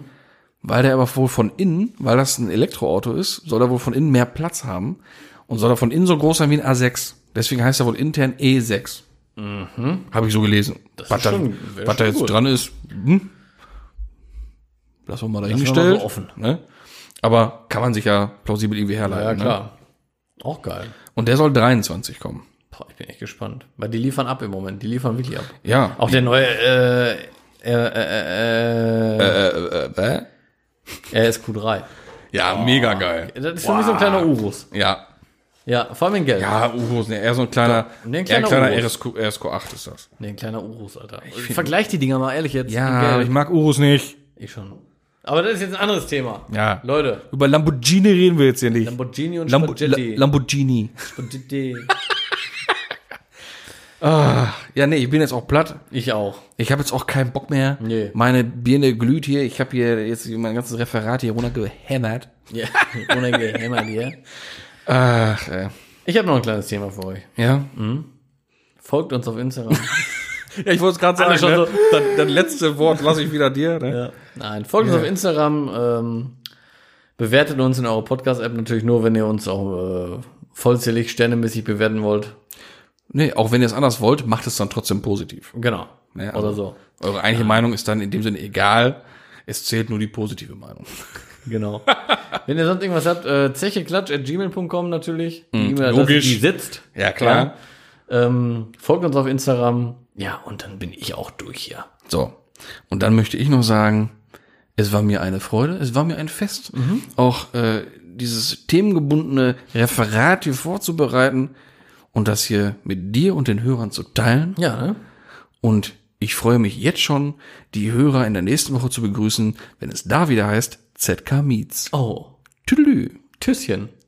Weil der aber wohl von innen, weil das ein Elektroauto ist, soll er wohl von innen mehr Platz haben. Und soll er von innen so groß sein wie ein A6. Deswegen heißt er wohl intern E6. Habe ich so gelesen. was
Mhm. ist
da,
schon- wär
was da
schon
jetzt
gut.
dran ist, hm? lassen wir mal dahingestellt.
so offen.
Ne? Aber kann man sich ja plausibel irgendwie herleiten.
Ja,
Ne?
klar. Auch geil.
Und der soll 23 kommen.
Boah, ich bin echt gespannt. Weil die liefern ab im Moment. Die liefern wirklich ab.
Ja.
Auch der neue, äh, äh, äh, äh,
Äh, äh, äh?
RSQ3.
Ja, mega geil.
Das ist für mich so ein kleiner Urus.
Oh. Ja,
Ja, vor allem in Geld.
Ja, Urus, ne, eher so ein kleiner,
Ne, ein
eher ein
kleiner
kleiner
Urus.
RSQ, RSQ8 ist das.
Nee, ein kleiner Urus, Alter. Also Vergleich die Dinger mal ehrlich jetzt. in
Ja, ich
Gelb.
mag Urus nicht.
ich schon. Aber das ist jetzt ein anderes Thema.
Ja.
Leute,
Über Lamborghini reden wir jetzt hier nicht.
Lamborghini und
Lambo-
Spaghetti.
La- Lamborghini.
Spaghetti.
Ja, nee, ich bin jetzt auch platt.
Ich auch.
Ich habe jetzt auch keinen Bock mehr.
Nee.
Meine Birne glüht hier. Ich habe hier jetzt mein ganzes Referat hier runtergehämmert.
Ja, ohne Gehämmert hier.
Ach, ey.
Ich habe noch ein kleines Thema für euch.
Äh, Ja.
Folgt uns auf Instagram.
Ja, ich wollte es gerade ne?
Alle schon so.
das, das letzte Wort lasse ich wieder dir. Ne?
Ja. Nein, folgt uns auf Instagram. Ähm, bewertet uns in eurer Podcast-App natürlich nur, wenn ihr uns auch äh, vollzählig, sternemäßig bewerten wollt.
Nee, auch wenn ihr es anders wollt, macht es dann trotzdem positiv.
Genau.
Ne, also
Oder so.
Eure eigentliche Meinung ist dann in dem Sinne egal. Es zählt nur die positive Meinung.
Genau. Wenn ihr sonst irgendwas habt, äh, zecheklatsch.gmail.com natürlich. Die E-Mail-Adresse,
logisch.
Die sitzt.
Ja, klar.
Ähm, folgt uns auf Instagram. Ja, und dann bin ich auch durch hier.
So, und dann möchte ich noch sagen, es war mir eine Freude, es war mir ein Fest, auch äh, dieses themengebundene Referat hier vorzubereiten und das hier mit dir und den Hörern zu teilen.
Ja, ne?
Und ich freue mich jetzt schon, die Hörer in der nächsten Woche zu begrüßen, wenn es da wieder heißt ZK Meets.
Oh,
Tüdelü.
Tschüsschen.